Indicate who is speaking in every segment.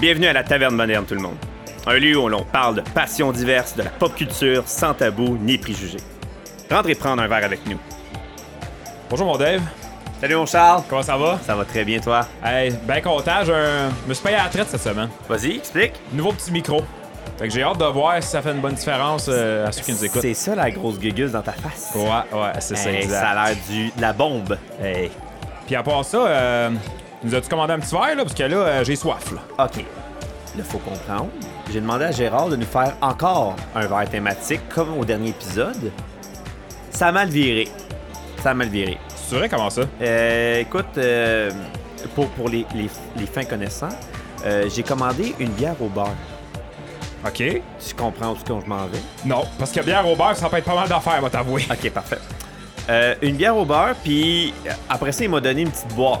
Speaker 1: Bienvenue à la Taverne Moderne, tout le monde. Un lieu où l'on parle de passions diverses, de la pop culture, sans tabou ni préjugés. Rentre et prendre un verre avec nous.
Speaker 2: Bonjour mon Dave,
Speaker 1: Salut mon Charles!
Speaker 2: comment ça va?
Speaker 1: Ça va très bien, toi?
Speaker 2: Hey, ben content, je me suis payé à la traite cette semaine.
Speaker 1: Vas-y, explique.
Speaker 2: Nouveau petit micro. Fait que j'ai hâte de voir si ça fait une bonne différence euh, à ceux qui nous écoutent.
Speaker 1: C'est ça la grosse gugueuse dans ta face?
Speaker 2: Ouais, ouais, c'est ça,
Speaker 1: Hey,
Speaker 2: exact.
Speaker 1: ça a l'air du, de la bombe. Hey.
Speaker 2: Puis à part ça, euh, nous as-tu commandé un petit verre, là? Parce que là, euh, j'ai soif, là.
Speaker 1: OK. Là, faut comprendre. J'ai demandé à Gérard de nous faire encore un verre thématique, comme au dernier épisode. Ça a mal viré. Ça a mal viré.
Speaker 2: C'est vrai, comment ça?
Speaker 1: Euh, écoute, euh, pour, pour les, les, les fins connaissants, euh, j'ai commandé une bière au bar.
Speaker 2: OK.
Speaker 1: Tu comprends où est-ce que je m'en vais?
Speaker 2: Non, parce que bière au beurre, ça peut être pas mal d'affaires, va t'avouer.
Speaker 1: OK, parfait. Euh, une bière au beurre, puis euh, après ça, il m'a donné une petite boîte.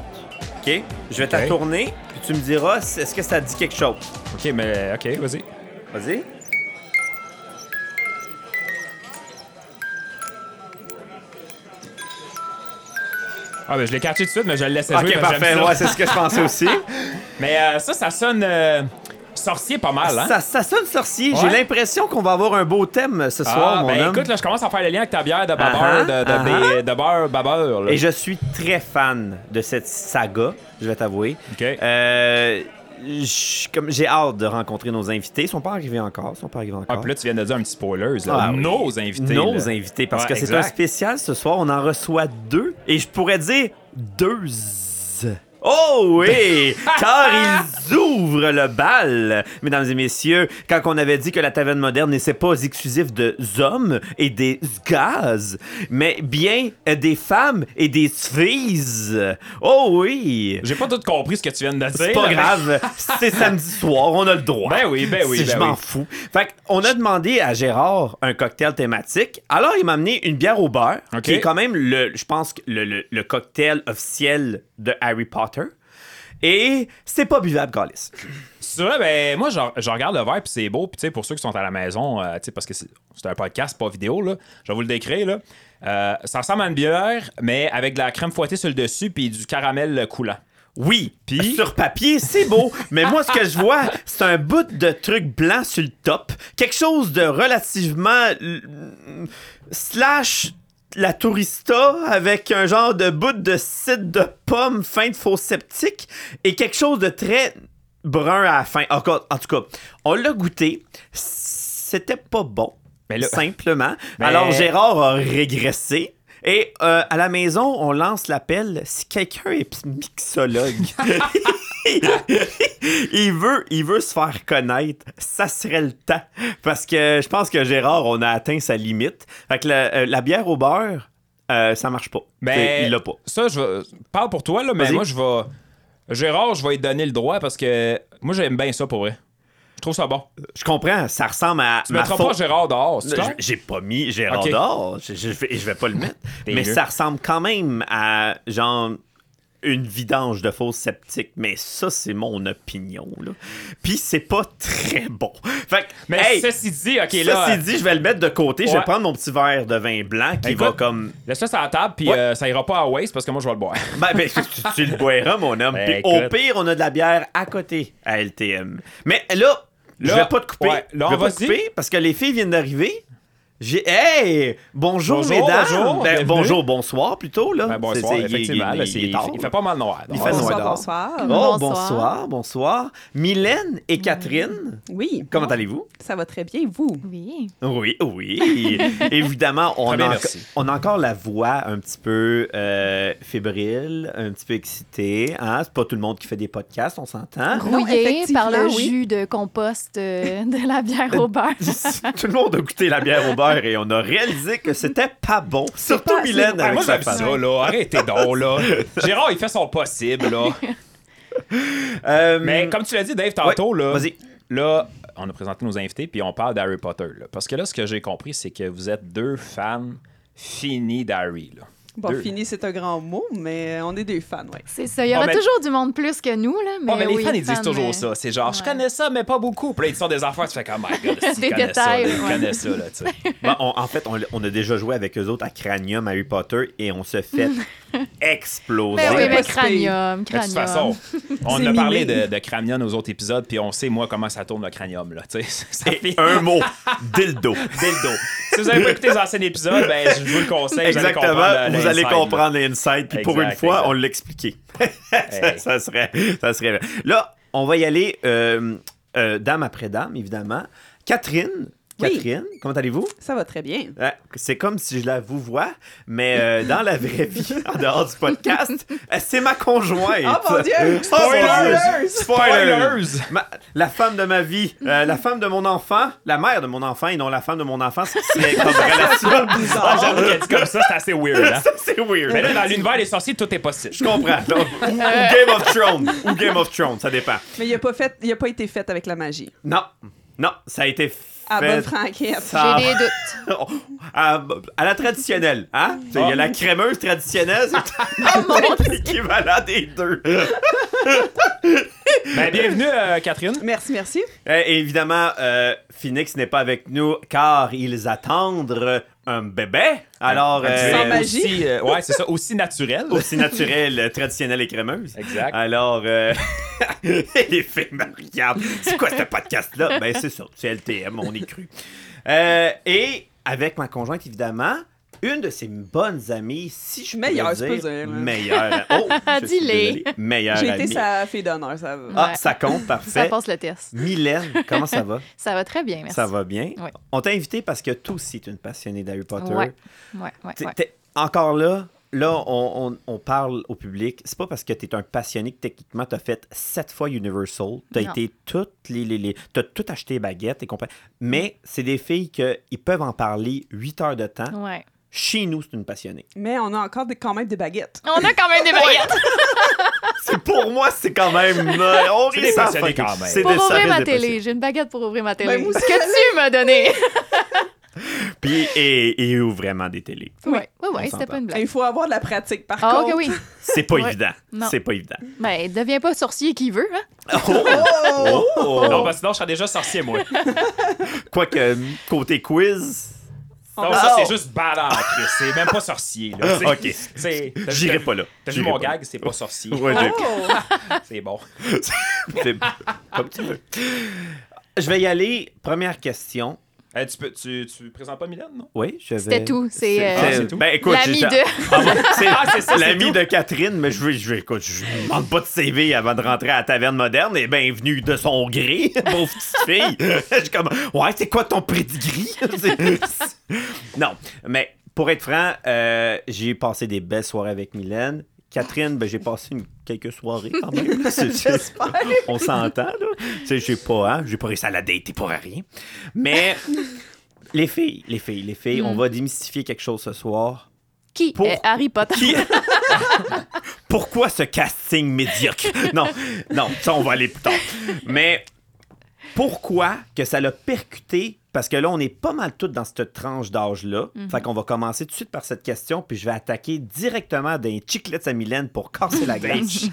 Speaker 1: OK? Je vais te la
Speaker 2: OK.
Speaker 1: tourner, puis tu me diras si- est-ce que ça te dit quelque chose.
Speaker 2: OK, mais OK, vas-y.
Speaker 1: Vas-y.
Speaker 2: Ah, ben je l'ai catché tout de suite, mais je le laissais jouer
Speaker 1: OK,
Speaker 2: parce que
Speaker 1: parfait.
Speaker 2: j'aime ça.
Speaker 1: Ouais, c'est ce que je pensais aussi.
Speaker 2: Mais euh, ça, ça sonne euh, sorcier pas mal, hein?
Speaker 1: ça, ça sonne sorcier. J'ai
Speaker 2: Ouais.
Speaker 1: l'impression qu'on va avoir un beau thème euh, ce soir,
Speaker 2: ah,
Speaker 1: mon
Speaker 2: ben
Speaker 1: homme. Ah,
Speaker 2: écoute, là, je commence à faire le lien avec ta bière de babeur,
Speaker 1: Ah-ha,
Speaker 2: de, de,
Speaker 1: ah-ha.
Speaker 2: des- de beurre, babeur, là.
Speaker 1: hein? Et je suis très fan de cette saga, je vais t'avouer.
Speaker 2: OK.
Speaker 1: Euh, je- comme- J'ai hâte de rencontrer nos invités. Ils sont pas arrivés encore. Ils sont pas arrivés
Speaker 2: Ah,
Speaker 1: encore.
Speaker 2: puis là, tu viens de dire un petit spoiler. Là.
Speaker 1: Ah oui.
Speaker 2: Nos invités.
Speaker 1: Nos
Speaker 2: là.
Speaker 1: invités, parce
Speaker 2: Ouais,
Speaker 1: que c'est
Speaker 2: exact.
Speaker 1: un spécial ce soir. On en reçoit deux. Et je pourrais dire deux. Oh oui! Car ils ouvrent le bal! Mesdames et messieurs, quand on avait dit que la taverne moderne n'était pas exclusif de hommes et des gaz, mais bien euh, des femmes et des filles. Oh oui!
Speaker 2: J'ai pas tout compris ce que tu viens de dire.
Speaker 1: C'est pas
Speaker 2: là, mais-
Speaker 1: grave, c'est samedi soir, on a le droit.
Speaker 2: Ben oui, ben oui,
Speaker 1: Si
Speaker 2: ben
Speaker 1: je m'en
Speaker 2: oui.
Speaker 1: fous. Fait qu'on a demandé à Gérard un cocktail thématique. Alors, il m'a amené une bière au beurre,
Speaker 2: OK.
Speaker 1: qui est quand même, le, je pense, que le, le- le cocktail officiel de Harry Potter. Et c'est pas buvable, Carlis.
Speaker 2: C'est vrai, ben, moi, je, je regarde le verre, puis c'est beau. Puis, tu sais, pour ceux qui sont à la maison, euh, tu sais, parce que c'est c'est un podcast, pas vidéo, là. Je vais vous le décrire, là. Euh, ça ressemble à une bière, mais avec de la crème fouettée sur le dessus, puis du caramel coulant.
Speaker 1: Oui,
Speaker 2: Puis-
Speaker 1: sur papier, c'est beau, mais moi, ce que je vois, c'est un bout de truc blanc sur le top. Quelque chose de relativement. l- slash la tourista avec un genre de bout de site de pomme fin de faux septique et quelque chose de très brun à la fin. Encore- En tout cas, on l'a goûté. C'était pas bon.
Speaker 2: Mais là-
Speaker 1: Simplement.
Speaker 2: Mais-
Speaker 1: Alors, Gérard a régressé. Et euh, à la maison, on lance l'appel si quelqu'un est mixologue. il veut, il veut se faire connaître. Ça serait le temps. Parce que je pense que Gérard, on a atteint sa limite. Fait que la, euh, la bière au beurre, euh, ça marche pas.
Speaker 2: Mais
Speaker 1: Il l'a pas.
Speaker 2: Ça, je vais- parle pour toi, là, mais
Speaker 1: Vas-y.
Speaker 2: moi, je vais. Gérard, je vais lui donner le droit parce que moi, j'aime bien ça pour vrai. Je trouve ça bon.
Speaker 1: Je comprends, ça ressemble à
Speaker 2: Tu
Speaker 1: ma
Speaker 2: mettras
Speaker 1: faute.
Speaker 2: pas Gérard dehors, c'est
Speaker 1: J- J'ai pas mis Gérard
Speaker 2: Ok.
Speaker 1: dehors. Je, je, vais- je vais pas le mettre.
Speaker 2: T'es
Speaker 1: mais
Speaker 2: mieux.
Speaker 1: ça ressemble quand même à genre une vidange de fausse sceptique. Mais ça, c'est mon opinion. Là. Puis c'est pas très bon. Fait que,
Speaker 2: Mais
Speaker 1: hey,
Speaker 2: ceci dit, ok,
Speaker 1: ceci
Speaker 2: là.
Speaker 1: dit, je vais le mettre de côté. Je vais
Speaker 2: Ouais. Ben,
Speaker 1: prendre mon petit verre de vin blanc qui
Speaker 2: Écoute,
Speaker 1: va comme.
Speaker 2: Laisse ça à la table, puis
Speaker 1: Ouais.
Speaker 2: euh, ça ira pas à waste parce que moi, je vais le boire.
Speaker 1: Ben, ben, tu, tu le boiras, mon homme.
Speaker 2: Ben,
Speaker 1: Puis au
Speaker 2: écoute.
Speaker 1: pire, on a de la bière à côté à LTM. Mais là, je
Speaker 2: Là,
Speaker 1: vais pas te couper.
Speaker 2: ouais, là,
Speaker 1: je vais
Speaker 2: on
Speaker 1: pas
Speaker 2: va
Speaker 1: te
Speaker 2: dire-
Speaker 1: couper parce que les filles viennent d'arriver. J'ai hey bonjour,
Speaker 2: Bonjour,
Speaker 1: mesdames
Speaker 2: bonjour,
Speaker 1: Ben,
Speaker 2: bienvenue.
Speaker 1: bonjour bonsoir plutôt là
Speaker 2: Ben, bonsoir,
Speaker 1: C'est- c'est- il-
Speaker 2: effectivement.
Speaker 1: il,
Speaker 2: là,
Speaker 1: il
Speaker 2: c'est-
Speaker 1: est tard.
Speaker 2: il fait pas mal noir.
Speaker 1: Il
Speaker 2: donc.
Speaker 1: fait noir.
Speaker 3: Bonsoir,
Speaker 1: Noël.
Speaker 3: bonsoir.
Speaker 1: oh, bonsoir bonsoir Mylène et Catherine
Speaker 3: Oui.
Speaker 1: comment allez-vous
Speaker 3: Ça va très bien, vous?
Speaker 4: Oui.
Speaker 1: oui oui évidemment on
Speaker 2: Très bien,
Speaker 1: a, enco-
Speaker 2: merci.
Speaker 1: on a encore la voix un petit peu euh, fébrile un petit peu excitée hein? c'est pas tout le monde qui fait des podcasts on s'entend
Speaker 4: Rouillé par le
Speaker 3: effectivement, oui.
Speaker 4: jus de compost euh, de la bière au beurre.
Speaker 1: Euh, Tout le monde a goûté la bière au beurre et on a réalisé que c'était pas bon. Surtout
Speaker 3: pas-
Speaker 1: Mylène
Speaker 3: c'est-
Speaker 2: Ah,
Speaker 1: avec
Speaker 2: moi,
Speaker 1: sa
Speaker 2: j'aime
Speaker 1: femme.
Speaker 2: ça, là. Arrêtez donc, là. Gérard, il fait son possible, là.
Speaker 1: Euh,
Speaker 2: Mais comme tu l'as dit, Dave, tantôt,
Speaker 1: ouais,
Speaker 2: là.
Speaker 1: vas-y.
Speaker 2: Là, on a présenté nos invités, puis on parle d'Harry Potter, là. Parce que là, ce que j'ai compris, c'est que vous êtes deux fans finis d'Harry, là.
Speaker 3: Bon,
Speaker 2: Deux.
Speaker 3: fini, c'est un grand mot, mais on est des fans, ouais.
Speaker 4: C'est ça. Il y
Speaker 2: Oh,
Speaker 4: aura
Speaker 2: mais-
Speaker 4: toujours du monde plus que nous, là. Mais,
Speaker 2: Oh, mais les
Speaker 4: oui,
Speaker 2: fans, ils disent toujours
Speaker 4: euh,
Speaker 2: ça. C'est genre, je
Speaker 4: ouais.
Speaker 2: connais ça, mais pas beaucoup. Puis là, ils te sortent des affaires, tu fais comme, oh my god,
Speaker 4: Des
Speaker 2: ils connaissent ça, là,
Speaker 4: détails,
Speaker 2: ils
Speaker 4: ouais.
Speaker 2: connaissent ça, là, tu sais.
Speaker 1: Bon, on- en fait, on, l- on a déjà joué avec eux autres à Cranium, à Harry Potter, et on se fait exploser.
Speaker 4: Ben oui,
Speaker 3: pas
Speaker 4: mais
Speaker 3: si pire.
Speaker 4: cranium, cranium.
Speaker 2: Mais De toute façon, on
Speaker 3: C'est
Speaker 2: a parlé
Speaker 3: mimé.
Speaker 2: de, de cranium aux autres épisodes, puis on sait, moi, comment ça tourne le cranium, là, tu sais. Ça
Speaker 1: Et
Speaker 2: fait
Speaker 1: un mot, dildo.
Speaker 2: dildo. Si vous avez pas écouté les anciens épisodes, ben, je vous le conseille.
Speaker 1: Exactement, vous allez
Speaker 2: comprendre
Speaker 1: comprendre l'inside, puis pour
Speaker 2: Exact,
Speaker 1: une fois,
Speaker 2: exact.
Speaker 1: on l'expliquait.
Speaker 2: Hey.
Speaker 1: ça, serait, ça serait. Là, on va y aller euh, euh, dame après dame, évidemment. Catherine,
Speaker 3: Oui.
Speaker 1: Catherine, comment allez-vous?
Speaker 3: Ça va très bien.
Speaker 1: Euh, C'est comme si je la vous vois, mais euh, dans la vraie vie, en dehors du podcast, euh, c'est ma conjointe.
Speaker 3: Oh mon Dieu!
Speaker 1: Oh, mon Dieu! Spoilers!
Speaker 3: Spoilers!
Speaker 2: Spoilers!
Speaker 1: Ma- la femme de ma vie, euh, la femme de mon enfant, la mère de mon enfant et non la femme de mon enfant, c'est- c'est comme relation
Speaker 2: Ah,
Speaker 1: bizarre.
Speaker 2: J'avoue qu'elle dit comme ça, c'est assez weird, hein.
Speaker 1: Ça, c'est weird.
Speaker 2: Mais là, dans l'univers des sorciers, tout est possible.
Speaker 1: Je comprends. Donc, ou Game of Thrones. Ou Game of Thrones, ça dépend.
Speaker 3: Mais il n'a pas, fait- il a pas été fait avec la magie.
Speaker 1: Non. Non, ça a été
Speaker 3: À
Speaker 1: fait
Speaker 3: bonne franquette.
Speaker 1: ça-
Speaker 4: Ah, J'ai des doutes.
Speaker 1: à, à la traditionnelle. Hein? Tu sais, Il y a la crémeuse traditionnelle, c'est l'équivalent des deux.
Speaker 2: Ben, bienvenue, euh, Catherine.
Speaker 3: Merci, merci.
Speaker 1: Euh, évidemment, euh, Phoenix n'est pas avec nous car ils attendent un bébé. Alors,
Speaker 2: Un
Speaker 1: euh,
Speaker 3: Sans
Speaker 2: duel
Speaker 3: magie.
Speaker 2: aussi, euh, ouais, c'est ça, aussi naturel.
Speaker 1: aussi naturel, euh, traditionnel et crémeuse.
Speaker 2: Exact.
Speaker 1: Alors, euh, les filles me regardent. C'est quoi ce podcast-là? Ben, c'est ça. C'est LTM, on est cru. Euh, et avec ma conjointe, évidemment, une de ses bonnes amies, si je
Speaker 3: Meilleure,
Speaker 1: peux
Speaker 3: c'est
Speaker 1: dire,
Speaker 3: pas dire, là.
Speaker 1: meilleure. Oh, je suis
Speaker 4: Dis-les.
Speaker 1: désolé. Meilleure
Speaker 3: J'ai été
Speaker 1: amie.
Speaker 3: sa fille d'honneur, ça va.
Speaker 1: Ah,
Speaker 4: Ouais.
Speaker 1: ça compte,
Speaker 4: Ça
Speaker 1: parfait.
Speaker 4: passe le test.
Speaker 1: Mylène, comment ça va?
Speaker 4: Ça va très bien, merci.
Speaker 1: Ça va bien?
Speaker 4: Oui.
Speaker 1: On t'a invité parce que toi aussi, tu es une passionnée d'Harry Potter.
Speaker 4: Ouais, ouais, ouais.
Speaker 1: T'es-
Speaker 4: ouais.
Speaker 1: t'es- Encore là, là, on, on- on parle au public. C'est pas parce que t'es un passionné que techniquement t'as fait sept fois Universal. T'as
Speaker 4: Non.
Speaker 1: été toutes les. les, les- t'as tout acheté baguettes et compagnie. Mais c'est des filles qu'ils peuvent en parler 8 heures de temps.
Speaker 4: Ouais.
Speaker 1: Chez nous, c'est une passionnée.
Speaker 3: Mais on a encore des, quand même des baguettes.
Speaker 4: On a quand même des baguettes.
Speaker 1: C'est pour moi, c'est quand même. euh, on
Speaker 2: C'est
Speaker 1: rit
Speaker 2: des
Speaker 1: sans
Speaker 2: passionnés
Speaker 1: fin.
Speaker 2: quand même.
Speaker 1: C'est
Speaker 4: Pour
Speaker 1: des- ça
Speaker 4: ouvrir
Speaker 1: reste
Speaker 4: ma
Speaker 1: des
Speaker 4: télé. J'ai une baguette pour ouvrir ma télé.
Speaker 3: Ben, moi
Speaker 4: Ce
Speaker 3: aussi,
Speaker 4: que tu m'as donné.
Speaker 1: passionnés. Puis, et, et ou vraiment des télés.
Speaker 4: Ouais, ouais,
Speaker 1: On
Speaker 4: ouais, c'était
Speaker 1: s'entend.
Speaker 4: pas une
Speaker 3: Il
Speaker 4: blague.
Speaker 3: faut avoir de la pratique, par
Speaker 4: Ah,
Speaker 3: contre.
Speaker 4: ok, oui.
Speaker 1: C'est pas
Speaker 4: Ouais.
Speaker 1: évident.
Speaker 4: Non.
Speaker 1: C'est pas évident.
Speaker 4: Ben, deviens pas sorcier qui veut, hein?
Speaker 1: Oh! Oh!
Speaker 2: Non, parce que sinon, je serais déjà sorcier, moi.
Speaker 1: Quoique, côté quiz,
Speaker 2: Non, ça, c'est juste balade, Chris. C'est même pas sorcier, là.
Speaker 1: Oh. Ok.
Speaker 2: Tu sais, t'as-
Speaker 1: j'irai
Speaker 2: t'as-
Speaker 1: pas là.
Speaker 2: T'as vu
Speaker 1: J'irai
Speaker 2: mon
Speaker 1: pas là.
Speaker 2: gag, c'est pas sorcier.
Speaker 1: Ouais, j'ai-
Speaker 3: Oh!
Speaker 2: C'est bon.
Speaker 1: C'est- comme tu veux. Je vais y aller. Première question.
Speaker 2: Eh, tu, peux, tu, tu présentes pas Mylène, non?
Speaker 1: Oui, je vais.
Speaker 4: C'était tout, c'est, euh,
Speaker 2: Ah, c'est tout?
Speaker 1: Ben, écoute,
Speaker 4: L'ami
Speaker 1: j'ai-
Speaker 4: de.
Speaker 1: Ah, bon, c'est-
Speaker 2: Ah, c'est ça, c'est
Speaker 1: L'ami
Speaker 2: tout.
Speaker 1: de Catherine, mais je vais, je vais, écoute, je lui demande pas de CV avant de rentrer à la taverne moderne. Et bienvenue de son gré, pauvre petite fille. je suis comme, ouais, c'est quoi ton pedigree? C'est- non, mais pour être franc, euh, j'ai passé des belles soirées avec Mylène. Catherine, ben, j'ai passé une- quelques soirées quand même. C'est- c'est-
Speaker 3: J'espère.
Speaker 1: on s'entend, là. Tu sais, j'ai pas, hein, j'ai pas réussi à la dater pour rien. Mais les filles, les filles, les filles,
Speaker 2: Mm.
Speaker 1: on va démystifier quelque chose ce soir.
Speaker 4: Qui
Speaker 1: Pour-
Speaker 4: est Harry Potter?
Speaker 1: Qui- Pourquoi ce casting médiocre? Non, non, ça, on va aller plus tard. Mais pourquoi que ça l'a percuté? Parce que là, on est pas mal toutes dans cette tranche d'âge-là. Fait qu'on va commencer tout de suite par cette question, puis je vais attaquer directement d'un chiclette à Mylène pour casser la
Speaker 2: Ben,
Speaker 1: glace.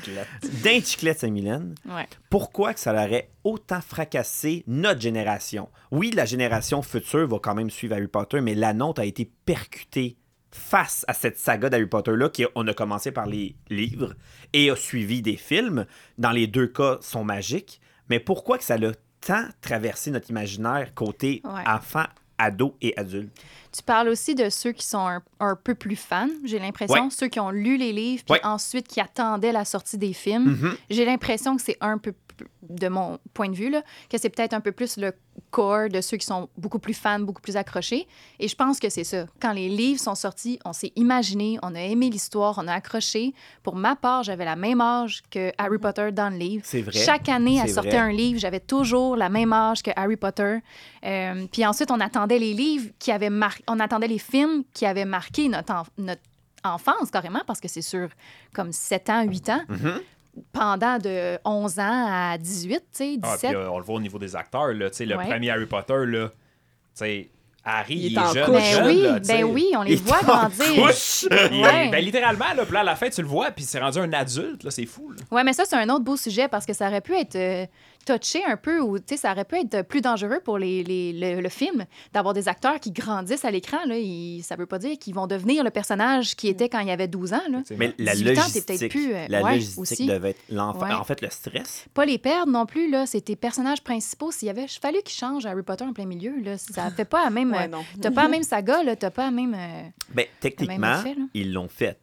Speaker 1: d'un chiclette à Mylène
Speaker 4: Ouais.
Speaker 1: pourquoi que ça aurait autant fracassé notre génération. Oui, la génération future va quand même suivre Harry Potter, mais la nôtre a été percutée face à cette saga d'Harry Potter-là, qui on a commencé par les livres et a suivi des films. Dans les deux cas, sont magiques. Mais pourquoi que ça l'a tant traversé notre imaginaire côté
Speaker 4: Ouais.
Speaker 1: enfant, ado et adulte?
Speaker 4: Tu parles aussi de ceux qui sont un, un peu plus fans, j'ai l'impression.
Speaker 1: Ouais.
Speaker 4: Ceux qui ont lu les livres, puis
Speaker 1: Ouais. Mhm.
Speaker 4: ensuite qui attendaient la sortie des films. J'ai l'impression que c'est un peu, p- de mon point de vue, là, que c'est peut-être un peu plus le corps de ceux qui sont beaucoup plus fans, beaucoup plus accrochés. Et je pense que c'est ça. Quand les livres sont sortis, on s'est imaginé, on a aimé l'histoire, on a accroché. Pour ma part, j'avais la même âge que Harry Potter dans le livre.
Speaker 1: C'est vrai.
Speaker 4: Chaque année, elle
Speaker 1: C'est
Speaker 4: sortait
Speaker 1: vrai.
Speaker 4: un livre. J'avais toujours la même âge que Harry Potter. Euh, puis ensuite, on attendait les livres qui avaient marqué, on attendait les films qui avaient marqué notre, enf- notre enfance carrément, parce que c'est sur comme 7 ans, 8 ans.
Speaker 1: Mm-hmm.
Speaker 4: Pendant de 11 ans à 18, tu sais,
Speaker 2: Ah, puis
Speaker 4: 17.
Speaker 2: euh, on le voit au niveau des acteurs, là. Tu sais, le
Speaker 4: Ouais.
Speaker 2: premier Harry Potter, là. Tu sais, Harry,
Speaker 3: Il est
Speaker 2: il
Speaker 3: en
Speaker 2: est jeune.
Speaker 3: couche.
Speaker 4: Ben
Speaker 2: euh, jeune,
Speaker 4: oui,
Speaker 2: là, tu sais.
Speaker 4: ben oui, on les
Speaker 1: Il
Speaker 4: voit
Speaker 1: est en
Speaker 4: grandir.
Speaker 1: couche.
Speaker 2: Il-
Speaker 4: Ouais.
Speaker 2: ben, littéralement, là, puis là, à la fin, tu le vois, puis c'est rendu un adulte, là, c'est fou. là.
Speaker 4: Ouais, mais ça, c'est un autre beau sujet parce que ça aurait pu être euh, touché un peu ou tu sais, ça aurait pu être euh, plus dangereux pour les, les- le, le film d'avoir des acteurs qui grandissent à l'écran. Là, Ils- ça veut pas dire qu'ils vont devenir le personnage qui était quand il y avait 12 ans. Là.
Speaker 1: Mais la
Speaker 4: 18 ans, t'es peut-être
Speaker 1: logistique,
Speaker 4: plus, euh,
Speaker 1: la
Speaker 4: ouais,
Speaker 1: logistique
Speaker 4: aussi.
Speaker 1: devait être l'enfant.
Speaker 4: Ouais.
Speaker 1: En fait, le stress.
Speaker 4: Pas les perdre non plus. Là. C'est tes personnages principaux. S'il y avait fallu qu'ils changent Harry Potter en plein milieu, là, ça fait pas la même.
Speaker 3: Ouais,
Speaker 4: euh,
Speaker 3: non.
Speaker 4: t'as pas la même saga, là, t'as pas la même. euh,
Speaker 1: Ben, techniquement,
Speaker 4: effet, là.
Speaker 1: ils l'ont fait.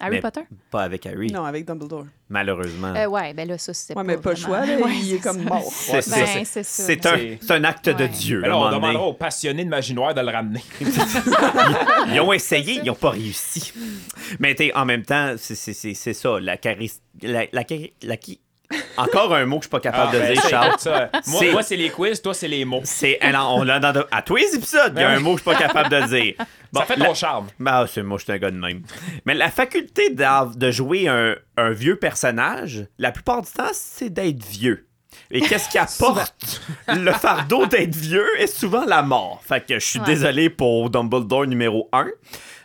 Speaker 4: Harry
Speaker 1: Mais ah.
Speaker 4: Potter.
Speaker 1: Pas avec Harry,
Speaker 3: Non, avec Dumbledore.
Speaker 1: malheureusement.
Speaker 4: Euh, ouais, ben là, ça, c'est
Speaker 3: Ouais, mais pas le
Speaker 4: vraiment-
Speaker 3: choix, là,
Speaker 4: Ouais,
Speaker 3: il est,
Speaker 4: c'est
Speaker 3: comme
Speaker 4: ça.
Speaker 3: mort.
Speaker 1: C'est-
Speaker 2: Ouais,
Speaker 1: c'est-
Speaker 4: Ben, c'est ça.
Speaker 1: c'est,
Speaker 4: là.
Speaker 1: un,
Speaker 2: c'est-
Speaker 1: c'est un acte de
Speaker 4: Ouais.
Speaker 1: Dieu. à un
Speaker 2: Alors, Ben on
Speaker 1: moment donné.
Speaker 2: demandera aux passionnés de Maginoire de le ramener.
Speaker 1: Ils ont essayé, ils n'ont pas réussi. Mais t'es- en même temps, c'est, c'est- c'est- c'est ça, la charisme. La, la, chari- la qui... Encore un mot que je suis pas
Speaker 2: Ah,
Speaker 1: capable de
Speaker 2: ben,
Speaker 1: dire,
Speaker 2: c'est
Speaker 1: Charles.
Speaker 2: ça. Moi,
Speaker 1: C'est-
Speaker 2: moi, c'est les quiz, toi, c'est les mots.
Speaker 1: C'est, alors, on l'a dans- à tous les épisodes, il y a
Speaker 2: Ben
Speaker 1: un
Speaker 2: oui.
Speaker 1: mot que je suis pas capable de dire. Bon,
Speaker 2: ça fait
Speaker 1: la-
Speaker 2: ton charme.
Speaker 1: Bah, c'est moi, je suis un gars de même. Mais la faculté d'av- de jouer un, un vieux personnage, la plupart du temps, c'est d'être vieux. Et qu'est-ce qui apporte le fardeau d'être vieux est souvent la mort. Fait que je suis
Speaker 4: Ouais.
Speaker 1: désolé pour Dumbledore numéro 1,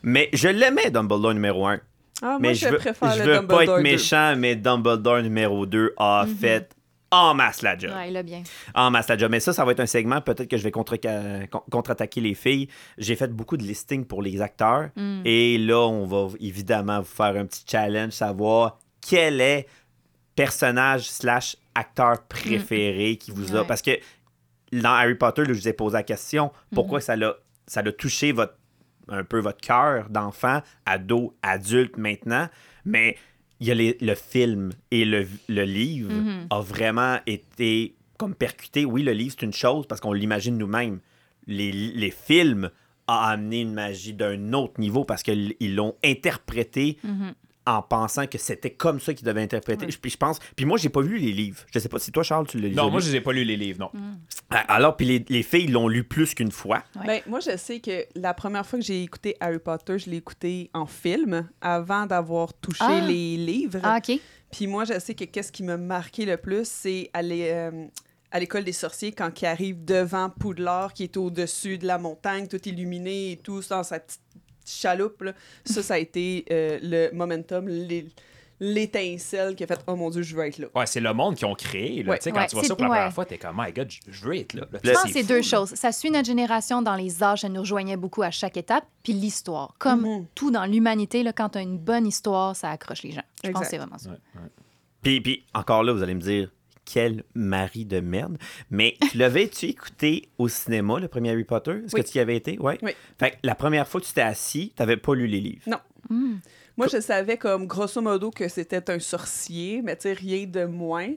Speaker 1: mais je l'aimais Dumbledore numéro 1.
Speaker 3: Ah,
Speaker 1: mais
Speaker 3: moi,
Speaker 1: je
Speaker 3: je,
Speaker 1: veux,
Speaker 3: préfère
Speaker 1: je
Speaker 3: le
Speaker 1: veux
Speaker 3: Dumbledore Mhm.
Speaker 1: pas être
Speaker 3: 2.
Speaker 1: méchant, mais Dumbledore numéro 2 a fait en masse la job.
Speaker 4: Ouais, il a bien.
Speaker 1: En masse la job. Ah, Mais ça, ça va être un segment, peut-être que je vais contre- ca- con- contre-attaquer les filles. J'ai fait beaucoup de listings pour les acteurs.
Speaker 4: Mm.
Speaker 1: Et là, on va évidemment vous faire un petit challenge, savoir quel est personnage slash acteur préféré qui vous a...
Speaker 4: Mm. Ouais.
Speaker 1: Parce que dans Harry Potter, là, je vous ai posé la question,
Speaker 4: Mhm.
Speaker 1: pourquoi ça l'a ça l'a touché votre, un peu votre cœur d'enfant, ado, adulte maintenant, mais il y a les- le film et le, le livre
Speaker 4: Mhm.
Speaker 1: a vraiment été comme percuté. Oui, le livre, c'est une chose parce qu'on l'imagine nous-mêmes. Les, les films ont amené une magie d'un autre niveau parce qu'ils l'ont interprété
Speaker 4: Mhm.
Speaker 1: en pensant que c'était comme ça qu'ils devaient interpréter. Puis je pense. Puis moi, j'ai pas vu les livres. Je sais pas si toi, Charles, tu l'as lu.
Speaker 2: Non, moi, je les ai pas lu les livres, non.
Speaker 4: Mm.
Speaker 1: Alors, puis les, les filles l'ont lu plus qu'une fois.
Speaker 4: Ouais.
Speaker 3: Ben, moi, je sais que la première fois que j'ai écouté Harry Potter, je l'ai écouté en film avant d'avoir touché
Speaker 4: Ah.
Speaker 3: les livres.
Speaker 4: Ah, OK.
Speaker 3: Puis moi, je sais que qu'est-ce qui m'a marqué le plus, c'est aller euh, à l'école des sorciers quand il arrive devant Poudlard, qui est au-dessus de la montagne, tout illuminé et tout, dans sa petite chaloupe. là. Ça, ça a été euh, le momentum, l'é- l'étincelle qui a fait « Oh mon Dieu, je veux être là
Speaker 2: Ouais, c'est le monde qu'ils ont créé. Là.
Speaker 3: Ouais.
Speaker 2: Tu sais, Quand
Speaker 4: Ouais,
Speaker 2: tu vois
Speaker 4: c'est-
Speaker 2: ça pour la première
Speaker 4: ouais.
Speaker 2: fois, t'es comme, oh my God, je- je veux être là. là. Tu
Speaker 4: Je
Speaker 2: sais,
Speaker 4: pense que c'est
Speaker 2: fou,
Speaker 4: deux
Speaker 2: là.
Speaker 4: choses. Ça suit notre génération dans les âges, ça nous rejoignait beaucoup à chaque étape, puis l'histoire. Comme
Speaker 3: Mhm.
Speaker 4: tout dans l'humanité, là, quand tu as une bonne histoire, ça accroche les gens. Je pense
Speaker 3: Exact.
Speaker 4: que c'est vraiment ça.
Speaker 1: Puis, puis encore là, vous allez me dire, quel mari de merde. Mais tu l'avais-tu écouté au cinéma, le premier Harry Potter? Est-ce
Speaker 3: Oui.
Speaker 1: que tu y avais été? Ouais.
Speaker 3: Oui.
Speaker 1: Fait que la première fois que tu t'es assis, t'avais pas lu les livres.
Speaker 3: Non.
Speaker 4: Mm. ».
Speaker 3: Moi, je savais comme grosso modo que c'était un sorcier, mais tu sais, rien de moins.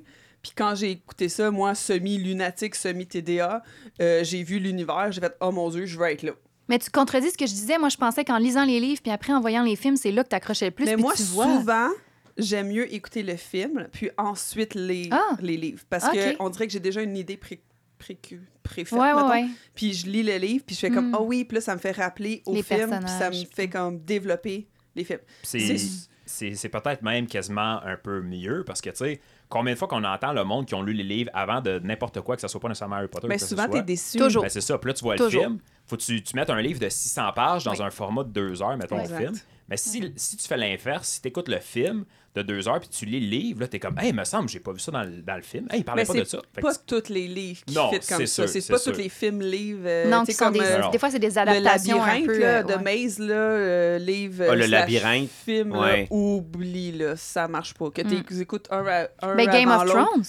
Speaker 3: Puis quand j'ai écouté ça, moi, semi-lunatique, semi-TDA, euh, j'ai vu l'univers, j'ai fait « Oh mon Dieu, je veux être là ».
Speaker 4: Mais tu contredis ce que je disais. Moi, je pensais qu'en lisant les livres, puis après en voyant les films, c'est là que tu accrochais le plus.
Speaker 3: Mais
Speaker 4: puis
Speaker 3: moi,
Speaker 4: tu vois.
Speaker 3: souvent, j'aime mieux écouter le film, puis ensuite les,
Speaker 4: Ah.
Speaker 3: les livres. Parce
Speaker 4: Ok.
Speaker 3: que on dirait que j'ai déjà une idée pré précu- préfaite,
Speaker 4: Ouais, ouais,
Speaker 3: mettons.
Speaker 4: ouais.
Speaker 3: Puis je lis le livre, puis je fais comme
Speaker 4: Mm.
Speaker 3: Ah oui », puis là, ça me fait rappeler au
Speaker 4: Les
Speaker 3: film, puis ça me
Speaker 4: personnages.
Speaker 3: fait comme développer les films.
Speaker 2: C'est-
Speaker 3: C'est-
Speaker 2: C'est c'est peut-être même quasiment un peu mieux parce que, tu sais, combien de fois qu'on entend le monde qui ont lu les livres avant de n'importe quoi, que ce soit pas nécessairement Harry Potter ou
Speaker 3: Mais
Speaker 2: que ce
Speaker 3: Ben, souvent,
Speaker 2: soit.
Speaker 3: t'es déçu.
Speaker 4: Toujours.
Speaker 2: Ben, c'est ça. Puis là, tu vois
Speaker 4: Toujours.
Speaker 2: le film. Faut que tu, tu mettes un livre de 600 pages dans
Speaker 4: Oui.
Speaker 2: un format de 2 heures, mettons,
Speaker 3: Exact.
Speaker 2: au film. Mais si, si tu fais l'inverse, si tu écoutes le film de 2 heures puis tu lis le livre, là, t'es comme, hey, me semble, j'ai pas vu ça dans, le- dans le film. Hey, il parlait
Speaker 3: Mais
Speaker 2: pas de
Speaker 3: Ben, c'est
Speaker 2: ça. Fait que
Speaker 3: pas tous les livres qui
Speaker 2: Non,
Speaker 3: fit comme
Speaker 2: c'est
Speaker 3: ça.
Speaker 2: sûr,
Speaker 3: C'est
Speaker 2: c'est
Speaker 3: pas
Speaker 2: sûr.
Speaker 3: tous les films, livres. euh,
Speaker 4: non,
Speaker 3: tu
Speaker 4: qui
Speaker 3: sais,
Speaker 4: sont
Speaker 3: comme
Speaker 4: des...
Speaker 3: euh,
Speaker 2: Alors,
Speaker 4: des fois, c'est des
Speaker 3: le
Speaker 4: adaptations un
Speaker 3: labyrinthe
Speaker 4: peu.
Speaker 3: là,
Speaker 4: euh,
Speaker 3: de
Speaker 4: ouais.
Speaker 3: Maze, là, euh, livre.
Speaker 1: Ah, le
Speaker 3: slash
Speaker 1: labyrinthe,
Speaker 3: Film, là,
Speaker 1: ouais.
Speaker 3: oublie, là, ça marche pas. Que tu écoutes un, à- un
Speaker 4: Hmm. Ben, Game
Speaker 3: avant
Speaker 4: of
Speaker 3: l'autre.
Speaker 4: Thrones.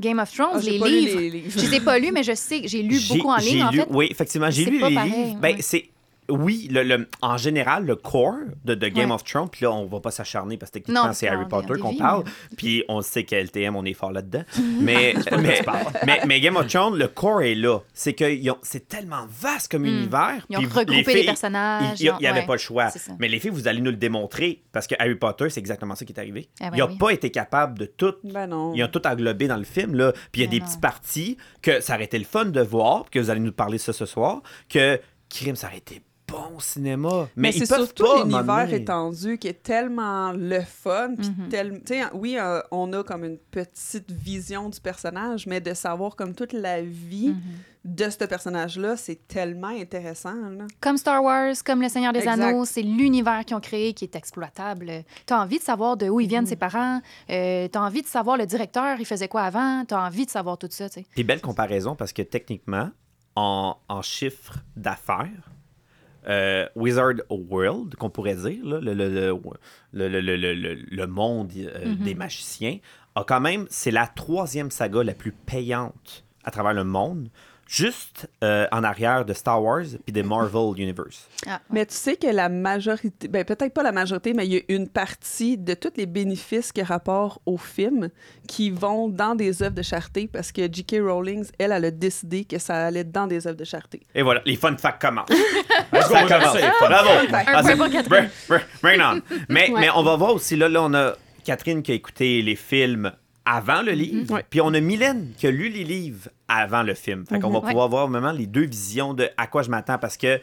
Speaker 4: Game of Thrones,
Speaker 3: Ah, j'ai
Speaker 4: les,
Speaker 3: pas lu
Speaker 4: livres.
Speaker 3: les livres.
Speaker 4: Je les ai pas lus, mais je sais, j'ai lu
Speaker 1: J'ai-
Speaker 4: beaucoup en
Speaker 1: j'ai
Speaker 4: ligne, en
Speaker 1: lu-
Speaker 4: fait.
Speaker 1: Oui, effectivement, j'ai
Speaker 4: C'est
Speaker 1: lu
Speaker 4: pas
Speaker 1: les
Speaker 4: pareil,
Speaker 1: livres. Ben,
Speaker 4: ouais.
Speaker 1: c'est. Oui, le, le- en général, le core de, de Game
Speaker 4: Ouais.
Speaker 1: of Thrones, puis là, on va pas s'acharner parce que techniquement,
Speaker 4: Non,
Speaker 1: c'est
Speaker 4: on
Speaker 1: Harry
Speaker 4: est-
Speaker 1: Potter
Speaker 4: on
Speaker 1: qu'on
Speaker 4: dévie,
Speaker 1: parle, puis on sait qu'à LTM, on est fort là-dedans. mais, mais, mais, mais Game of Thrones, le core est là. C'est que ils ont- c'est tellement vaste comme univers.
Speaker 4: Hmm. Ils ont
Speaker 1: puis
Speaker 4: regroupé les
Speaker 1: filles,
Speaker 4: personnages,
Speaker 1: Il n'y
Speaker 4: ils ont-
Speaker 1: avait
Speaker 4: ouais,
Speaker 1: pas le choix.
Speaker 4: c'est ça.
Speaker 1: Mais les filles, vous allez nous le démontrer parce que Harry Potter, c'est exactement ça qui est arrivé.
Speaker 4: Ah ben
Speaker 1: il n'a
Speaker 4: oui.
Speaker 1: pas été capable de tout
Speaker 3: Ben non.
Speaker 1: ils ont tout englobé dans le film, là. Puis il y a
Speaker 4: Mais
Speaker 1: des
Speaker 4: non.
Speaker 1: petits parties que ça aurait été le fun de voir, puis que vous allez nous parler ça ce soir, que crime, ça aurait été bon cinéma.
Speaker 3: Mais,
Speaker 1: Mais, ils
Speaker 3: c'est
Speaker 1: peuvent
Speaker 3: surtout
Speaker 1: pas,
Speaker 3: l'univers
Speaker 1: m'amener.
Speaker 3: étendu qui est tellement le fun. puis
Speaker 4: Mhm.
Speaker 3: tel- tu sais, oui, euh, on a comme une petite vision du personnage, mais de savoir comme toute la vie
Speaker 4: Mhm.
Speaker 3: de ce personnage-là, c'est tellement intéressant. là.
Speaker 4: Comme Star Wars, comme Le Seigneur des
Speaker 3: Exact.
Speaker 4: Anneaux, c'est l'univers qu'ils ont créé qui est exploitable. T'as envie de savoir de où ils viennent, ses parents. Euh, T'as envie de savoir le directeur, il faisait quoi avant. T'as envie de savoir tout ça, tu sais.
Speaker 1: Puis belle comparaison parce que techniquement, en, en chiffre d'affaires, euh, Wizard World, qu'on pourrait dire, là, le, le, le, le- le- le- le- le monde euh, des magiciens, a quand même, c'est la troisième saga la plus payante à travers le monde, juste euh, en arrière de Star Wars puis des Marvel Universe.
Speaker 4: Ah, ouais.
Speaker 3: Mais tu sais que la majorité, ben peut-être pas la majorité, mais il y a une partie de tous les bénéfices qui rapportent au film qui vont dans des œuvres de charité parce que J.K. Rowling, elle, elle a décidé que ça allait dans des œuvres de charité.
Speaker 1: Et voilà, les fun facts commencent.
Speaker 2: Let's go,
Speaker 1: Ça
Speaker 2: j'aime
Speaker 1: commence.
Speaker 2: ça, les fun
Speaker 1: Bravo.
Speaker 2: facts.
Speaker 3: facts.
Speaker 1: Ah,
Speaker 4: Un
Speaker 1: ça-
Speaker 4: point pour Catherine.
Speaker 1: Br- br- bring on. Mais,
Speaker 4: Ouais.
Speaker 1: mais on va voir aussi, là, là, on a Catherine qui a écouté les films avant le
Speaker 4: Mhm.
Speaker 1: livre,
Speaker 3: Ouais.
Speaker 1: puis on a Mylène qui a lu les livres avant le film. Fait qu'on va
Speaker 4: Mhm.
Speaker 1: pouvoir voir vraiment les deux visions de à quoi je m'attends parce que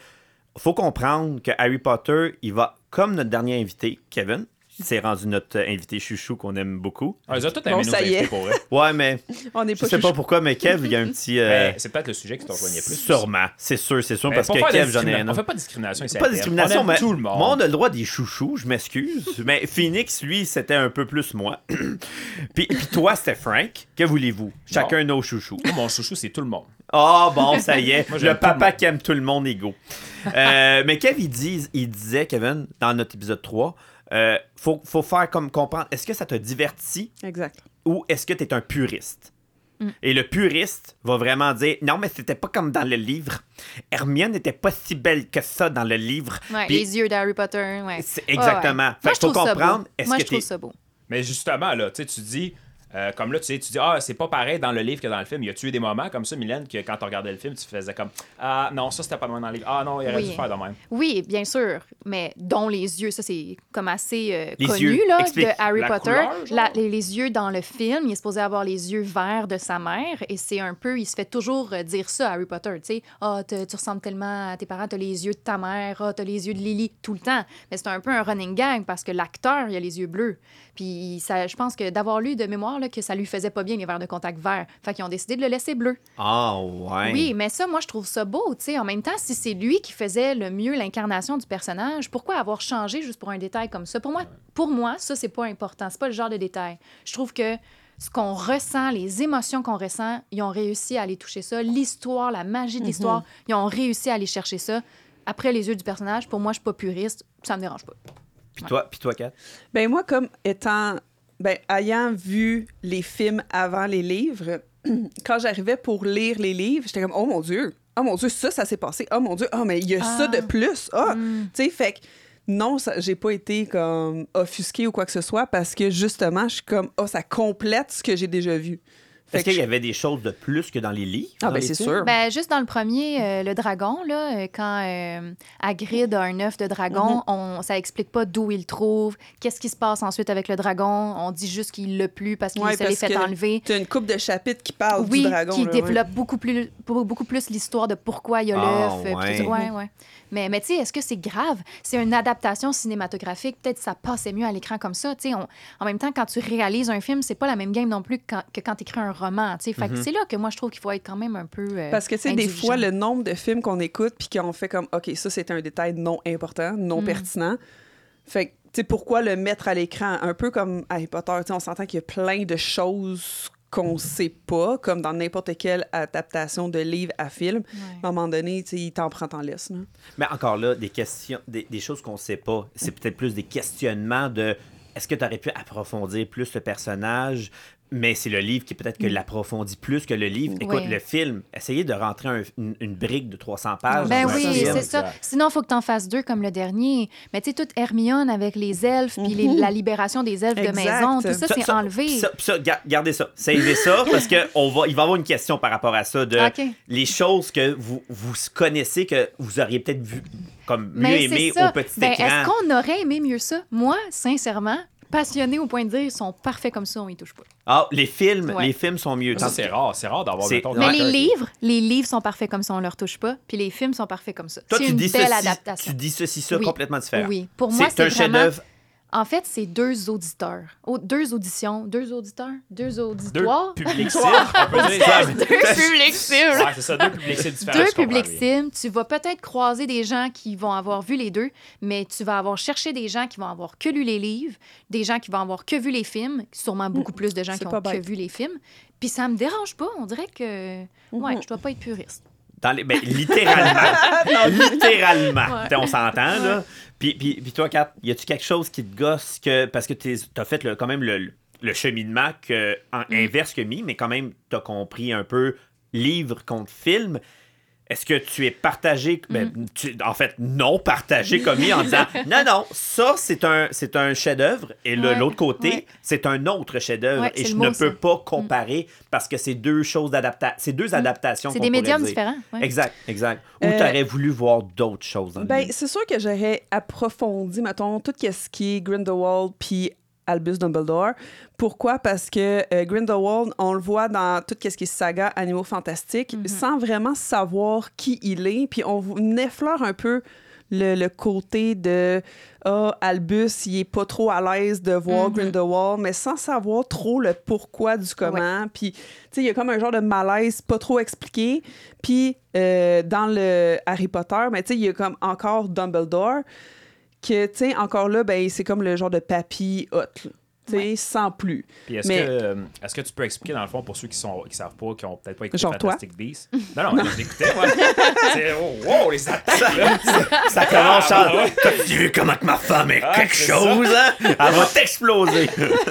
Speaker 1: faut comprendre que Harry Potter, il va, comme notre dernier invité, Kevin, c'est rendu notre euh, invité chouchou qu'on aime beaucoup.
Speaker 2: Ah, ils ont tout
Speaker 3: Bon,
Speaker 2: aimé nos
Speaker 3: ça y est.
Speaker 2: invités pour vrai.
Speaker 1: Ouais, mais
Speaker 3: On n'est
Speaker 1: je
Speaker 3: pas
Speaker 1: sais pas
Speaker 3: chouchou.
Speaker 1: pourquoi, mais Kev, il y a un petit. euh,
Speaker 2: Mais Ben, C'est peut-être le sujet qui te rejoignait plus.
Speaker 1: sûrement, c'est sûr, c'est sûr,
Speaker 2: Mais
Speaker 1: parce
Speaker 2: pour
Speaker 1: que
Speaker 2: faire de
Speaker 1: Kev, j'en ai
Speaker 2: discrimina-
Speaker 1: un
Speaker 2: On
Speaker 1: autre.
Speaker 2: fait pas de discrimination ici. à
Speaker 1: Pas de
Speaker 2: Terre.
Speaker 1: discrimination,
Speaker 2: On aime
Speaker 1: mais
Speaker 2: tout le monde.
Speaker 1: mais on a le droit des chouchous, je m'excuse. Mais Phoenix, lui, c'était un peu plus moi. puis, puis toi, c'était Frank. Que voulez-vous? Chacun nos chouchous.
Speaker 2: Moi, Mon chouchou, c'est tout le monde.
Speaker 1: Ah bon, ça y est,
Speaker 2: Moi, j'aime
Speaker 1: le
Speaker 2: tout le
Speaker 1: papa
Speaker 2: monde.
Speaker 1: qui aime tout le monde égaux. Euh, mais Kev, il, dit- il disait, Kevin, dans notre épisode 3, euh, faut, faut faire comme comprendre, est-ce que ça te divertit
Speaker 3: Exact.
Speaker 1: ou est-ce que tu es un puriste?
Speaker 4: Mm.
Speaker 1: Et le puriste va vraiment dire non, mais c'était pas comme dans le livre. Hermione n'était pas si belle que ça dans le livre.
Speaker 4: Ouais,
Speaker 1: Puis-
Speaker 4: les yeux d'Harry Potter, ouais.
Speaker 1: C'est- Exactement.
Speaker 4: Moi,
Speaker 1: Fait
Speaker 4: je
Speaker 1: qu'il faut
Speaker 4: trouve ça
Speaker 1: comprendre.
Speaker 4: beau.
Speaker 1: Est-ce
Speaker 4: Moi,
Speaker 1: que
Speaker 4: je trouve
Speaker 1: t'es-
Speaker 4: ça beau.
Speaker 2: Mais justement, là, tu sais, tu dis. euh, comme là, tu sais, tu dis, ah, c'est pas pareil dans le livre que dans le film. Il y a tué des moments comme ça, Mylène, que quand tu regardais le film, tu faisais comme, ah, non, ça c'était pas mal dans le livre. Ah, non, il aurait
Speaker 4: Oui.
Speaker 2: dû faire de même.
Speaker 4: Oui, bien sûr, mais dont les yeux, ça c'est comme assez euh,
Speaker 1: Les
Speaker 4: connu
Speaker 1: yeux,
Speaker 4: là,
Speaker 1: explique.
Speaker 4: de Harry
Speaker 2: La
Speaker 4: Potter.
Speaker 2: couleur, genre?
Speaker 4: La- les, les yeux dans le film, il est supposé avoir les yeux verts de sa mère et c'est un peu, il se fait toujours euh, dire ça à Harry Potter, tu sais, ah te- tu ressembles tellement à tes parents, t'as les yeux de ta mère, ah t'as les yeux de Lily tout le temps. Mais c'est un peu un running gag parce que l'acteur, il a les yeux bleus. Puis ça, je pense que d'avoir lu de mémoire là, que ça lui faisait pas bien les verres de contact verts, fait qu'ils ont décidé de le laisser bleu.
Speaker 1: Ah, ouais.
Speaker 4: Oui, mais ça, moi, je trouve ça beau, tu sais. En même temps, si c'est lui qui faisait le mieux l'incarnation du personnage, pourquoi avoir changé juste pour un détail comme ça? Pour moi, pour moi ça, c'est pas important. C'est pas le genre de détail. Je trouve que ce qu'on ressent, les émotions qu'on ressent, ils ont réussi à aller toucher ça. L'histoire, la magie de l'histoire, ils ont réussi à aller chercher ça. Après les yeux du personnage, pour moi, je suis pas puriste, ça me dérange pas.
Speaker 1: Puis toi, puis toi, Kat?
Speaker 3: Ben moi, comme étant, ben ayant vu les films avant les livres, quand j'arrivais pour lire les livres, j'étais comme oh mon dieu, oh mon dieu, ça ça s'est passé, oh mon dieu, oh mais il y a ça
Speaker 4: Ah.
Speaker 3: de
Speaker 4: Mm.
Speaker 3: plus, ah, tu sais, fait que non, ça- j'ai pas été comme offusquée ou quoi que ce soit parce que justement, je suis comme oh ça complète ce que j'ai déjà vu. Fait
Speaker 1: Est-ce
Speaker 3: que
Speaker 1: qu'il y
Speaker 3: je-
Speaker 1: avait des choses de plus que dans les livres?
Speaker 3: ah
Speaker 1: dans
Speaker 3: ben
Speaker 1: les
Speaker 3: c'est
Speaker 1: films?
Speaker 3: sûr.
Speaker 4: Ben, juste dans le premier, euh, le dragon, là, euh, quand euh, Hagrid a un œuf de
Speaker 3: Mhm.
Speaker 4: dragon, on, ça explique pas d'où il le trouve, qu'est-ce qui se passe ensuite avec le dragon. On dit juste qu'il le plus parce qu'il
Speaker 3: Ouais,
Speaker 4: se l'est
Speaker 3: parce
Speaker 4: fait
Speaker 3: que
Speaker 4: enlever.
Speaker 3: T'as une coupe de chapitres qui parle
Speaker 4: oui,
Speaker 3: du dragon.
Speaker 4: qui
Speaker 3: là, ouais.
Speaker 4: développe beaucoup plus beaucoup beaucoup plus l'histoire de pourquoi il y a
Speaker 1: Ah,
Speaker 4: l'œuf. euh, puis
Speaker 1: ouais.
Speaker 4: tout ça. ouais, ouais. Mais, mais tu sais, est-ce que c'est grave? C'est une adaptation cinématographique. Peut-être ça passait mieux à l'écran comme ça. tu sais, on- en même temps, quand tu réalises un film, c'est pas la même game non plus que quand, que quand tu écris un roman. tu sais. Fait que C'est là que moi, je trouve qu'il faut être quand même un peu. euh,
Speaker 3: Mhm. Parce que, tu sais, des
Speaker 4: indulgent.
Speaker 3: fois, le nombre de films qu'on écoute puis qu'on fait comme, OK, ça, c'est un détail non important, non pertinent. Fait que, tu sais, pourquoi le mettre à l'écran? Un peu comme Harry Potter, tu sais, on s'entend qu'il y a plein de choses qu'on sait pas, comme dans n'importe quelle adaptation de livre à film. À un moment donné, tu sais, il t'en prend, t'en laisse. là.
Speaker 1: Mais encore là, des questions, des, des choses qu'on sait pas. C'est peut-être plus des questionnements de est-ce que tu aurais pu approfondir plus le personnage? Mais c'est le livre qui peut-être que l'approfondit plus que le livre. Écoute,
Speaker 4: Mm. Ouais.
Speaker 1: le film, essayez de rentrer un- une, une brique de 300 pages.
Speaker 4: Ben
Speaker 1: dans un
Speaker 2: Ouais,
Speaker 4: oui,
Speaker 1: film.
Speaker 4: c'est ça.
Speaker 2: Exact.
Speaker 4: Sinon, il faut que tu en fasses deux comme le dernier. Mais tu sais, toute Hermione avec les elfes, puis les- la libération des elfes de
Speaker 3: Exact.
Speaker 4: maison, tout ça,
Speaker 1: Ça,
Speaker 4: c'est
Speaker 1: ça,
Speaker 4: enlevé.
Speaker 1: Ça, ça, ga- gardez ça. Savez ça parce que on va, il va y avoir une question par rapport à ça de
Speaker 4: Ok.
Speaker 1: les choses que vous, vous connaissez que vous auriez peut-être vu comme mieux
Speaker 4: mais c'est
Speaker 1: aimé
Speaker 4: ça.
Speaker 1: au petit
Speaker 4: Ben,
Speaker 1: écran.
Speaker 4: Est-ce qu'on aurait aimé mieux ça? Moi, sincèrement, passionnés au point de dire ils sont parfaits comme ça, on y touche pas.
Speaker 1: Ah, les films,
Speaker 4: Ouais.
Speaker 1: les films sont mieux.
Speaker 2: Ça, c'est rare. C'est rare d'avoir
Speaker 1: C'est-
Speaker 2: mettons,
Speaker 1: Ouais.
Speaker 4: Mais
Speaker 2: quelqu'un
Speaker 4: les
Speaker 2: qui-
Speaker 4: livres, les livres sont parfaits comme ça, on leur touche pas. Puis les films sont parfaits comme ça.
Speaker 1: Toi,
Speaker 4: c'est
Speaker 1: tu
Speaker 4: une
Speaker 1: dis,
Speaker 4: belle
Speaker 1: ceci,
Speaker 4: adaptation.
Speaker 1: tu dis ceci, ça
Speaker 4: Oui.
Speaker 1: complètement différent.
Speaker 4: Oui, pour moi, c'est
Speaker 1: un
Speaker 4: vraiment...
Speaker 1: chef-d'œuvre.
Speaker 4: En fait, c'est deux auditeurs. Au- deux auditions, deux auditeurs, deux
Speaker 2: Deux
Speaker 4: auditoires.
Speaker 2: publics cibles, on peut dire.
Speaker 1: Ça,
Speaker 4: Deux publics cibles.
Speaker 2: Ouais, c'est ça, deux publics cibles différents.
Speaker 4: Deux
Speaker 2: je comprends
Speaker 4: publics
Speaker 2: bien.
Speaker 4: cibles. Tu vas peut-être croiser des gens qui vont avoir vu les deux, mais tu vas avoir cherché des gens qui vont avoir que lu les livres, des gens qui vont avoir que vu les films, sûrement beaucoup plus de gens
Speaker 3: Mm. c'est
Speaker 4: qui
Speaker 3: pas
Speaker 4: ont que
Speaker 3: bête.
Speaker 4: vu les films. Puis ça me dérange pas. On dirait que. Ouais,
Speaker 3: Mhm.
Speaker 4: je dois pas être puriste.
Speaker 1: Dans les, ben, littéralement. littéralement.
Speaker 4: Ah, Ouais.
Speaker 1: T'sais, On s'entend, là. Puis, puis, puis toi, Kat, y a-tu quelque chose qui te gosse que. Parce que t'es- t'as fait le- quand même le, le cheminement que, en-
Speaker 4: Mm.
Speaker 1: inverse que mi, mais quand même, t'as compris un peu livre contre film. Est-ce que tu es partagé, ben,
Speaker 4: Mm.
Speaker 1: tu- en fait, non partagé comme mi en disant non, non, ça c'est un, c'est un chef-d'œuvre et le-
Speaker 4: Ouais,
Speaker 1: l'autre côté,
Speaker 4: ouais.
Speaker 1: c'est un autre chef-d'œuvre
Speaker 4: Ouais,
Speaker 1: et
Speaker 4: c'est
Speaker 1: je
Speaker 4: le
Speaker 1: ne
Speaker 4: mot, Mm.
Speaker 1: peux
Speaker 4: ça.
Speaker 1: pas comparer parce que c'est deux choses d'adaptation, c'est deux adaptations.
Speaker 4: Mm. C'est
Speaker 1: qu'on
Speaker 4: des
Speaker 1: pourrait
Speaker 4: médiums
Speaker 1: dire.
Speaker 4: différents. ouais.
Speaker 1: Exact, exact. Ou
Speaker 3: Euh,
Speaker 1: t'aurais voulu voir d'autres choses dans le
Speaker 3: Ben,
Speaker 1: livre.
Speaker 3: c'est sûr que j'aurais approfondi, mettons, tout ce qui est Grindelwald puis Albus Dumbledore. Pourquoi? Parce que euh, Grindelwald, on le voit dans tout ce qui est saga Animaux Fantastiques, sans vraiment savoir qui il est, puis on vous- effleure un peu le, le côté de Ah, Albus, il est pas trop à l'aise de voir
Speaker 4: Mhm.
Speaker 3: Grindelwald, mais sans savoir trop le pourquoi du comment. Puis, tu sais, il y a comme un genre de malaise pas trop expliqué. Puis, euh, dans le Harry Potter, mais tu sais, il y a comme encore Dumbledore, que, tu sais, encore là, ben, c'est comme le genre de papy hot, là. tu sais, sans plus.
Speaker 2: Puis est-ce
Speaker 3: Mais-
Speaker 2: que, euh, est-ce que tu peux expliquer, dans le fond, pour ceux qui sont qui savent pas, qui ont peut-être pas écouté
Speaker 3: Genre toi?
Speaker 2: Fantastic Beasts? Non, non, je l'écoutais, moi. C'est- oh, wow, les attaques, là.
Speaker 1: Ça commence à... T'as vu comment que ma femme est
Speaker 2: Ah,
Speaker 1: quelque
Speaker 2: c'est
Speaker 1: chose, hein? Elle va t'exploser.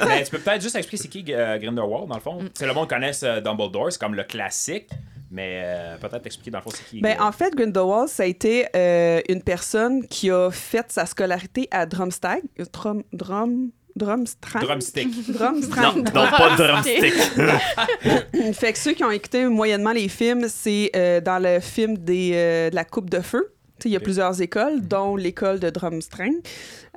Speaker 2: Mais tu peux peut-être juste expliquer c'est qui euh, Grindelwald, dans le
Speaker 3: Mm.
Speaker 2: fond. C'est le monde connaisse euh, Dumbledore, c'est comme le classique, mais euh, peut-être expliquer, dans le fond, c'est qui.
Speaker 3: Ben,
Speaker 2: euh,
Speaker 3: en fait, Grindelwald, ça a été euh, une personne qui a fait sa scolarité à Drumstag. Drum, drum, drumstrang?
Speaker 2: Drumstick.
Speaker 1: non,
Speaker 3: Drumstrang.
Speaker 1: non, pas de drumstick.
Speaker 3: Fait que ceux qui ont écouté moyennement les films, c'est euh, dans le film des, euh, de la Coupe de Feu. Tu sais, Il y a
Speaker 2: Ok.
Speaker 3: plusieurs écoles, dont l'école de Drumstrang,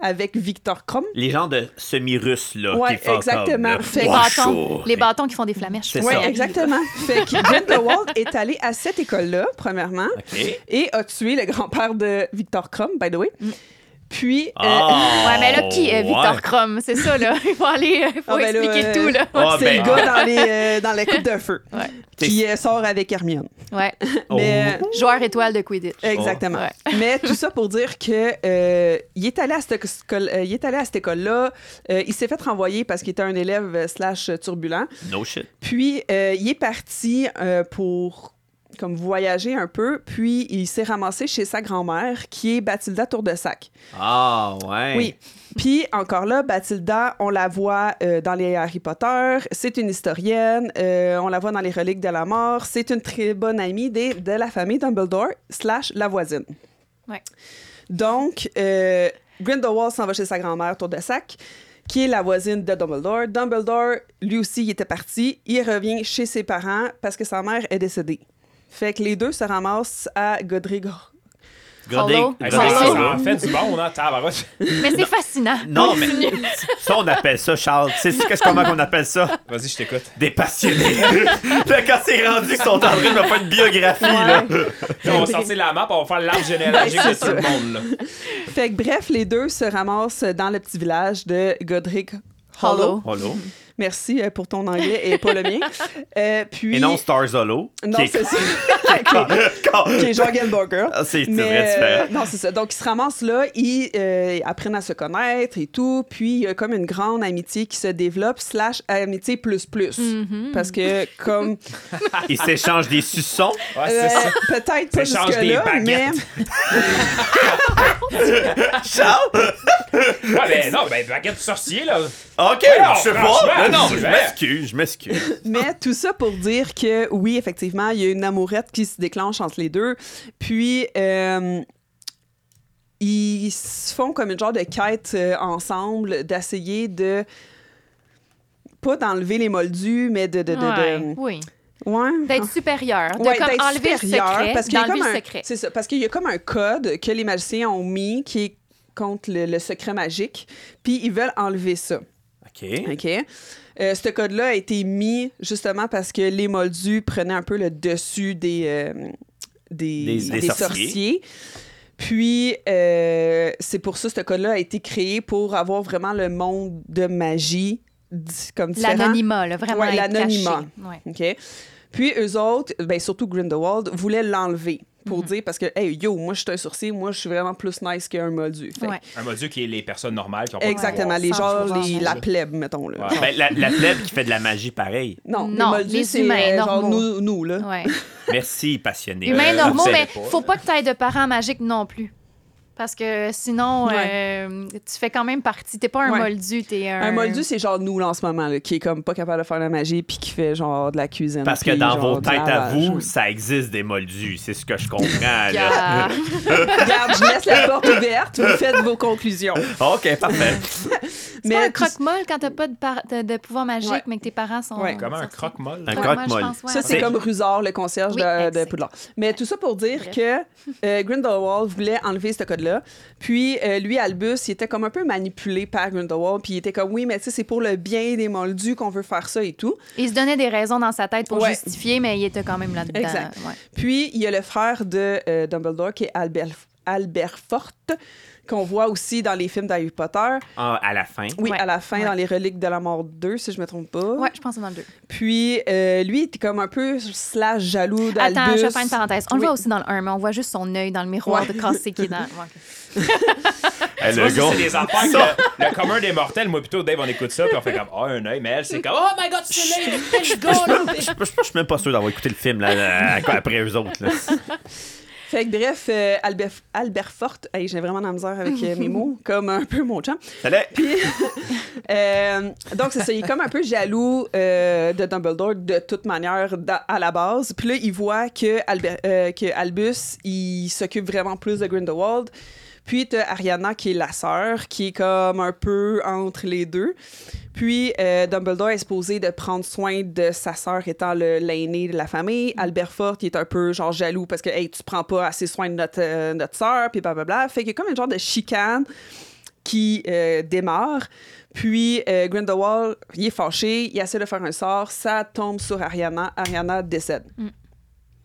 Speaker 3: avec Victor Krum.
Speaker 1: Les gens de semi-russes, là,
Speaker 3: Ouais,
Speaker 1: qui font
Speaker 3: exactement.
Speaker 1: Comme,
Speaker 3: Fait
Speaker 4: Les,
Speaker 3: Wow,
Speaker 4: bâtons, les bâtons qui font des flamèches.
Speaker 1: C'est
Speaker 3: Oui,
Speaker 1: ça.
Speaker 3: exactement. fait que Grindelwald est allé à cette école-là, premièrement,
Speaker 1: OK.
Speaker 3: et a tué le grand-père de Victor Krum, by the way. Puis, euh,
Speaker 1: Ah,
Speaker 4: Ouais, mais là, qui est Victor
Speaker 1: ouais.
Speaker 4: Crumb? C'est ça, là. Il faut aller, il faut
Speaker 3: Ah, ben là,
Speaker 4: expliquer
Speaker 3: euh,
Speaker 4: tout, là.
Speaker 1: Ah,
Speaker 3: c'est
Speaker 1: ben,
Speaker 3: le gars dans, les, euh, dans la coupe de feu
Speaker 4: Ouais.
Speaker 3: qui euh, sort avec Hermione.
Speaker 4: Ouais.
Speaker 1: oh.
Speaker 3: Mais, euh,
Speaker 4: Joueur étoile de Quidditch.
Speaker 3: Exactement.
Speaker 4: Ouais.
Speaker 3: Mais tout ça pour dire que euh, il est allé à cette école, euh, il est allé à cette école-là. euh, il s'est fait renvoyer parce qu'il était un élève euh, slash turbulent.
Speaker 1: No shit.
Speaker 3: Puis euh, il est parti euh, pour comme voyager un peu. Puis il s'est ramassé chez sa grand-mère qui est Bathilda Tour de Sac.
Speaker 1: Ah, ouais.
Speaker 3: Oui. Puis encore là, Bathilda, on la voit euh, dans les Harry Potter, c'est une historienne, euh, on la voit dans les reliques de la mort, c'est une très bonne amie des- de la famille Dumbledore slash la voisine.
Speaker 4: Ouais.
Speaker 3: Donc, euh, Grindelwald s'en va chez sa grand-mère, Tour de Sac, qui est la voisine de Dumbledore. Dumbledore, lui aussi, il était parti. Il revient chez ses parents parce que sa mère est décédée. Fait que les deux se ramassent à Godric.
Speaker 1: Godé-
Speaker 4: Hello.
Speaker 1: Godé-
Speaker 2: Hey, ça,
Speaker 4: Hello.
Speaker 2: ça en fait du bon, on entend.
Speaker 4: Mais c'est fascinant.
Speaker 1: Non, mais ça, on appelle ça, Charles. Tu sais qu'est-ce- comment qu'on appelle ça?
Speaker 2: Vas-y, je t'écoute.
Speaker 1: Des passionnés. là, quand c'est rendu qu'ils sont en train de me faire une biographie, là.
Speaker 2: on va sortir la map, on va faire
Speaker 3: Ben,
Speaker 2: l'arbre généalogique de tout le monde, là.
Speaker 3: Fait que bref, les deux se ramassent dans le petit village de Godric Hollow.
Speaker 4: Hollow.
Speaker 1: Hello.
Speaker 3: Merci euh, pour ton anglais et pas le mien. Euh, puis...
Speaker 1: Et non Stars Hollow.
Speaker 3: Non,
Speaker 1: qui est-
Speaker 3: c'est ça.
Speaker 1: Quand-
Speaker 3: Qui est Jean Gelborger.
Speaker 1: Ah, c'est c'est
Speaker 3: Mais,
Speaker 1: vrai,
Speaker 3: euh,
Speaker 1: différent.
Speaker 3: non, c'est ça. Donc, ils se ramassent là, ils euh, apprennent à se connaître et tout. Puis, il y a comme une grande amitié qui se développe, slash amitié plus plus.
Speaker 4: Mhm.
Speaker 3: Parce que, comme.
Speaker 1: Ils s'échangent des suçons.
Speaker 2: Ouais, c'est
Speaker 3: euh,
Speaker 2: ça.
Speaker 3: Peut-être pas
Speaker 2: S'échangent des
Speaker 3: jusque-là, mais.
Speaker 2: baguettes.
Speaker 1: Charles?
Speaker 2: Ouais, ben non, ben baguette du sorcier, là.
Speaker 1: OK,
Speaker 2: non,
Speaker 1: je sais
Speaker 2: franchement,
Speaker 1: pas. Non, non, je
Speaker 2: ben.
Speaker 1: m'excuse, je m'excuse.
Speaker 3: Mais tout ça pour dire que oui, effectivement, il y a une amourette qui se déclenche entre les deux. Puis euh, ils se font comme une genre de quête euh, ensemble d'essayer de pas d'enlever les moldus, mais de de de, de-
Speaker 4: Ouais. Oui.
Speaker 3: ouais.
Speaker 4: D'être supérieur. De
Speaker 3: Ouais,
Speaker 4: comme
Speaker 3: d'être
Speaker 4: enlever le
Speaker 3: supérieur,
Speaker 4: secret.
Speaker 3: parce qu'il y a
Speaker 4: d'enlever
Speaker 3: comme
Speaker 4: le
Speaker 3: un-
Speaker 4: secret.
Speaker 3: C'est ça, parce qu'il y a comme un code que les magiciens ont mis qui est contre le, le secret magique, puis ils veulent enlever ça.
Speaker 1: OK.
Speaker 3: OK. Euh, ce code-là a été mis justement parce que les moldus prenaient un peu le dessus des, euh, des,
Speaker 1: Des- des
Speaker 3: des
Speaker 1: sorciers.
Speaker 3: sorciers. Puis, euh, c'est pour ça que ce code-là a été créé pour avoir vraiment le monde de magie di- comme différent.
Speaker 4: L'anonymat, là, vraiment.
Speaker 3: Ouais,
Speaker 4: être
Speaker 3: l'anonymat.
Speaker 4: caché. Ouais.
Speaker 3: OK? Puis, eux autres, ben, surtout Grindelwald, voulaient l'enlever
Speaker 4: Mhm.
Speaker 3: pour dire parce que, hey, yo, moi, je suis un sorcier, moi, je suis vraiment plus nice qu'un moldu. Fait que-
Speaker 4: Ouais.
Speaker 2: Un module qui est les personnes normales qui ont pas de
Speaker 3: Exactement.
Speaker 4: Ouais,
Speaker 3: Les
Speaker 4: sans
Speaker 3: gens,
Speaker 4: pouvoir,
Speaker 3: les-
Speaker 4: ouais.
Speaker 3: la plèbe, mettons. Là.
Speaker 2: Ouais.
Speaker 1: Ben, la, la plèbe qui fait de la magie, pareil.
Speaker 3: Non,
Speaker 4: Non,
Speaker 3: les moldus,
Speaker 4: les
Speaker 3: c'est,
Speaker 4: humains
Speaker 3: euh, genre
Speaker 4: normaux.
Speaker 3: nous, nous, là.
Speaker 4: Ouais.
Speaker 1: Merci, passionné.
Speaker 4: Humains
Speaker 1: Euh, vous
Speaker 4: normaux,
Speaker 1: savez
Speaker 4: mais
Speaker 2: pas.
Speaker 4: faut pas que tu aies de parents magiques non plus. Parce que sinon,
Speaker 3: Ouais.
Speaker 4: euh, tu fais quand même partie. T'es pas un
Speaker 3: Ouais.
Speaker 4: moldu, t'es un.
Speaker 3: Un moldu, c'est genre nous, là, en ce moment, là, qui est comme pas capable de faire la magie puis qui fait genre de la cuisine.
Speaker 1: Parce que
Speaker 3: puis
Speaker 1: dans vos
Speaker 3: genre du
Speaker 1: têtes à
Speaker 3: lavage.
Speaker 1: vous, ça existe des moldus. C'est ce que je comprends. là.
Speaker 4: Ah.
Speaker 3: Regarde, je laisse la porte ouverte, vous faites vos conclusions.
Speaker 1: OK, parfait.
Speaker 4: C'est pas un
Speaker 3: puis-
Speaker 4: croque-molle quand t'as pas de, par- de- de pouvoir magique,
Speaker 3: Ouais.
Speaker 4: mais que tes parents sont.
Speaker 3: Ouais.
Speaker 2: Comment un
Speaker 4: sortis.
Speaker 2: croque-molle?
Speaker 1: Un
Speaker 4: Croque-molle,
Speaker 1: croque-molle.
Speaker 4: je pense, ouais.
Speaker 3: Ça, c'est
Speaker 1: Mais-
Speaker 3: comme Rusard, le concierge
Speaker 4: Oui,
Speaker 3: de- de,
Speaker 4: exact.
Speaker 3: Poudlard. Mais tout ça pour dire
Speaker 4: Bref.
Speaker 3: que euh, Grindelwald voulait enlever ce code-là. Puis, euh, lui, Albus, il était comme un peu manipulé par Grindelwald. Puis, il était comme, oui, mais tu sais, c'est pour le bien des moldus qu'on veut faire ça et tout.
Speaker 4: Il se donnait des raisons dans sa tête pour
Speaker 3: Ouais.
Speaker 4: justifier, mais il était quand même là-dedans.
Speaker 3: Exact.
Speaker 4: Ouais.
Speaker 3: Puis, il y a le frère de euh, Dumbledore, qui est Albert, Albert Forte, qu'on voit aussi dans les films d'Harry Potter.
Speaker 1: Ah, à la fin.
Speaker 3: Oui,
Speaker 4: Ouais,
Speaker 3: à la fin,
Speaker 4: ouais.
Speaker 3: dans les reliques de la mort 2, si je me trompe pas.
Speaker 4: Ouais, je pense que c'est dans le deux.
Speaker 3: Puis, euh, lui, il était comme un peu slash jaloux d'Albus.
Speaker 4: Attends, je vais faire une parenthèse. On le
Speaker 3: Oui.
Speaker 4: voit aussi dans le 1, mais on voit juste son œil dans le miroir
Speaker 3: Ouais.
Speaker 4: de cassé qui est dans. ouais.
Speaker 1: Eh,
Speaker 2: Tu vois,
Speaker 1: le
Speaker 2: ça,
Speaker 1: gars.
Speaker 2: c'est des affaires que le commun des mortels, moi plutôt Dave, on écoute ça, puis on fait comme Ah, un œil, mais elle, c'est comme Oh my god, c'est l'œil du tel gars! là.
Speaker 1: Je, je- je pense que je suis même pas sûr d'avoir écouté le film là, euh, après eux autres. là.
Speaker 3: Fait que bref, euh, Albert, Albert Forte, hey, j'ai vraiment de la misère avec euh, mes mots, comme un peu mon chum.
Speaker 1: Salut.
Speaker 3: Puis, euh, donc, c'est ça, il est comme un peu jaloux euh, de Dumbledore de toute manière da- à la base. Puis là, il voit que, Albert- euh, que Albus, il s'occupe vraiment plus de Grindelwald. Puis, t'as Ariana qui est la sœur, qui est comme un peu entre les deux. Puis, euh, Dumbledore est supposé de prendre soin de sa sœur étant le- l'aîné de la famille. Albert Fort, il est un peu genre jaloux parce que, hey, tu prends pas assez soin de notre, euh, notre sœur, puis blablabla. Fait qu'il y a comme un genre de chicane qui euh, démarre. Puis euh, Grindelwald, il est fâché, il essaie de faire un sort, ça tombe sur Ariana, Ariana décède.
Speaker 4: Mm.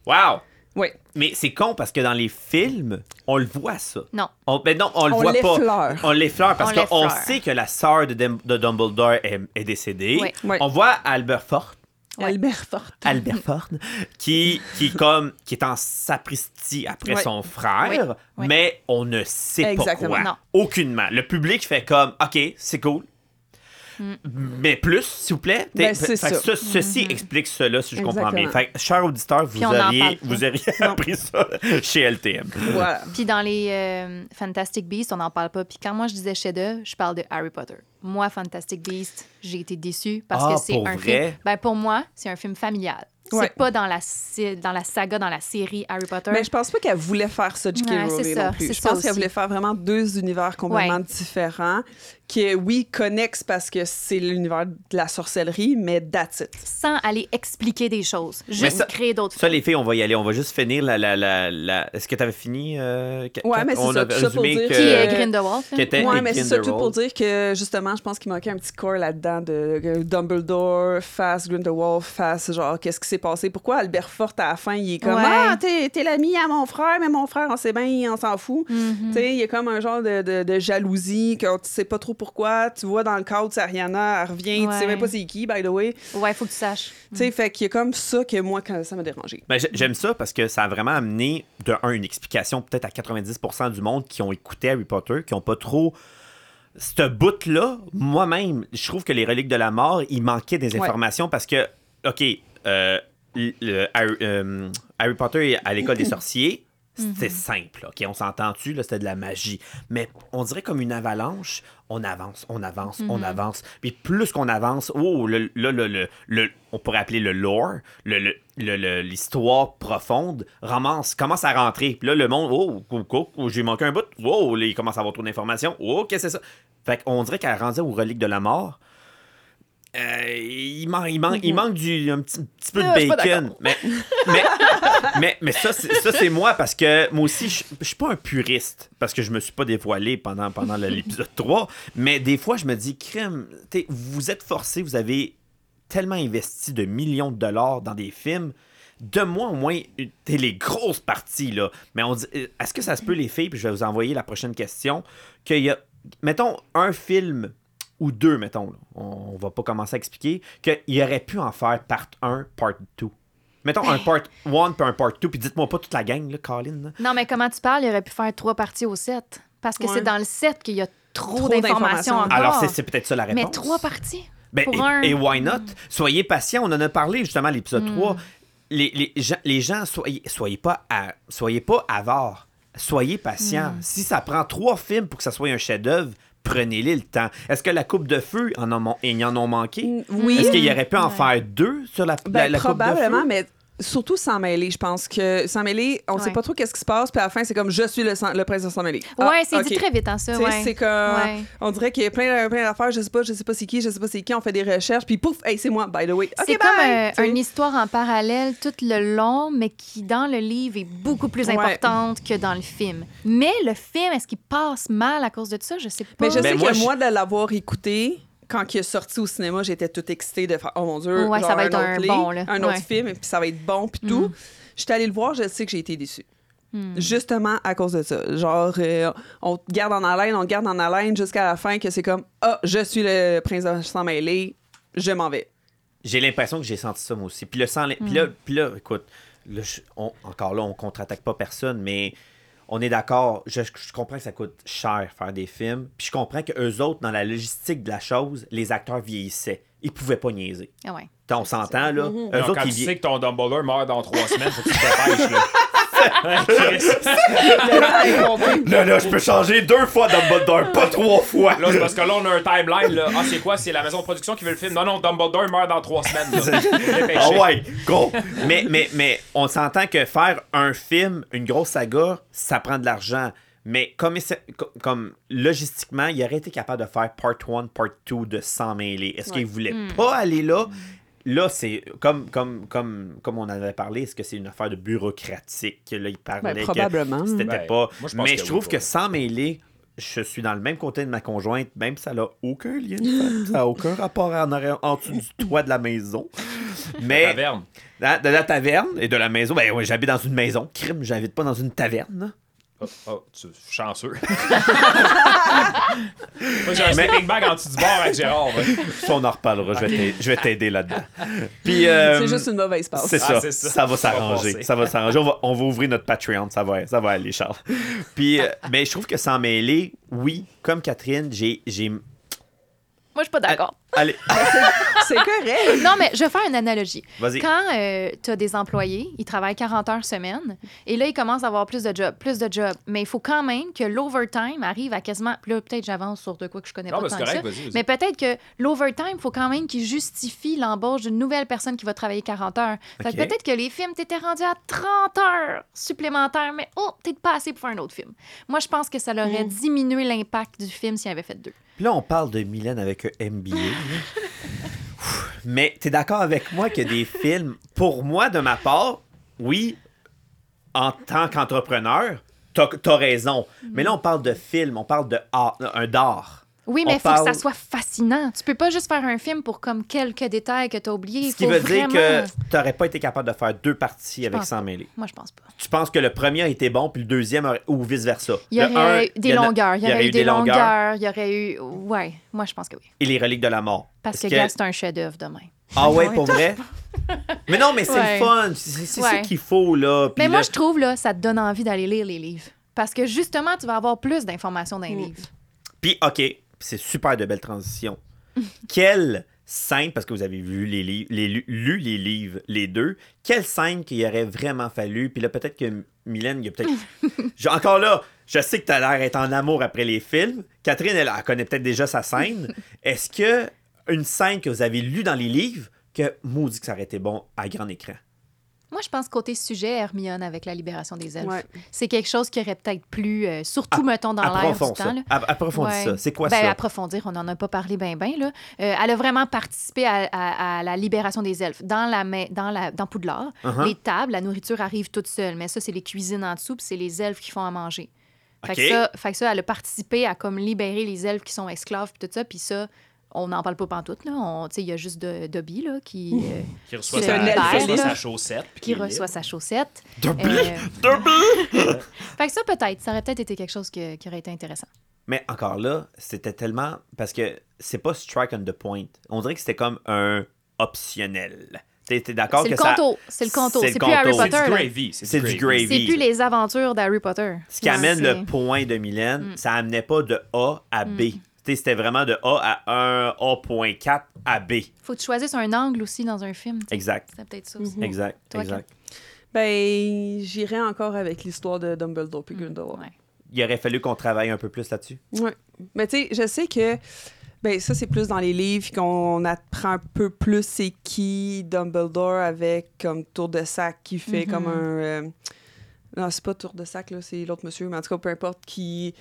Speaker 1: Wow!
Speaker 3: Oui,
Speaker 1: Mais c'est con parce que dans les films, on le voit ça.
Speaker 4: Non.
Speaker 1: On, ben non, on le
Speaker 3: On
Speaker 1: voit pas.
Speaker 3: l'effleure.
Speaker 1: On l'effleure parce
Speaker 4: On
Speaker 1: qu'on
Speaker 4: l'effleure.
Speaker 1: sait que la sœur de, Dem- de Dumbledore est, est décédée.
Speaker 4: Oui.
Speaker 3: Oui.
Speaker 1: On voit Albert Fort,
Speaker 4: Ouais.
Speaker 3: Albert Fort.
Speaker 1: Albert Ford, qui, qui, est comme, qui est en sapristi après
Speaker 3: Oui.
Speaker 1: son frère,
Speaker 4: Oui. Oui.
Speaker 1: mais on ne sait
Speaker 3: Exactement.
Speaker 1: pas quoi.
Speaker 4: Non.
Speaker 1: Aucunement. Le public fait comme, OK, c'est cool. Mais plus, s'il vous plaît.
Speaker 3: Hmm. Ben,
Speaker 1: T'es-
Speaker 3: c'est
Speaker 1: fait que
Speaker 3: ça.
Speaker 1: ce-
Speaker 3: Mhm.
Speaker 1: ceci explique cela, si je comprends bien.
Speaker 3: Exactement.
Speaker 1: Fait que, cher auditeur, vous
Speaker 4: Puis on en parle
Speaker 1: auriez,
Speaker 4: pas.
Speaker 1: vous auriez
Speaker 4: Non.
Speaker 1: appris ça chez LTM.
Speaker 3: Voilà.
Speaker 4: Puis dans les euh, Fantastic Beasts, on n'en parle pas. Puis quand moi je disais chef-d'œuvre, je parle de Harry Potter. Moi, Fantastic Beasts, j'ai été déçue parce
Speaker 1: Ah,
Speaker 4: que c'est
Speaker 1: pour
Speaker 4: un
Speaker 1: vrai?
Speaker 4: film. Ben, pour moi, c'est un film familial.
Speaker 3: Ouais.
Speaker 4: C'est pas dans la, si- dans la saga, dans la série Harry Potter.
Speaker 3: Mais je pense pas qu'elle voulait faire ça, J.K.
Speaker 4: Ouais, c'est
Speaker 3: Rowling
Speaker 4: ça,
Speaker 3: non plus.
Speaker 4: c'est
Speaker 3: Je
Speaker 4: ça
Speaker 3: pense qu'elle
Speaker 4: aussi.
Speaker 3: voulait faire vraiment deux univers complètement
Speaker 4: Ouais.
Speaker 3: différents, qui, oui, connexent parce que c'est l'univers de la sorcellerie, mais that's it.
Speaker 4: Sans aller expliquer des choses, juste
Speaker 1: ça-
Speaker 4: créer d'autres
Speaker 1: Ça, les filles, on va y aller. On va juste finir la. la, la, la- Est-ce que tu avais fini? euh, Kat-
Speaker 3: Ouais,
Speaker 1: Kat?
Speaker 3: mais c'est
Speaker 1: on
Speaker 3: ça,
Speaker 1: a
Speaker 3: tout ça pour
Speaker 1: résumé
Speaker 3: dire
Speaker 1: que-
Speaker 4: Qui est
Speaker 3: Euh,
Speaker 4: Grindelwald? là?
Speaker 1: qui était-
Speaker 3: Ouais,
Speaker 1: et
Speaker 3: mais c'est
Speaker 1: Grindelwald.
Speaker 3: surtout pour dire que justement, je pense qu'il manquait un petit corps là-dedans de de Dumbledore, face Grindelwald, face genre qu'est-ce qui s'est passé, pourquoi Albert Fort à la fin il est comme
Speaker 4: Ouais.
Speaker 3: ah t'es t'es l'ami à mon frère, mais mon frère on sait bien, on s'en fout,
Speaker 4: Mhm.
Speaker 3: tu sais il y a comme un genre de, de, de jalousie que tu sais pas trop pourquoi, tu vois dans le cadre c'est Ariana, elle revient, tu sais
Speaker 4: Ouais.
Speaker 3: même pas c'est qui by the way, tu
Speaker 4: Ouais, faut que tu saches.
Speaker 3: sais fait qu'il y a comme ça que moi quand ça m'a dérangé.
Speaker 1: Ben, j'ai- J'aime ça parce que ça a vraiment amené, de un, une explication peut-être à 90% du monde qui ont écouté Harry Potter, qui ont pas trop. Ce bout-là, moi-même, je trouve que les reliques de la mort, il manquait des
Speaker 3: Ouais.
Speaker 1: informations parce que, OK, euh, le- le Harry, euh, Harry Potter à l'école des sorciers, c'était simple. OK, on s'entend-tu, là, c'était de la magie. Mais on dirait comme une avalanche, on avance, on avance,
Speaker 4: Mm-hmm.
Speaker 1: on avance. Puis plus qu'on avance, oh, le, là, le, le- le- on pourrait appeler le lore, le- le- le- le- l'histoire profonde, romance, commence à rentrer. Puis là, le monde, oh, oh, oh, oh, j'ai manqué un bout, oh, là, il commence à avoir trop d'informations, oh, qu'est-ce que c'est ça? Fait qu'on dirait qu'elle rendait aux reliques de la mort euh, il, man- il, man- il manque du, un petit, petit peu
Speaker 4: Ah, Mm-hmm. je suis
Speaker 1: de
Speaker 4: pas
Speaker 1: bacon. Mais, mais, mais, mais ça, c'est ça, c'est moi parce que moi aussi, je je suis pas un puriste parce que je me suis pas dévoilé pendant, pendant le- l'épisode 3. Mais des fois, je me dis, crème, t'sais, vous êtes forcé, vous avez tellement investi de millions de dollars dans des films. De moi, au moins, t'es les grosses parties, là. Mais on dit, euh, est-ce que ça se peut, les filles, puis je vais vous envoyer la prochaine question, qu'il y a, mettons, un film ou deux, mettons, là. on, on va pas commencer à expliquer, qu'il aurait pu en faire part 1, part 2. Mettons un part 1 puis un part 2, puis dites-moi pas toute la gang, là, Colin. là.
Speaker 4: Non, mais comment tu parles? Il aurait pu faire trois parties au set. Parce que
Speaker 3: Ouais.
Speaker 4: c'est dans le set qu'il y a trop,
Speaker 3: Trop
Speaker 4: d'informations
Speaker 3: d'informations.
Speaker 4: encore.
Speaker 1: Alors, c'est- c'est peut-être ça la réponse.
Speaker 4: mais trois parties?
Speaker 1: Ben,
Speaker 4: pour
Speaker 1: et,
Speaker 4: un- Mm.
Speaker 1: et why not? Soyez patient, on en a parlé justement à l'épisode 3. Les, les gens, les gens, soyez, soyez, pas à- soyez pas avares. Soyez patient.
Speaker 4: Mm.
Speaker 1: Si ça prend trois films pour que ça soit un chef-d'œuvre, prenez-les le temps. Est-ce que la coupe de feu, en a mon- ils en ont manqué?
Speaker 4: Mhm. Mm.
Speaker 3: Oui.
Speaker 1: Est-ce qu'il y aurait pu en faire deux sur la,
Speaker 3: Ben,
Speaker 1: la- la coupe de feu?
Speaker 3: probablement, mais surtout sans mêler, je pense que sans mêler, on
Speaker 4: Ouais.
Speaker 3: sait pas trop qu'est-ce qui se passe, puis à la fin, c'est comme je suis le, sang- le prince de sans mêler.
Speaker 4: Ouais,
Speaker 3: Ah,
Speaker 4: c'est dit
Speaker 3: ok.
Speaker 4: très vite, hein, ça.
Speaker 3: Tu sais,
Speaker 4: ouais.
Speaker 3: C'est comme.
Speaker 4: Ouais.
Speaker 3: On dirait qu'il y a plein, plein d'affaires, je sais pas, je sais pas c'est qui, je sais pas c'est qui, on fait des recherches, puis pouf, hey, c'est moi, by the way. Ok, bye!
Speaker 4: c'est comme euh,
Speaker 3: Tu sais.
Speaker 4: une histoire en parallèle tout le long, mais qui, dans le livre, est beaucoup plus
Speaker 3: Ouais.
Speaker 4: importante que dans le film. Mais le film, est-ce qu'il passe mal à cause de ça? Je sais pas.
Speaker 3: Mais je
Speaker 1: Ben,
Speaker 3: sais
Speaker 1: moi,
Speaker 3: que
Speaker 1: je-
Speaker 3: moi, de l'avoir écouté, quand il est sorti au cinéma, j'étais toute excitée de faire Oh mon Dieu,
Speaker 4: Ouais,
Speaker 3: genre
Speaker 4: ça va être
Speaker 3: autre
Speaker 4: un
Speaker 3: livre,
Speaker 4: bon, là.
Speaker 3: un autre
Speaker 4: Ouais. Mm.
Speaker 3: film, et puis ça va être bon, puis tout. J'étais allée le voir, je sais que j'ai été déçue.
Speaker 4: Hmm.
Speaker 3: Justement à cause de ça. Genre, euh, on te garde en haleine, on te garde en haleine jusqu'à la fin que c'est comme Ah, je suis le prince de- sans mêlé, je m'en vais.
Speaker 1: J'ai l'impression que j'ai senti ça moi aussi. Puis le sang, puis là, puis là, écoute, là, je- on- encore là, on contre-attaque pas personne, mais on est d'accord. Je, je comprends que ça coûte cher faire des films. Puis je comprends que eux autres, dans la logistique de la chose, les acteurs vieillissaient. Ils pouvaient pas niaiser.
Speaker 4: Ah ouais.
Speaker 1: T'as- On s'entend là. Eux
Speaker 2: Non,
Speaker 1: autres,
Speaker 2: Mm-hmm. quand
Speaker 1: ils
Speaker 2: tu
Speaker 1: vie-
Speaker 2: sais que ton Dumbledore meurt dans trois semaines, faut que tu te dépêches, là.
Speaker 1: Là, là, je peux changer deux fois Dumbledore, pas trois fois.
Speaker 2: Là, c'est parce que là, on a un timeline, là. Ah, c'est quoi? C'est la maison de production qui veut le film. Non, non, Dumbledore meurt dans trois semaines, là.
Speaker 1: Ah
Speaker 2: Dépêchez.
Speaker 1: ouais, go! mais, mais, mais on s'entend que faire un film, une grosse saga, ça prend de l'argent. Mais comme, essa- co- comme logistiquement, il aurait été capable de faire part 1, part 2 de 100 mêlés. Est-ce qu'il voulait
Speaker 3: Hmm.
Speaker 1: pas aller là? Là, c'est comme, comme, comme, comme on en avait parlé, est-ce que c'est une affaire de bureaucratique? Là, il parlait
Speaker 3: Ben,
Speaker 1: que
Speaker 3: probablement.
Speaker 1: C'était
Speaker 2: Ben,
Speaker 1: pas.
Speaker 2: moi, je pense
Speaker 1: mais
Speaker 2: que
Speaker 1: je
Speaker 2: oui,
Speaker 1: trouve
Speaker 2: pour
Speaker 1: que
Speaker 2: vrai.
Speaker 1: sans mêler, je suis dans le même côté de ma conjointe, même si ça n'a aucun lien, de fait, ça n'a aucun rapport en, arrière- en dessous du toit de la maison. Mais
Speaker 2: Taverne.
Speaker 1: Hein, de la taverne et de la maison. Ben oui, j'habite dans une maison. Crime, j'habite pas dans une taverne.
Speaker 2: Oh, oh, tu je suis chanceux. Moi, j'ai un
Speaker 1: Mais-
Speaker 2: sleeping bag en dessous du bar avec Gérard. ouais.
Speaker 1: Ça, on en reparlera. Je vais t'aider- Je vais t'aider là-dedans. Puis. euh,
Speaker 3: C'est juste une mauvaise passe.
Speaker 1: C'est
Speaker 2: Ah,
Speaker 1: ça.
Speaker 2: c'est ça.
Speaker 1: Ça va
Speaker 2: Ça va
Speaker 1: s'arranger.
Speaker 2: passer.
Speaker 1: Ça va s'arranger. On va, on va ouvrir notre Patreon. Ça va, ça va aller, Charles. Puis, euh, ben, je trouve que sans mêler, oui, comme Catherine, j'ai. j'ai...
Speaker 4: Moi, je suis pas d'accord.
Speaker 1: Allez,
Speaker 3: C'est correct.
Speaker 4: Non, mais je vais faire une analogie.
Speaker 1: vas-y.
Speaker 4: Quand tu as des employés, ils travaillent 40 heures semaine, et là, ils commencent à avoir plus de jobs, plus de jobs. Mais il faut quand même que l'overtime arrive à quasiment. Puis là, peut-être j'avance sur de quoi que je connais
Speaker 2: Non,
Speaker 4: pas
Speaker 2: mais
Speaker 4: tant
Speaker 2: c'est
Speaker 4: que ça.
Speaker 2: correct, vas-y. vas-y.
Speaker 4: Mais peut-être que l'overtime, il faut quand même qu'il justifie l'embauche d'une nouvelle personne qui va travailler 40 heures. Fait que
Speaker 1: Ok.
Speaker 4: peut-être que les films, t'étais rendu à 30 heures supplémentaires, mais oh, t'es pas assez pour faire un autre film. Moi, je pense que ça aurait diminué l'impact du film s'il avait fait deux.
Speaker 1: Puis là, on parle de Mylène avec un MBA. Ouh, Mais t'es d'accord avec moi que des films, pour moi, de ma part, oui, en tant qu'entrepreneur, t'as t'as raison.
Speaker 4: Mhm.
Speaker 1: Mais là, on parle de film, on parle de art, un d'art.
Speaker 4: Oui, mais
Speaker 1: On
Speaker 4: il faut que
Speaker 1: parle-
Speaker 4: ça soit fascinant. Tu peux pas juste faire un film pour comme quelques détails que t'as oubliés.
Speaker 1: Ce qui
Speaker 4: Faut
Speaker 1: veut dire que
Speaker 4: vraiment-
Speaker 1: t'aurais pas été capable de faire deux parties avec
Speaker 4: pense
Speaker 1: 100 mêlés.
Speaker 4: Moi, je pense pas.
Speaker 1: Tu penses que le premier a été bon, puis le deuxième, aurait- ou vice-versa.
Speaker 4: Il y
Speaker 1: Le un,
Speaker 4: aurait eu des
Speaker 1: en a-
Speaker 4: longueurs. Il y aurait eu des longueurs. Il y aurait eu. Ouais, moi, je pense que oui.
Speaker 1: Et les reliques de la mort.
Speaker 4: Parce
Speaker 1: Est-ce
Speaker 4: que, gars, c'est un chef-d'œuvre demain.
Speaker 1: Ah ouais, pour vrai? Mais non, mais c'est
Speaker 4: Ouais.
Speaker 1: le fun. C'est c'est ça
Speaker 4: Ouais.
Speaker 1: qu'il faut, là. Puis
Speaker 4: Mais moi,
Speaker 1: là-
Speaker 4: je trouve, là, ça te donne envie d'aller lire les livres. Parce que justement, tu vas avoir plus d'informations dans les
Speaker 3: Mm.
Speaker 4: livres.
Speaker 1: Puis, OK, c'est super de belles transitions. quelle scène, parce que vous avez vu les livres, les, lu, lu les livres, les deux, quelle scène qu'il aurait vraiment fallu? Puis là, peut-être que M- Mylène, il y a peut-être. J'ai- Encore là, je sais que t'as l'air d'être en amour après les films. Catherine, elle, elle connaît peut-être déjà sa scène. Est-ce que une scène que vous avez lue dans les livres, que maudit que ça aurait été bon à grand écran?
Speaker 4: Moi, je pense côté sujet, Hermione avec la libération des elfes.
Speaker 3: Ouais.
Speaker 4: C'est quelque chose qui aurait peut-être plus, euh, surtout,
Speaker 1: Ah,
Speaker 4: mettons, dans l'air du
Speaker 1: Approfondis
Speaker 4: temps.
Speaker 1: ça.
Speaker 4: là.
Speaker 1: A- Approfondis
Speaker 4: Ouais.
Speaker 1: ça. C'est quoi
Speaker 4: Ben,
Speaker 1: ça?
Speaker 4: approfondir, on n'en a pas parlé bien, bien. Là. Euh, elle a vraiment participé à, à- à la libération des elfes. Dans, la, ma- dans, la, dans Poudlard,
Speaker 1: Uh-huh.
Speaker 4: les tables, la nourriture arrive toute seule, mais ça, c'est les cuisines en dessous, puis c'est les elfes qui font à manger. Fait,
Speaker 1: OK.
Speaker 4: que ça, fait que ça, elle a participé à comme libérer les elfes qui sont esclaves, puis tout ça, puis ça, on n'en parle pas pantoute, là. On- tu sais, Il y a juste de- Dobby, là, qui, euh,
Speaker 5: Qui reçoit,
Speaker 4: C'est
Speaker 5: sa,
Speaker 4: un
Speaker 5: qui
Speaker 4: album,
Speaker 5: reçoit
Speaker 4: là.
Speaker 5: sa chaussette. puis
Speaker 4: qui
Speaker 5: est
Speaker 4: reçoit sa chaussette.
Speaker 1: Dobby!
Speaker 4: Euh,
Speaker 1: Dobby!
Speaker 4: fait que ça, peut-être, ça aurait peut-être été quelque chose que- qui aurait été intéressant.
Speaker 1: Mais encore là, c'était tellement. Parce que c'est pas strike on the point. On dirait que c'était comme un optionnel. T'es t'es d'accord
Speaker 4: C'est
Speaker 1: que
Speaker 4: le
Speaker 1: ça.
Speaker 4: contour, c'est le contour,
Speaker 1: c'est le
Speaker 4: c'est plus Harry
Speaker 1: contour.
Speaker 5: libre.
Speaker 4: Potter.
Speaker 5: C'est du
Speaker 4: là.
Speaker 5: gravy.
Speaker 1: C'est du gravy.
Speaker 4: C'est plus les aventures d'Harry Potter.
Speaker 1: Ce qui
Speaker 4: Ouais,
Speaker 1: amène
Speaker 4: c'est- Mm.
Speaker 1: le point de Mylène, ça amenait pas de A à B. T'sais, C'était vraiment de A à 1, A.4 à B.
Speaker 4: Faut que tu choisisses un angle aussi dans un film. tu sais.
Speaker 1: Exact.
Speaker 4: C'est peut-être ça aussi.
Speaker 1: Mhm. Exact.
Speaker 4: Mm. Toi,
Speaker 1: exact.
Speaker 3: Ben, j'irai encore avec l'histoire de Dumbledore puis Grindelwald.
Speaker 4: Ouais.
Speaker 1: Il aurait fallu qu'on travaille un peu plus là-dessus.
Speaker 3: Ouais. Mais tu sais, je sais que ben ça c'est plus dans les livres qu'on apprend un peu plus c'est qui Dumbledore avec comme tour de sac qui fait
Speaker 4: Mhm.
Speaker 3: comme un euh, non, c'est pas tour de sac là, c'est l'autre monsieur, mais en tout cas peu importe qui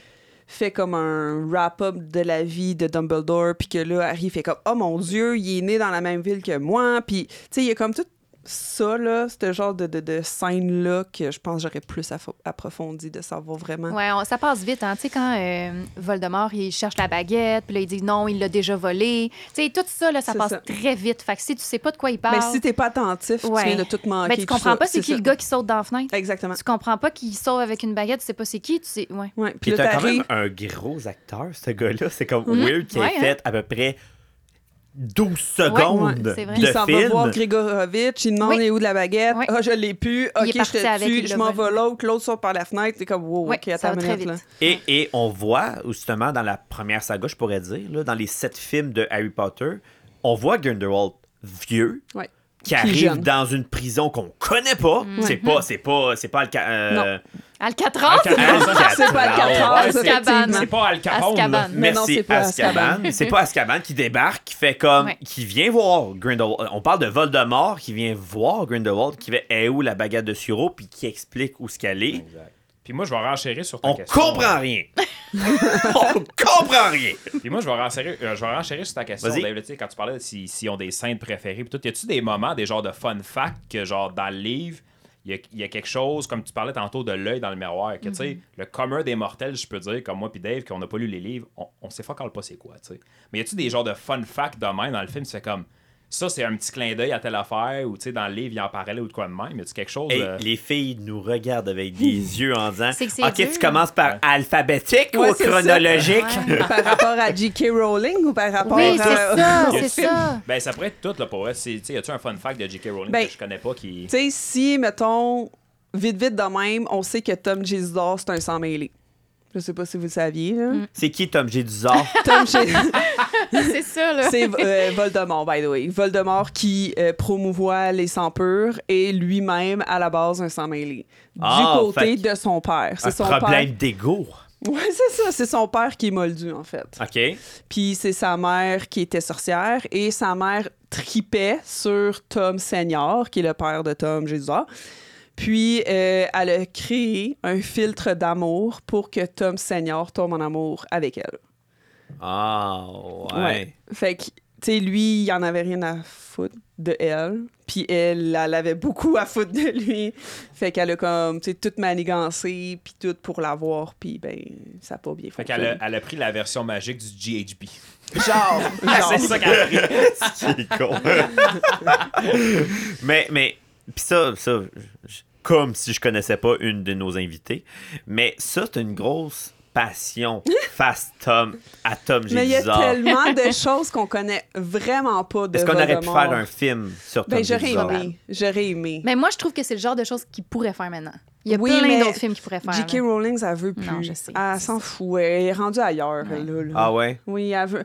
Speaker 3: fait comme un wrap-up de la vie de Dumbledore puis que là Harry fait comme oh mon dieu, il est né dans la même ville que moi puis tu sais il y a comme tout ça là, ce genre de, de, de scène là que je pense que j'aurais plus affo- approfondi de savoir vraiment
Speaker 4: Ouais, on- ça passe vite, hein. Tu sais, quand euh, Voldemort, il cherche la baguette, puis là, il dit non, il l'a déjà volée. Tu sais, tout ça, là, ça
Speaker 3: C'est
Speaker 4: passe
Speaker 3: ça.
Speaker 4: très vite. Fait que si tu sais pas de quoi il parle,
Speaker 3: Mais Ben, si t'es pas attentif,
Speaker 4: Ouais.
Speaker 3: tu viens de tout manquer.
Speaker 4: ben, tu
Speaker 3: tout
Speaker 4: comprends
Speaker 3: ça.
Speaker 4: pas c'est qui
Speaker 3: ça.
Speaker 4: le gars qui saute dans la fenêtre.
Speaker 3: Exactement.
Speaker 4: Tu comprends pas qu'il saute avec une baguette, tu sais pas c'est qui, tu sais. Ouais.
Speaker 3: Ouais.
Speaker 1: Puis
Speaker 3: Puis là,
Speaker 1: t'as quand même
Speaker 3: t'arrives.
Speaker 1: un gros acteur, ce gars-là. C'est comme
Speaker 4: Mhm.
Speaker 1: weird qui
Speaker 4: Ouais,
Speaker 1: a
Speaker 4: hein.
Speaker 1: fait à peu près 12 secondes
Speaker 4: ouais, c'est vrai.
Speaker 3: Puis
Speaker 1: de
Speaker 3: il s'en va
Speaker 1: film.
Speaker 3: voir Grigorovitch, il demande
Speaker 4: Oui.
Speaker 3: est où de la baguette. Ah,
Speaker 4: Oui.
Speaker 3: je l'ai plus.
Speaker 4: Il
Speaker 3: Ok,
Speaker 4: est
Speaker 3: je
Speaker 4: parti
Speaker 3: te
Speaker 4: avec, il
Speaker 3: tue.
Speaker 4: l'a
Speaker 3: Je m'en
Speaker 4: volé.
Speaker 3: vais l'autre. L'autre sort par la fenêtre. T'es comme, wow,
Speaker 4: Ouais,
Speaker 3: ok, attends
Speaker 4: ça va
Speaker 3: une
Speaker 4: très
Speaker 3: minute, là.
Speaker 4: vite.
Speaker 1: Et, et on voit, ou justement, dans la première saga, je pourrais dire, là, dans les sept films de Harry Potter, on voit Grindelwald vieux,
Speaker 3: Ouais.
Speaker 1: qui
Speaker 3: est jeune.
Speaker 1: arrive dans une prison qu'on connaît pas. C'est pas, c'est pas, c'est pas Alca- euh,
Speaker 4: Alcatraz!
Speaker 1: Alcatraz.
Speaker 3: C'est pas
Speaker 4: Ah,
Speaker 3: Alcatraz,
Speaker 4: c'est Cabane.
Speaker 3: effectivement.
Speaker 2: C'est pas Al Capone. là.
Speaker 4: Azkaban.
Speaker 3: Mais Ah bah, non,
Speaker 1: Merci
Speaker 3: c'est pas
Speaker 1: Azkaban. C'est pas Azkaban qui débarque, qui fait comme,
Speaker 4: Ouais.
Speaker 1: qui vient voir Grindelwald. Euh, On parle de Voldemort qui vient voir Grindelwald, qui fait est où la baguette de sureau, puis qui explique où ce qu'elle est.
Speaker 2: Exact. Puis moi, je vais renchérir sur ta
Speaker 1: On
Speaker 2: question.
Speaker 1: comprend rien. on comprend rien.
Speaker 2: Puis moi, je vais renchérir, euh, je vais renchérir sur ta question,
Speaker 1: Vas-y.
Speaker 2: Dave. là, tu sais, quand tu parlais de si- s'ils ont des scènes préférées, puis tout, y a-tu des moments, des genres de fun facts que, genre, dans le livre, il y a, y a quelque chose, comme tu parlais tantôt de l'œil dans le miroir, que, tu sais, le commun des mortels, je peux dire, comme moi puis Dave, qu'on n'a pas lu les livres, on, on sait fuck all pas c'est quoi, tu sais. Mais y a-tu des genres de fun facts de même dans le film, c'est comme. Ça, c'est un petit clin d'œil à telle affaire, ou tu sais, dans le livre, il en parlait ou de quoi de même. Y a-tu quelque chose.
Speaker 1: Hey,
Speaker 2: euh,
Speaker 1: les filles nous regardent avec des yeux en disant
Speaker 4: C'est que c'est
Speaker 1: Ok,
Speaker 4: dur.
Speaker 1: tu commences par alphabétique
Speaker 3: Ouais,
Speaker 1: ou
Speaker 3: c'est ça.
Speaker 1: chronologique
Speaker 4: Ouais.
Speaker 3: par rapport à J.K. Rowling ou par rapport
Speaker 4: Oui, c'est
Speaker 3: à.
Speaker 4: ça,
Speaker 2: au
Speaker 4: c'est
Speaker 2: film.
Speaker 4: ça.
Speaker 2: Ben, ça pourrait être tout, là, pour vrai. C'est- tu sais, Y a-tu un fun fact de J.K. Rowling
Speaker 3: Ben,
Speaker 2: que je connais pas qui.
Speaker 3: Tu sais, si, mettons, vite, vite de même, on sait que Tom Jésus-Dor, c'est un sang mêlé. Je sais pas si vous le saviez, là.
Speaker 4: Mm.
Speaker 1: C'est qui Tom G. Duzard
Speaker 3: Tom Jésus.
Speaker 4: c'est ça, là.
Speaker 3: C'est euh, Voldemort, by the way. Voldemort qui euh, promouvoit les sangs purs et lui-même, à la base, un sang mêlé. Du
Speaker 1: Ah,
Speaker 3: côté
Speaker 1: fait que-
Speaker 3: de son père.
Speaker 1: Un
Speaker 3: C'est son
Speaker 1: problème d'égo.
Speaker 3: père. Ouais, c'est ça. C'est son père qui est moldu, en fait.
Speaker 1: OK.
Speaker 3: Puis c'est sa mère qui était sorcière et sa mère tripait sur Tom Senior, qui est le père de Tom jésus Puis euh, elle a créé un filtre d'amour pour que Tom Senior tombe en amour avec elle.
Speaker 1: Ah, ouais.
Speaker 3: Ouais. Fait que, tu sais, lui, il en avait rien à foutre de elle. Puis elle, elle avait beaucoup à foutre de lui. Fait qu'elle a comme, tu sais, tout manigancé, puis tout pour l'avoir. Puis ben, ça a pas bien
Speaker 2: Fait
Speaker 3: fonctionné.
Speaker 2: qu'elle a, elle a pris la version magique du GHB.
Speaker 3: Genre, genre.
Speaker 2: Ah, c'est ça qu'elle a pris.
Speaker 1: C'est con. mais, mais, pis ça, ça, je- comme si je connaissais pas une de nos invitées, mais ça, c'est une grosse passion face Tom, à Tom G.
Speaker 3: Mais il y a
Speaker 1: Duzard.
Speaker 3: tellement de choses qu'on connaît vraiment pas de
Speaker 1: Est-ce qu'on aurait pu
Speaker 3: Voldemort.
Speaker 1: faire un film sur Tom
Speaker 3: Ben,
Speaker 1: G.
Speaker 3: j'aurais
Speaker 1: Duzard?
Speaker 3: aimé. J'aurais aimé.
Speaker 4: Mais moi, je trouve que c'est le genre de choses qu'ils pourraient faire maintenant. Il y a
Speaker 3: Oui,
Speaker 4: plein
Speaker 3: mais
Speaker 4: d'autres films qu'ils pourraient faire.
Speaker 3: J.K.
Speaker 4: là.
Speaker 3: Rowling, elle veut plus.
Speaker 4: Non, je sais,
Speaker 3: Elle
Speaker 4: c'est
Speaker 3: s'en fout. Elle est rendue ailleurs, elle, là, là.
Speaker 1: Ah ouais?
Speaker 3: Oui, elle veut.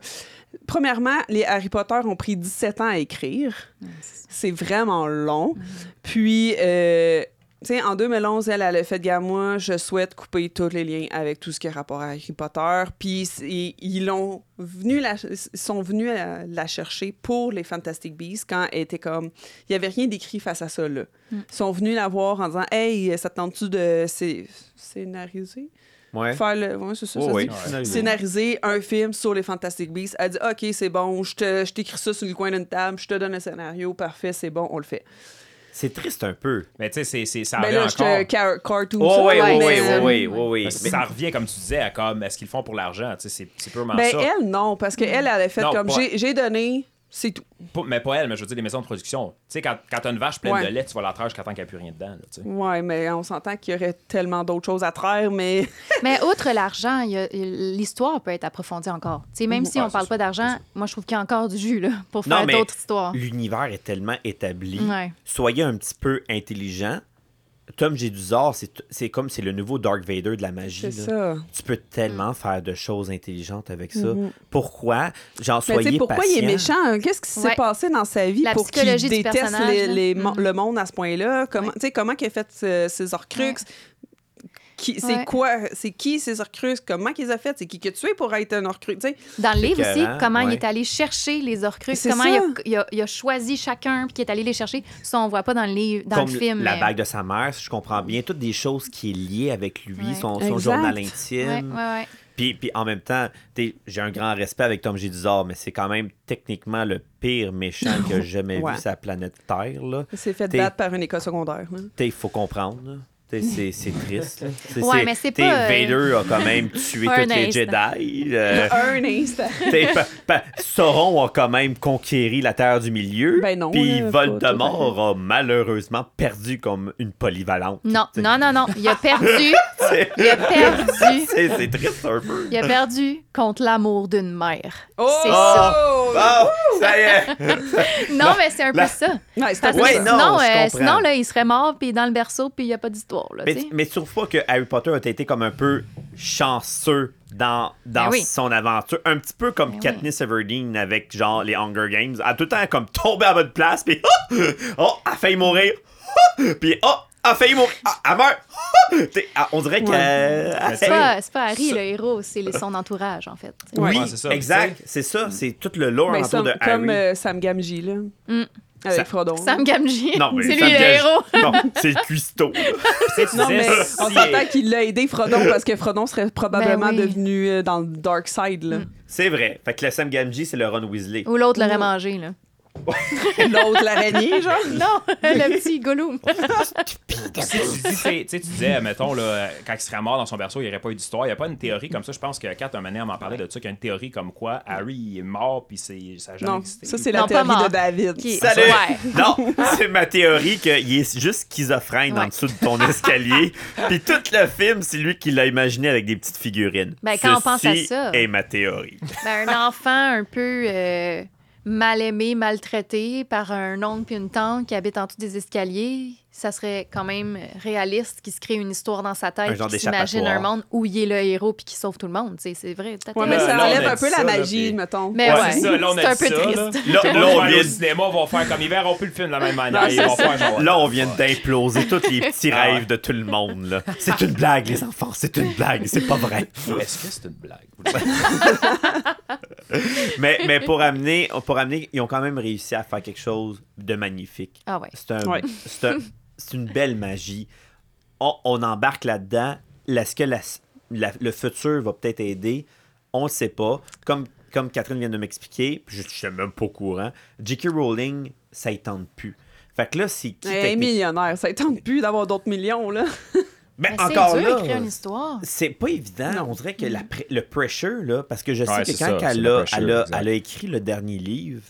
Speaker 3: Premièrement, les Harry Potter ont pris 17 ans à écrire.
Speaker 4: Ouais, Mm, c'est ça.
Speaker 3: C'est vraiment long. Puis, euh, tu sais, en 2011, elle, elle a fait gars, moi, je souhaite couper tous les liens avec tout ce qui a rapport à Harry Potter. Puis c'est- ils l'ont venu la- ils sont venus euh, la chercher pour les Fantastic Beasts quand elle était comme. Il n'y avait rien d'écrit face à ça, là. Ils sont venus la voir en disant Hey, ça te tente-tu de scé- scénariser
Speaker 1: Ouais.
Speaker 3: Faire le. Ouais, c'est ça,
Speaker 1: Oh,
Speaker 3: ça se
Speaker 1: oui.
Speaker 3: dit.
Speaker 1: Ouais.
Speaker 3: Scénariser un film sur les Fantastic Beasts. Elle dit Ok, c'est bon, je te- je t'écris ça sur le coin d'une table, je te donne un scénario, parfait, c'est bon, on le fait.
Speaker 1: C'est triste un peu.
Speaker 2: Mais tu sais, c'est- c'est- ça
Speaker 3: Ben
Speaker 2: revient
Speaker 3: là, je
Speaker 2: encore.
Speaker 3: te car- cartoon
Speaker 1: Ah, Oh,
Speaker 3: ça,
Speaker 1: oui, oui,
Speaker 3: mais-
Speaker 1: oui,
Speaker 4: euh,
Speaker 1: oui, oui, oui.
Speaker 2: Parce que Ça revient, comme tu disais, à comme est-ce qu'ils le font pour l'argent? Tu sais, C'est c'est
Speaker 1: Ah,
Speaker 2: purement
Speaker 3: Ben,
Speaker 2: ça.
Speaker 3: elle, non, parce qu'elle, elle avait fait
Speaker 2: Non,
Speaker 3: comme
Speaker 2: pas-
Speaker 3: j'ai j'ai donné, c'est tout.
Speaker 2: Pas- mais pas elle, mais je veux dire, les maisons de production. Tu sais, quand, quand t'as une vache pleine
Speaker 3: Ouais.
Speaker 2: de lait, tu vas la traire jusqu'à temps qu'il n'y a plus rien dedans. là, tu sais.
Speaker 3: Ouais, mais on s'entend qu'il y aurait tellement d'autres choses à traire, mais.
Speaker 4: Mais outre l'argent, il y a- l'histoire peut être approfondie encore. Tu sais, même si
Speaker 2: Ouais,
Speaker 4: on
Speaker 2: c'est
Speaker 4: parle
Speaker 2: sûr,
Speaker 4: pas d'argent, moi, je trouve qu'il y a encore du jus là, pour
Speaker 1: Non,
Speaker 4: faire
Speaker 1: mais-
Speaker 4: d'autres histoires.
Speaker 1: L'univers est tellement établi.
Speaker 4: Ouais.
Speaker 1: Soyez un petit peu intelligent. Tom Jedusor, c'est c'est comme c'est le nouveau Dark Vader de la magie.
Speaker 3: C'est
Speaker 1: là.
Speaker 3: ça.
Speaker 1: Tu peux
Speaker 4: Mm.
Speaker 1: tellement faire de choses intelligentes avec ça.
Speaker 4: Mm-hmm.
Speaker 1: Pourquoi? J'en
Speaker 3: Mais tu sais,
Speaker 1: soyez
Speaker 3: pourquoi
Speaker 1: patient.
Speaker 3: il est méchant? hein? Qu'est-ce qui s'est
Speaker 4: Ouais.
Speaker 3: passé dans sa vie
Speaker 4: La
Speaker 3: pour qu'il
Speaker 4: psychologie du
Speaker 3: déteste
Speaker 4: personnage,
Speaker 3: les-
Speaker 4: là.
Speaker 3: les mo-
Speaker 4: Mhm.
Speaker 3: le monde à ce point-là? Comment, tu sais, comment qu'il a fait euh, ses Horcruxes? Qui- C'est
Speaker 4: Ouais.
Speaker 3: quoi? C'est qui ces Horcruxes? Comment qu'ils ont fait? C'est qui que tu es pour être un Horcrux? Tu sais,
Speaker 4: Dans le livre aussi,
Speaker 1: écœurant,
Speaker 4: comment il
Speaker 1: ouais.
Speaker 4: est allé chercher les orcruxes,
Speaker 3: C'est
Speaker 4: comment
Speaker 3: ça.
Speaker 4: il a, il a- il a choisi chacun puis qu'il est allé les chercher. Ça, on voit pas dans le, livre, dans
Speaker 1: Comme
Speaker 4: le film.
Speaker 1: La
Speaker 4: mais-
Speaker 1: bague de sa mère, si je comprends bien, toutes des choses qui est liées avec lui,
Speaker 4: Ouais.
Speaker 1: son, son
Speaker 3: Exact.
Speaker 1: journal
Speaker 4: Ouais,
Speaker 1: intime.
Speaker 4: ouais, ouais.
Speaker 1: Puis, puis en même temps, t'sais, j'ai un grand respect avec Tom Jedusor, mais c'est quand même techniquement le pire méchant que j'ai jamais
Speaker 3: Ouais.
Speaker 1: vu sur la planète Terre. là.
Speaker 3: il s'est fait
Speaker 1: T'es- Euh.
Speaker 3: battre par une école secondaire. hein.
Speaker 1: T'sais, Il faut comprendre. là. T'sais, C'est c'est triste. là. T'sais,
Speaker 4: Ouais, mais c'est
Speaker 1: t'sais,
Speaker 4: pas, euh,
Speaker 1: Vader a quand même tué
Speaker 4: un
Speaker 1: tous les
Speaker 4: instant.
Speaker 1: Jedi. euh,
Speaker 3: Un instant.
Speaker 1: t'sais, pa- pa- Sauron a quand même conquéri la Terre du Milieu.
Speaker 3: Ben non,
Speaker 1: Puis
Speaker 3: là, pas
Speaker 1: Voldemort a malheureusement perdu comme une polyvalente.
Speaker 4: Non,
Speaker 1: T'sais,
Speaker 4: non, non, non. Il a perdu.
Speaker 1: t'sais,
Speaker 4: il a perdu.
Speaker 1: C'est c'est triste un peu.
Speaker 4: Il a perdu contre l'amour d'une mère.
Speaker 3: Oh!
Speaker 4: C'est ça.
Speaker 1: Bon, ça y est.
Speaker 4: Non, mais c'est un peu
Speaker 1: La-
Speaker 4: ça.
Speaker 3: Ouais, c'est un
Speaker 4: Parce
Speaker 3: peu
Speaker 4: que
Speaker 1: Ouais,
Speaker 3: ça.
Speaker 1: non,
Speaker 4: sinon,
Speaker 1: je
Speaker 4: euh,
Speaker 1: comprends.
Speaker 4: sinon, là, il serait mort, puis dans le berceau, puis il n'y a pas d'histoire. là,
Speaker 1: Mais,
Speaker 4: tu sais.
Speaker 1: mais tu trouves pas que Harry Potter a été comme un peu chanceux dans, dans
Speaker 4: Ben oui.
Speaker 1: son aventure? Un petit peu comme
Speaker 4: Ben oui.
Speaker 1: Katniss Everdeen avec genre les Hunger Games. À tout le temps, comme tomber à bonne place, puis oh, oh, elle a failli mourir. Oh, puis oh, elle a failli mourir. Ah, elle meurt. Oh, t'sais, ah, on dirait que.
Speaker 4: C'est pas, c'est pas Harry le héros, c'est les- son entourage, en fait.
Speaker 1: Oui,
Speaker 2: Ouais, c'est ça,
Speaker 1: exact. C'est ça. C'est tout le lore
Speaker 3: Ben,
Speaker 1: autour
Speaker 3: Sam-
Speaker 1: de
Speaker 3: comme
Speaker 1: Harry.
Speaker 3: euh, Sam Gamgee, là. Avec
Speaker 1: Sam-
Speaker 3: Frodon.
Speaker 4: Mm. Sam Gamgee,
Speaker 1: Non, mais
Speaker 4: c'est lui
Speaker 1: ça me
Speaker 4: le
Speaker 1: gage-
Speaker 4: héros.
Speaker 1: Non, c'est le cuistot.
Speaker 2: Tu sais, tu
Speaker 3: Non,
Speaker 2: disais,
Speaker 3: mais
Speaker 2: si-
Speaker 3: on s'entend qu'il l'a aidé, Frodon, parce que Frodon serait probablement
Speaker 4: Ben oui. Mm.
Speaker 3: devenu euh, dans le Dark Side, là.
Speaker 1: C'est vrai. Fait que le Sam Gamgee, c'est le Ron Weasley.
Speaker 4: Ou l'autre l'aurait
Speaker 3: Non.
Speaker 4: mangé, là.
Speaker 3: L'autre, l'araignée, genre.
Speaker 4: Non, le petit Gollum.
Speaker 2: si tu dis, tu sais, tu sais, tu disais, mettons, là, euh, quand il serait mort dans son berceau, il n'y aurait pas eu d'histoire. Il n'y a pas une théorie comme ça. Je pense que Kat, un manière m'en parlait de ça, qu'il y a une théorie comme quoi Harry il est mort, puis c'est- ça n'a jamais
Speaker 3: Non,
Speaker 2: existé.
Speaker 3: ça, c'est
Speaker 4: Non,
Speaker 3: la
Speaker 4: pas
Speaker 3: théorie
Speaker 4: mort.
Speaker 3: de David.
Speaker 4: Qui-
Speaker 1: Salut!
Speaker 4: Ouais.
Speaker 1: Non, c'est ma théorie qu'il est juste schizophrène en
Speaker 4: Ouais.
Speaker 1: dessous de ton escalier. Puis tout le film, c'est lui qui l'a imaginé avec des petites figurines.
Speaker 4: Ben, quand on pense à
Speaker 1: Ceci
Speaker 4: ça.
Speaker 1: est ma théorie.
Speaker 4: Ben, un enfant un peu euh, mal aimé, maltraité par un oncle puis une tante qui habite en dessous des escaliers, ça serait quand même réaliste qu'il se crée une histoire dans sa
Speaker 1: Un
Speaker 4: tête,
Speaker 1: genre
Speaker 4: qu'il s'imagine un
Speaker 1: d'échappatoire.
Speaker 4: monde où il est le héros puis qui sauve tout le monde. tu sais, C'est vrai. peut-être.
Speaker 3: Ouais, mais
Speaker 2: Là,
Speaker 3: ça
Speaker 2: là, on
Speaker 3: enlève
Speaker 2: a
Speaker 3: un
Speaker 2: dit
Speaker 3: peu
Speaker 2: ça,
Speaker 3: la
Speaker 2: là,
Speaker 3: magie,
Speaker 2: puis-
Speaker 3: mettons.
Speaker 4: Mais
Speaker 2: Ouais,
Speaker 4: ouais,
Speaker 2: c'est ça, là, on
Speaker 4: c'est
Speaker 2: a
Speaker 4: un
Speaker 2: dit
Speaker 4: peu
Speaker 2: ça, là.
Speaker 4: triste.
Speaker 1: Là,
Speaker 2: Tout
Speaker 1: là,
Speaker 2: le monde
Speaker 1: on
Speaker 2: va aller au
Speaker 1: vient,
Speaker 2: cinéma, on va faire comme hiver, on peut le film de la même manière.
Speaker 3: Non,
Speaker 2: Ah, Ils vont
Speaker 3: c'est
Speaker 2: faire genre-
Speaker 1: là, on vient d'imploser tous les petits
Speaker 2: Ah ouais.
Speaker 1: rêves de tout le monde. là. C'est une blague, les enfants. C'est une blague. C'est pas vrai.
Speaker 2: Est-ce que c'est une blague?
Speaker 1: Mais, mais pour, amener, pour amener, ils ont quand même réussi à faire quelque chose de magnifique.
Speaker 4: Ah ouais.
Speaker 1: C'est un-
Speaker 3: Ouais.
Speaker 1: c'est un- c'est une belle magie. On, on embarque là-dedans. Est-ce que la- la- le futur va peut-être aider? On ne sait pas. Comme, comme Catherine vient de m'expliquer, puis je ne suis même pas au courant, J.K. Rowling, ça y tente plus. Fait que là, c'est
Speaker 4: Euh,
Speaker 1: qui
Speaker 3: Elle est
Speaker 1: technique-
Speaker 3: millionnaire. Ça ne tente plus d'avoir d'autres millions, là.
Speaker 1: Ben,
Speaker 4: Mais
Speaker 1: encore
Speaker 4: c'est dur
Speaker 1: là,
Speaker 4: d'écrire une histoire.
Speaker 1: c'est pas évident. On dirait
Speaker 4: Mm-hmm.
Speaker 1: que la pre- le pressure, là, parce que je sais
Speaker 2: Ouais,
Speaker 1: que
Speaker 2: c'est
Speaker 1: quand
Speaker 2: ça, c'est
Speaker 1: elle,
Speaker 2: le
Speaker 1: a,
Speaker 2: pressure,
Speaker 1: elle a-
Speaker 2: exact.
Speaker 1: elle a écrit le dernier livre,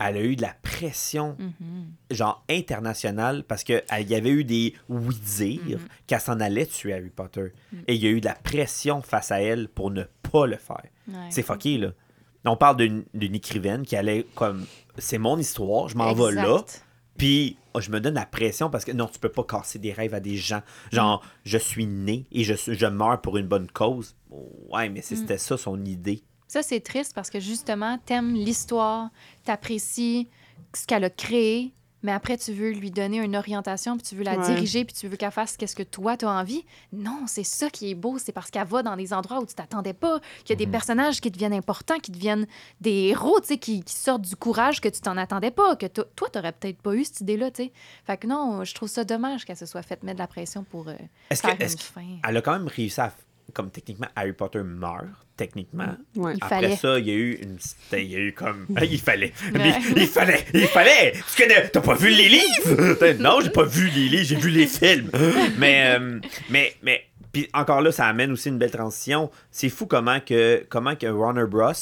Speaker 1: elle a eu de la pression,
Speaker 4: Mm-hmm.
Speaker 1: genre internationale, parce qu'il y avait eu des oui-dire
Speaker 4: Mm-hmm.
Speaker 1: qu'elle s'en allait tuer Harry Potter.
Speaker 4: Mm.
Speaker 1: Et il y a eu de la pression face à elle pour ne pas le faire.
Speaker 4: Ouais.
Speaker 1: C'est fucké, là. On parle d'une d'une écrivaine qui allait comme c'est mon histoire, je m'en vais
Speaker 4: Exact.
Speaker 1: là. Puis oh, je me donne la pression parce que non, tu peux pas casser des rêves à des gens. Genre, je suis né et je, suis- je meurs pour une bonne cause. Ouais, mais c'est- c'était ça son idée.
Speaker 4: Ça, c'est triste parce que justement, t'aimes l'histoire, t'apprécies ce qu'elle a créé, mais après, tu veux lui donner une orientation, puis tu veux la
Speaker 3: Ouais.
Speaker 4: diriger, puis tu veux qu'elle fasse qu'est-ce que toi, tu as envie. Non, c'est ça qui est beau. C'est parce qu'elle va dans des endroits où tu t'attendais pas, qu'il y a des
Speaker 1: Mhm.
Speaker 4: personnages qui deviennent importants, qui deviennent des héros, tu sais, qui, qui sortent du courage que tu t'en attendais pas, que to- toi, tu peut-être pas eu cette idée-là, tu sais. Fait que non, je trouve ça dommage qu'elle se soit faite mettre de la pression pour euh,
Speaker 1: Est-ce que-
Speaker 4: faire
Speaker 1: est-ce
Speaker 4: une
Speaker 1: que-
Speaker 4: fin.
Speaker 1: Elle a quand même réussi à. Comme techniquement, Harry Potter meurt, techniquement.
Speaker 3: Ouais.
Speaker 4: Il
Speaker 1: Après
Speaker 4: fallait.
Speaker 1: ça, il y a eu une. c'était- Il y a eu comme. Il fallait.
Speaker 4: Ouais.
Speaker 1: Mais il fallait. Il fallait. Parce que ne- t'as pas vu les livres. T'as- non, j'ai pas vu les livres, j'ai vu les films. Mais. euh, mais. mais puis encore là, ça amène aussi une belle transition. C'est fou comment que, comment que Warner Bros.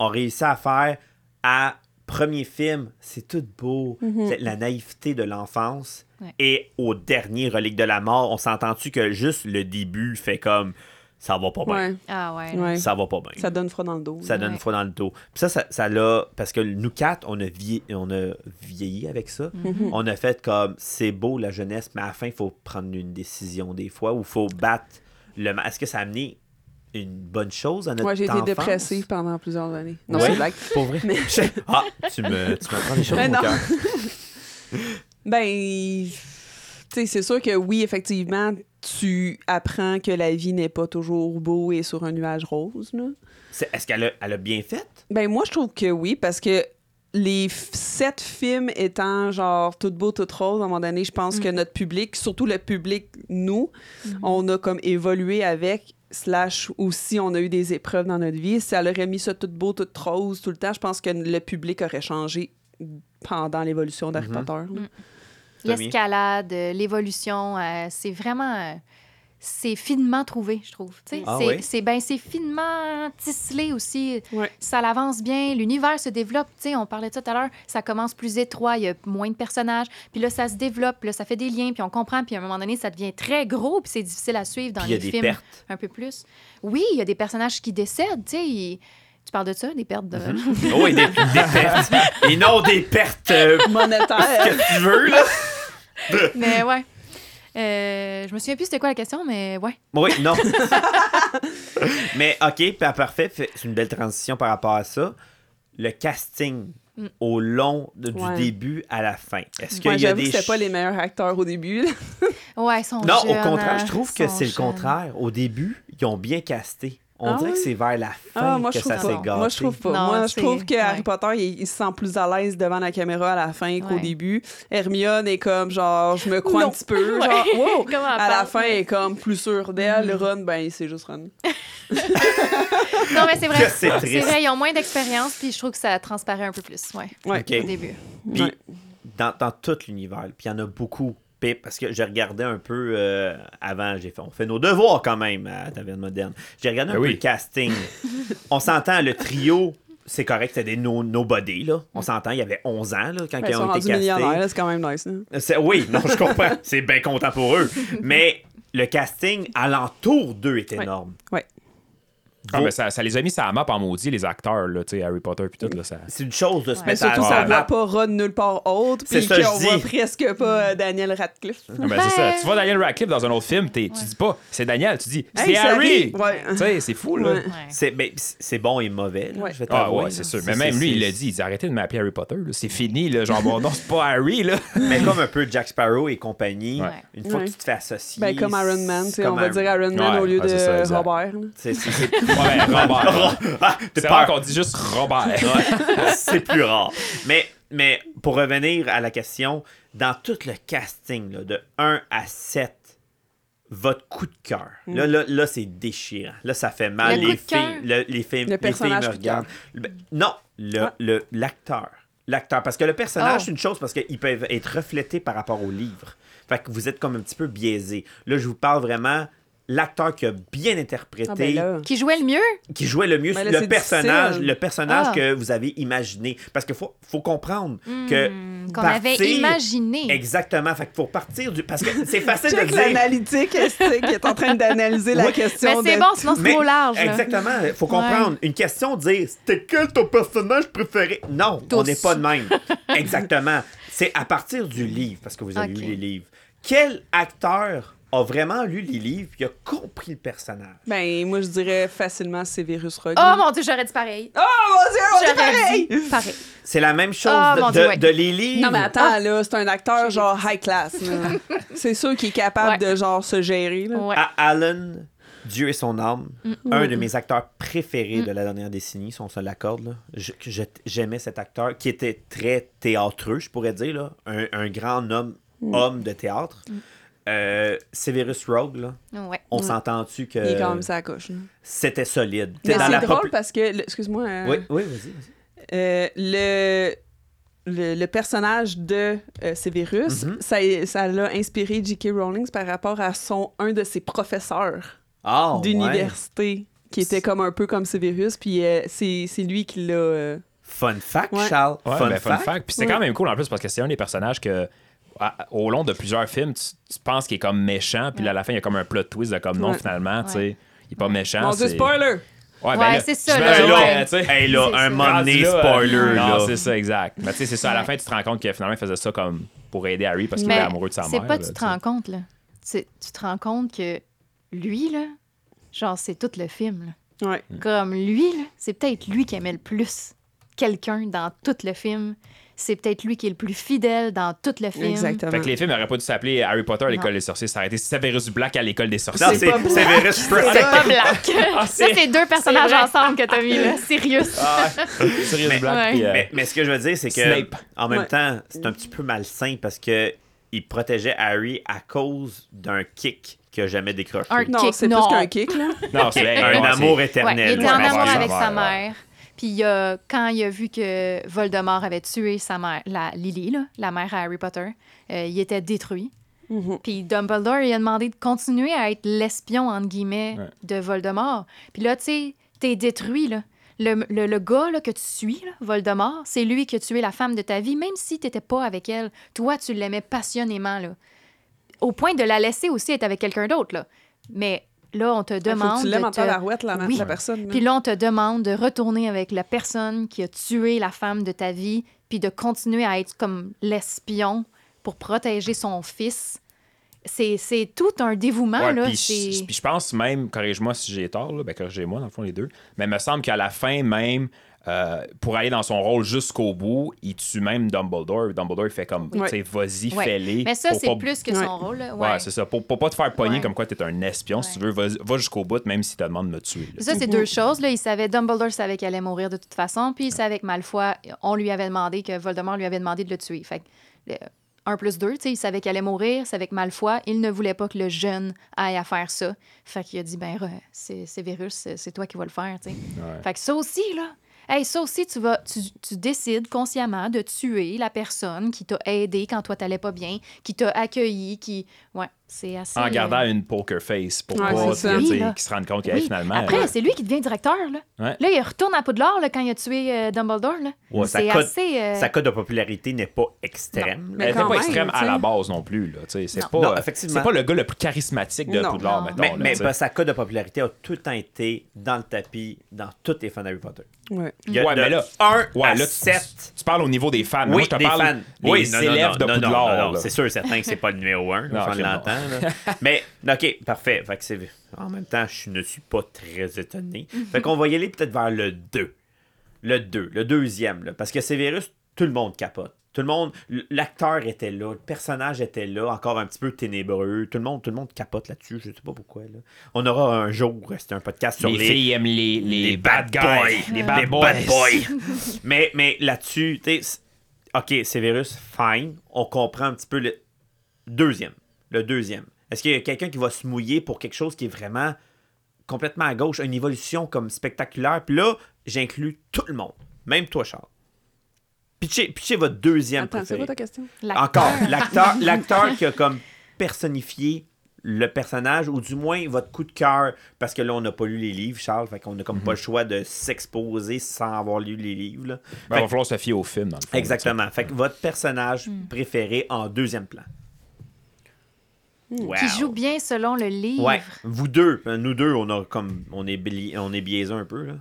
Speaker 1: ont réussi à faire à premier film. C'est tout beau. C'est La naïveté de l'enfance.
Speaker 4: Mhm. Ouais.
Speaker 1: Et au dernier Relique de la mort, on s'entend-tu que juste le début fait comme. Ça va pas bien.
Speaker 3: Ouais.
Speaker 4: Ah ouais.
Speaker 3: Ouais.
Speaker 1: Ça va pas bien.
Speaker 3: Ça donne froid dans le dos.
Speaker 1: Ça donne
Speaker 4: Ouais.
Speaker 1: froid dans le dos. Puis ça, ça, ça l'a. Parce que nous quatre, on a, vie- on a vieilli avec ça.
Speaker 3: Mhm.
Speaker 1: On a fait comme c'est beau la jeunesse, mais à la fin, il faut prendre une décision des fois ou il faut battre le. ma- Est-ce que ça a amené une bonne chose à notre
Speaker 3: Moi, j'ai été
Speaker 1: enfance?
Speaker 3: dépressive pendant plusieurs années. Non,
Speaker 1: Ouais.
Speaker 3: c'est une blague.
Speaker 1: Pour vrai.
Speaker 3: Mais-
Speaker 1: Ah, tu me, tu me prends les choses
Speaker 3: Mais
Speaker 1: au
Speaker 3: non.
Speaker 1: cœur.
Speaker 3: Ben, tu sais, c'est sûr que oui, effectivement, tu apprends que la vie n'est pas toujours beau et sur un nuage rose. Là.
Speaker 1: C'est- Est-ce qu'elle a, elle a bien fait?
Speaker 3: Ben, moi, je trouve que oui, parce que les f- sept films étant genre tout beau, tout rose, à un moment donné, je pense que notre public, surtout le public, nous, on a comme évolué avec, slash aussi, on a eu des épreuves dans notre vie. Si elle aurait mis ça tout beau, tout rose tout le temps, je pense que le public aurait changé pendant l'évolution d'Harry
Speaker 1: Mhm.
Speaker 3: Potter. là.
Speaker 1: Tommy?
Speaker 4: l'escalade, euh, l'évolution, euh, c'est vraiment. euh, c'est finement trouvé, je trouve. tu sais.
Speaker 1: Ah
Speaker 4: c'est
Speaker 1: ouais?
Speaker 4: c'est- ben, c'est finement tisselé aussi.
Speaker 3: Ouais.
Speaker 4: Ça l'avance bien, l'univers se développe. tu sais, on parlait de ça tout à l'heure, ça commence plus étroit, il y a moins de personnages. Puis là, ça se développe, puis là, ça fait des liens, puis on comprend. Puis à un moment donné, ça devient très gros, puis c'est difficile à suivre dans
Speaker 1: Puis il y
Speaker 4: les
Speaker 1: a des
Speaker 4: films
Speaker 1: pertes.
Speaker 4: un peu plus. Oui, il y a des personnages qui décèdent. tu sais, ils- Tu parles de ça, des pertes de...
Speaker 1: Oui, des, des pertes. Et non des pertes euh,
Speaker 3: Monétaire.
Speaker 1: que tu veux, là.
Speaker 4: mais ouais. Euh, je me souviens plus c'était quoi la question, mais ouais.
Speaker 1: Oui, non. Mais OK, pa- parfait. fait- C'est une belle transition par rapport à ça. Le casting
Speaker 4: Mm.
Speaker 1: au long de- du
Speaker 3: Ouais.
Speaker 1: début à la fin. Est-ce qu'il
Speaker 3: Moi,
Speaker 1: y a
Speaker 3: j'avoue
Speaker 1: des
Speaker 3: que c'était pas
Speaker 1: ch-
Speaker 3: les meilleurs acteurs au début. là.
Speaker 4: Ouais, ils sont
Speaker 1: Non, au
Speaker 4: jeunes,
Speaker 1: contraire,
Speaker 4: hein,
Speaker 1: je trouve que
Speaker 4: ils sont
Speaker 1: c'est le
Speaker 4: jeunes.
Speaker 1: contraire. Au début, ils ont bien casté. On
Speaker 3: Ah
Speaker 1: dirait que
Speaker 3: oui?
Speaker 1: c'est vers la fin
Speaker 3: Ah, moi,
Speaker 1: que
Speaker 3: je
Speaker 1: ça
Speaker 3: trouve
Speaker 1: s'est
Speaker 3: pas.
Speaker 1: gâté.
Speaker 3: Moi, je trouve pas.
Speaker 4: Non,
Speaker 3: moi, je
Speaker 4: c'est-
Speaker 3: trouve que Harry
Speaker 4: ouais.
Speaker 3: Potter, il, il se sent plus à l'aise devant la caméra à la fin qu'au
Speaker 4: Ouais.
Speaker 3: début. Hermione est comme, genre, je me crois un
Speaker 4: Non.
Speaker 3: petit peu.
Speaker 4: Ouais.
Speaker 3: Genre, wow!
Speaker 4: Comment elle
Speaker 3: À la
Speaker 4: parle? Mm.
Speaker 3: fin, elle est comme plus sûre d'elle. Ron, ben, c'est juste Ron.
Speaker 4: Non, mais c'est vrai.
Speaker 1: Que c'est
Speaker 4: C'est
Speaker 1: triste.
Speaker 4: vrai, ils ont moins d'expérience, puis je trouve que ça transparaît un peu plus, ouais,
Speaker 3: Ouais.
Speaker 1: OK.
Speaker 4: au début.
Speaker 1: Puis,
Speaker 3: Ouais.
Speaker 1: dans, dans tout l'univers. Puis il y en a beaucoup. Puis, parce que j'ai regardé un peu euh, avant, j'ai fait, on fait nos devoirs quand même à Taverne Moderne. J'ai regardé un
Speaker 2: Ben
Speaker 1: peu
Speaker 2: oui.
Speaker 1: le casting. on s'entend, le trio, c'est correct, c'était des no- nobody. Là. On s'entend, il y avait 11 ans là, quand
Speaker 3: Ben,
Speaker 1: ils
Speaker 3: ils sont
Speaker 1: ont été
Speaker 3: rendus
Speaker 1: castés.
Speaker 3: millionnaires, là, c'est quand même nice. hein. là.
Speaker 1: C'est- Oui, non, je comprends. C'est bien content pour eux. Mais le casting alentour d'eux est
Speaker 4: Ouais.
Speaker 1: énorme.
Speaker 3: Ouais.
Speaker 2: Ah, ben, ça, ça les a mis ça à map en maudit, les acteurs, là, tu sais, Harry Potter puis tout. Là, ça...
Speaker 1: C'est une chose de se
Speaker 4: Ouais.
Speaker 3: Mais
Speaker 1: mettre à
Speaker 3: Ben, surtout, ça
Speaker 1: la
Speaker 3: ne voit
Speaker 1: map.
Speaker 3: pas Ron nulle part autre.
Speaker 1: C'est
Speaker 3: Puis
Speaker 1: ça que
Speaker 3: qu'on
Speaker 1: je
Speaker 3: voit
Speaker 1: dis.
Speaker 3: presque pas euh, Daniel Radcliffe.
Speaker 2: Ah, ben, c'est ça.
Speaker 4: Ben-
Speaker 2: Tu vois Daniel Radcliffe dans un autre film, t'es- tu dis pas c'est Daniel, tu dis c'est
Speaker 3: Hey,
Speaker 2: Harry.
Speaker 3: Ouais.
Speaker 2: Tu sais, c'est fou, là.
Speaker 3: Ouais.
Speaker 4: Ouais.
Speaker 1: C'est mais c'est- c'est bon et mauvais. là,
Speaker 3: Ouais.
Speaker 1: Je vais
Speaker 2: Ah
Speaker 1: t'avouer,
Speaker 2: ouais,
Speaker 1: là.
Speaker 2: c'est sûr. Mais même lui, il l'a dit, il dit arrêtez de m'appeler Harry Potter, là, c'est fini, là. Genre, bon, non, c'est pas Harry, là.
Speaker 1: Mais comme un peu Jack Sparrow et compagnie,
Speaker 2: Ouais.
Speaker 1: une fois
Speaker 3: Ouais.
Speaker 1: que tu te fais associer.
Speaker 3: Ben, comme Iron Man, tu sais,
Speaker 1: c'est
Speaker 3: on va
Speaker 1: comme
Speaker 3: dire Iron Man
Speaker 2: Ouais,
Speaker 3: au lieu
Speaker 2: ouais, c'est ça,
Speaker 3: de
Speaker 2: exact.
Speaker 3: Robert. là.
Speaker 1: C'est c'est-
Speaker 2: Ouais, Robert.
Speaker 1: Ah, t'es
Speaker 2: C'est
Speaker 1: pas-
Speaker 2: rare qu'on dit juste Robert.
Speaker 1: c'est plus rare. Mais, mais pour revenir à la question, dans tout le casting, là, de 1 à 7, votre coup de cœur. Là, là, là c'est déchirant. Là, ça fait mal.
Speaker 4: Mm. Le
Speaker 1: les,
Speaker 4: coup de cœur?
Speaker 1: filles, le- les filles, les filles
Speaker 3: personnage
Speaker 1: me
Speaker 3: coup de cœur.
Speaker 1: regardent. Ben, non, le-
Speaker 3: Ah.
Speaker 1: le- l'acteur. L'acteur. Parce que le personnage,
Speaker 4: Oh.
Speaker 1: c'est une chose, parce qu'ils peuvent être reflétés par rapport au livre. Fait que vous êtes comme un petit peu biaisé. Là, je vous parle vraiment l'acteur qui a bien interprété
Speaker 3: Ah, ben là.
Speaker 4: Qui jouait le mieux?
Speaker 1: qui jouait le mieux
Speaker 3: Mais Ben là,
Speaker 1: le
Speaker 3: c'est
Speaker 1: personnage
Speaker 3: difficile.
Speaker 1: le personnage
Speaker 4: Ah.
Speaker 1: que vous avez imaginé parce qu'il faut faut comprendre que
Speaker 3: Mm.
Speaker 4: Hmm, Qu'on avait
Speaker 1: partir-
Speaker 4: imaginé.
Speaker 1: exactement fait qu'il faut partir du parce que c'est facile de
Speaker 3: Check
Speaker 1: dire
Speaker 3: l'analytique est qui est en train d'analyser la
Speaker 1: Ouais.
Speaker 3: question.
Speaker 4: Mais c'est
Speaker 3: de-
Speaker 4: bon, sinon c'est
Speaker 1: mais
Speaker 4: trop large. là.
Speaker 1: exactement faut comprendre une question dire c'était quel ton personnage préféré non on
Speaker 4: Tous.
Speaker 1: n'est pas de même exactement c'est à partir du livre parce que vous avez
Speaker 4: Ok.
Speaker 1: lu les livres quel acteur a vraiment lu les livres, puis il a compris le personnage.
Speaker 3: Ben, moi, je dirais facilement c'est Virus Rogue.
Speaker 4: Oh mon dieu, j'aurais dit pareil.
Speaker 3: Oh, mon Dieu, on est
Speaker 4: J'aurais
Speaker 3: pareil!
Speaker 4: dit pareil.
Speaker 1: C'est la même chose
Speaker 4: Ah,
Speaker 1: de,
Speaker 4: mon
Speaker 1: de-
Speaker 4: Dieu, ouais.
Speaker 1: de les livres.
Speaker 3: Non, mais attends,
Speaker 4: Ah.
Speaker 3: là, c'est un acteur genre high class. là. c'est sûr qu'il est capable
Speaker 4: Ouais.
Speaker 3: de genre se gérer. Là.
Speaker 4: Ouais.
Speaker 1: À Alan, Dieu et son âme, un de mes acteurs préférés de la dernière décennie, si on se l'accorde. là. Je- que je- J'aimais cet acteur qui était très théâtreux, je pourrais dire. Là. Un, un grand homme,
Speaker 3: Mm.
Speaker 1: homme de théâtre. Euh, Severus Rogue, là,
Speaker 4: Ouais.
Speaker 1: Ah. on s'entend-tu que
Speaker 3: Il est quand même sa coche. là.
Speaker 1: c'était solide?
Speaker 3: Mais
Speaker 1: Euh, T'es dans
Speaker 3: c'est
Speaker 1: la
Speaker 3: drôle
Speaker 1: popu-
Speaker 3: parce que, le- excuse-moi, euh,
Speaker 1: Oui, oui, vas-y. vas-y.
Speaker 3: euh, le, le, le personnage de euh, Severus,
Speaker 1: Mhm.
Speaker 3: ça- ça l'a inspiré J.K. Rowling par rapport à son un de ses professeurs
Speaker 1: Ah, ouais.
Speaker 3: d'université qui était comme un peu comme Severus, puis euh, c'est c'est lui qui l'a... euh,
Speaker 1: Fun fact,
Speaker 3: Ouais.
Speaker 1: Charles.
Speaker 2: Ouais,
Speaker 1: fun,
Speaker 2: ben, fun
Speaker 1: fact.
Speaker 2: fact. Puis c'est quand même cool en plus parce que c'est un des personnages que à- au long de plusieurs films, tu, tu penses qu'il est comme méchant, puis là, à la fin, il y a comme un plot twist de comme non,
Speaker 3: Ouais.
Speaker 2: finalement, tu sais, il est pas méchant.
Speaker 3: Mon Dieu,
Speaker 2: Ah, c'est-
Speaker 3: spoiler!
Speaker 2: Ouais, ben,
Speaker 4: Ouais,
Speaker 2: là,
Speaker 4: c'est ça,
Speaker 1: Hey,
Speaker 2: j'imagine,
Speaker 4: là,
Speaker 1: là,
Speaker 4: ouais.
Speaker 2: ben, tu sais,
Speaker 1: hey, là,
Speaker 4: C'est
Speaker 1: un
Speaker 4: ça.
Speaker 1: moment donné,
Speaker 2: rendu là,
Speaker 1: spoiler,
Speaker 2: euh,
Speaker 1: là.
Speaker 2: Non, c'est ça, exact. Mais tu sais, c'est ça, à la
Speaker 4: Ouais.
Speaker 2: fin, tu te rends compte que finalement, il faisait ça comme pour aider Harry parce qu'il
Speaker 4: Mais
Speaker 2: était amoureux de sa mère.
Speaker 4: C'est pas,
Speaker 2: là,
Speaker 4: tu te
Speaker 2: sais.
Speaker 4: rends compte, là. Tu, tu te rends compte que lui, là, genre, c'est tout le film, là.
Speaker 3: Ouais.
Speaker 4: Comme lui, là, c'est peut-être lui qui aimait le plus quelqu'un dans tout le film. C'est peut-être lui qui est le plus fidèle dans tout le film.
Speaker 3: Exactement.
Speaker 2: Fait que les films n'auraient pas dû s'appeler Harry Potter à l'école
Speaker 4: Non.
Speaker 2: des sorciers, ça aurait été Severus Black à l'école des sorciers.
Speaker 1: Non,
Speaker 3: C'est
Speaker 1: c'est
Speaker 3: pas
Speaker 1: c'est Severus
Speaker 4: C'est
Speaker 1: Rogue.
Speaker 4: pas Black. ça,
Speaker 2: c'est-
Speaker 4: c'est deux personnages
Speaker 2: vrai.
Speaker 4: ensemble que t'as mis, là. Sirius.
Speaker 2: Ah, Sirius
Speaker 1: Mais-
Speaker 2: Black.
Speaker 4: Ouais.
Speaker 2: puis, euh,
Speaker 1: Mais, mais ce que je veux dire, c'est que
Speaker 2: Snape.
Speaker 1: en même
Speaker 3: Ouais.
Speaker 1: temps, c'est un petit peu malsain parce que il protégeait Harry à cause d'un kick qu'il a jamais décroché.
Speaker 4: Un
Speaker 3: Non,
Speaker 4: Kick,
Speaker 3: c'est plus
Speaker 4: non.
Speaker 3: qu'un kick, là.
Speaker 2: non, c'est
Speaker 1: Un
Speaker 2: ouais,
Speaker 1: amour
Speaker 4: Ouais, il
Speaker 1: éternel.
Speaker 4: était en
Speaker 2: Ouais,
Speaker 4: amour
Speaker 2: ouais,
Speaker 4: avec
Speaker 2: ouais,
Speaker 4: sa
Speaker 2: ouais.
Speaker 4: mère. Puis il a- quand il a vu que Voldemort avait tué sa mère, la Lily, là, la mère à Harry Potter, euh, il était détruit.
Speaker 3: Mhm.
Speaker 4: Puis Dumbledore, il a demandé de continuer à être l'espion, entre guillemets,
Speaker 2: Ouais.
Speaker 4: de Voldemort. Puis là, tu sais, t'es détruit, là. Le, le- le gars là, que tu suis, là, Voldemort, c'est lui qui a tué la femme de ta vie, même si t'étais pas avec elle. Toi, tu l'aimais passionnément, là. Au point de la laisser aussi être avec quelqu'un d'autre, là. Mais là, on te
Speaker 3: Faut que
Speaker 4: demande
Speaker 3: tu l'aimes
Speaker 4: de
Speaker 3: en
Speaker 4: te-
Speaker 3: tabarouette, la, la
Speaker 4: Oui.
Speaker 3: personne. là.
Speaker 4: puis là, on te demande de retourner avec la personne qui a tué la femme de ta vie, puis de continuer à être comme l'espion pour protéger son fils. C'est, c'est tout un dévouement,
Speaker 2: Ouais,
Speaker 4: Ah, là.
Speaker 2: puis
Speaker 4: c'est...
Speaker 2: je- puis je pense même, corrige-moi si j'ai tort, là, ben corrigez-moi dans le fond les deux, mais il me semble qu'à la fin même, euh, pour aller dans son rôle jusqu'au bout, il tue même Dumbledore. Dumbledore, il fait comme,
Speaker 3: Ouais.
Speaker 2: tu sais, vas-y,
Speaker 4: Ouais.
Speaker 2: fais-les.
Speaker 4: Mais ça,
Speaker 2: pour
Speaker 4: c'est
Speaker 2: pas-
Speaker 4: plus que
Speaker 3: Ouais.
Speaker 4: son rôle, là.
Speaker 2: Ouais,
Speaker 4: Ouais.
Speaker 2: c'est ça. Pour, pour pas te faire pogner
Speaker 4: Ouais.
Speaker 2: comme quoi t'es un espion, si tu
Speaker 4: Ouais.
Speaker 2: veux, vas, va jusqu'au bout, même si te demande de me tuer. là.
Speaker 4: Puis ça, c'est deux choses. Là. Il savait, Dumbledore savait qu'elle allait mourir de toute façon, puis il savait que Malfoy, on lui avait demandé, que Voldemort lui avait demandé de le tuer. Fait que, euh, un plus deux, tu sais, il savait qu'elle allait mourir, il savait que Malfoy, il ne voulait pas que le jeune aille à faire ça. Fait qu'il a dit, ben, re- c'est c'est virus, c'est c'est toi qui vas le faire, tu sais.
Speaker 2: Ouais.
Speaker 4: Fait que ça aussi, là, hey, ça aussi, tu, vas, tu, tu décides consciemment de tuer la personne qui t'a aidé quand toi t'allais pas bien, qui t'a accueilli, qui. Ouais, c'est assez.
Speaker 2: En gardant
Speaker 4: euh,
Speaker 2: une poker face pour
Speaker 3: Ouais,
Speaker 2: pas tu
Speaker 3: c'est
Speaker 2: sais,
Speaker 4: ça.
Speaker 2: tu sais,
Speaker 4: Oui, là.
Speaker 2: qu'ils se rendent compte que
Speaker 4: oui.
Speaker 2: hey, finalement.
Speaker 4: Après,
Speaker 2: euh,
Speaker 4: c'est lui qui devient directeur, là.
Speaker 2: Ouais.
Speaker 4: Là, il retourne à Poudlard là, quand il a tué euh, Dumbledore, là.
Speaker 1: Ouais, sa
Speaker 4: c'est
Speaker 1: cote-
Speaker 4: assez. euh,
Speaker 1: Sa cote de popularité n'est pas extrême.
Speaker 3: mais
Speaker 1: là.
Speaker 2: elle était
Speaker 3: quand
Speaker 2: pas
Speaker 3: même,
Speaker 2: extrême
Speaker 3: tu
Speaker 2: à
Speaker 3: sais.
Speaker 2: la base non plus. là, tu sais, C'est
Speaker 4: Non.
Speaker 2: pas,
Speaker 1: Non,
Speaker 2: euh,
Speaker 1: effectivement.
Speaker 2: c'est pas le gars le plus charismatique de
Speaker 3: Non.
Speaker 2: Poudlard,
Speaker 4: Non.
Speaker 2: mettons.
Speaker 1: Mais,
Speaker 2: là,
Speaker 1: mais
Speaker 2: tu sais.
Speaker 1: bah, sa cote de popularité a tout le temps été dans le tapis dans toutes les fans d'Harry Potter.
Speaker 3: Ouais.
Speaker 1: Il y a
Speaker 2: Ouais,
Speaker 1: de
Speaker 2: mais là,
Speaker 1: 1
Speaker 2: ouais,
Speaker 1: à
Speaker 2: là, tu-
Speaker 1: 7.
Speaker 2: Tu parles au niveau des fans. Moi,
Speaker 1: Oui,
Speaker 2: je te
Speaker 1: des
Speaker 2: parle
Speaker 1: fans.
Speaker 2: les
Speaker 1: oui, non, non,
Speaker 2: élèves
Speaker 1: non,
Speaker 2: de
Speaker 1: non, non,
Speaker 2: Poudlard.
Speaker 1: non, non,
Speaker 2: là.
Speaker 1: C'est sûr, certain que c'est pas le numéro 1,
Speaker 2: Non,
Speaker 1: on
Speaker 2: ok, non.
Speaker 1: l'entend. là. Mais, OK, parfait. Fait que c'est... En même temps, je ne suis pas très étonné.
Speaker 2: Mm-hmm.
Speaker 1: Fait qu'on va y aller peut-être vers le 2. Le 2, le deuxième. là. parce que Severus, tout le monde capote. Tout le monde, l- l'acteur était là, le personnage était là, encore un petit peu ténébreux. Tout le monde, tout le monde capote là-dessus, je sais pas pourquoi. là. On aura un jour, euh, c'est un podcast sur
Speaker 2: les,
Speaker 1: les,
Speaker 2: filles aiment les, les, bad guys.
Speaker 1: boys.
Speaker 2: Les bad boys.
Speaker 1: mais mais là-dessus, tu sais, c'est- OK, Severus, fine. On comprend un petit peu le deuxième. Le deuxième. Est-ce qu'il y a quelqu'un qui va se mouiller pour quelque chose qui est vraiment complètement à gauche, une évolution comme spectaculaire? Puis là, j'inclus tout le monde, même toi, Charles. Pitchez, pitchez votre deuxième
Speaker 3: Attends, c'est
Speaker 1: préféré.
Speaker 3: quoi ta question?
Speaker 4: l'acteur.
Speaker 1: Encore, l'acteur, l'acteur qui a comme personnifié le personnage, ou du moins votre coup de cœur, parce que là, on n'a pas lu les livres, Charles, fait qu'on n'a comme pas le choix de s'exposer sans avoir lu les livres. là.
Speaker 2: Mhm. Ben,
Speaker 1: Fait
Speaker 2: il va falloir se fier au film, dans le
Speaker 1: que-
Speaker 2: fond.
Speaker 1: exactement. Fait que votre personnage
Speaker 4: Hmm.
Speaker 1: préféré en deuxième plan. Wow.
Speaker 4: Hmm. Qui joue bien selon le livre.
Speaker 1: Ouais, vous deux, euh, nous deux, on a comme on est bili- on est biaisés un peu là.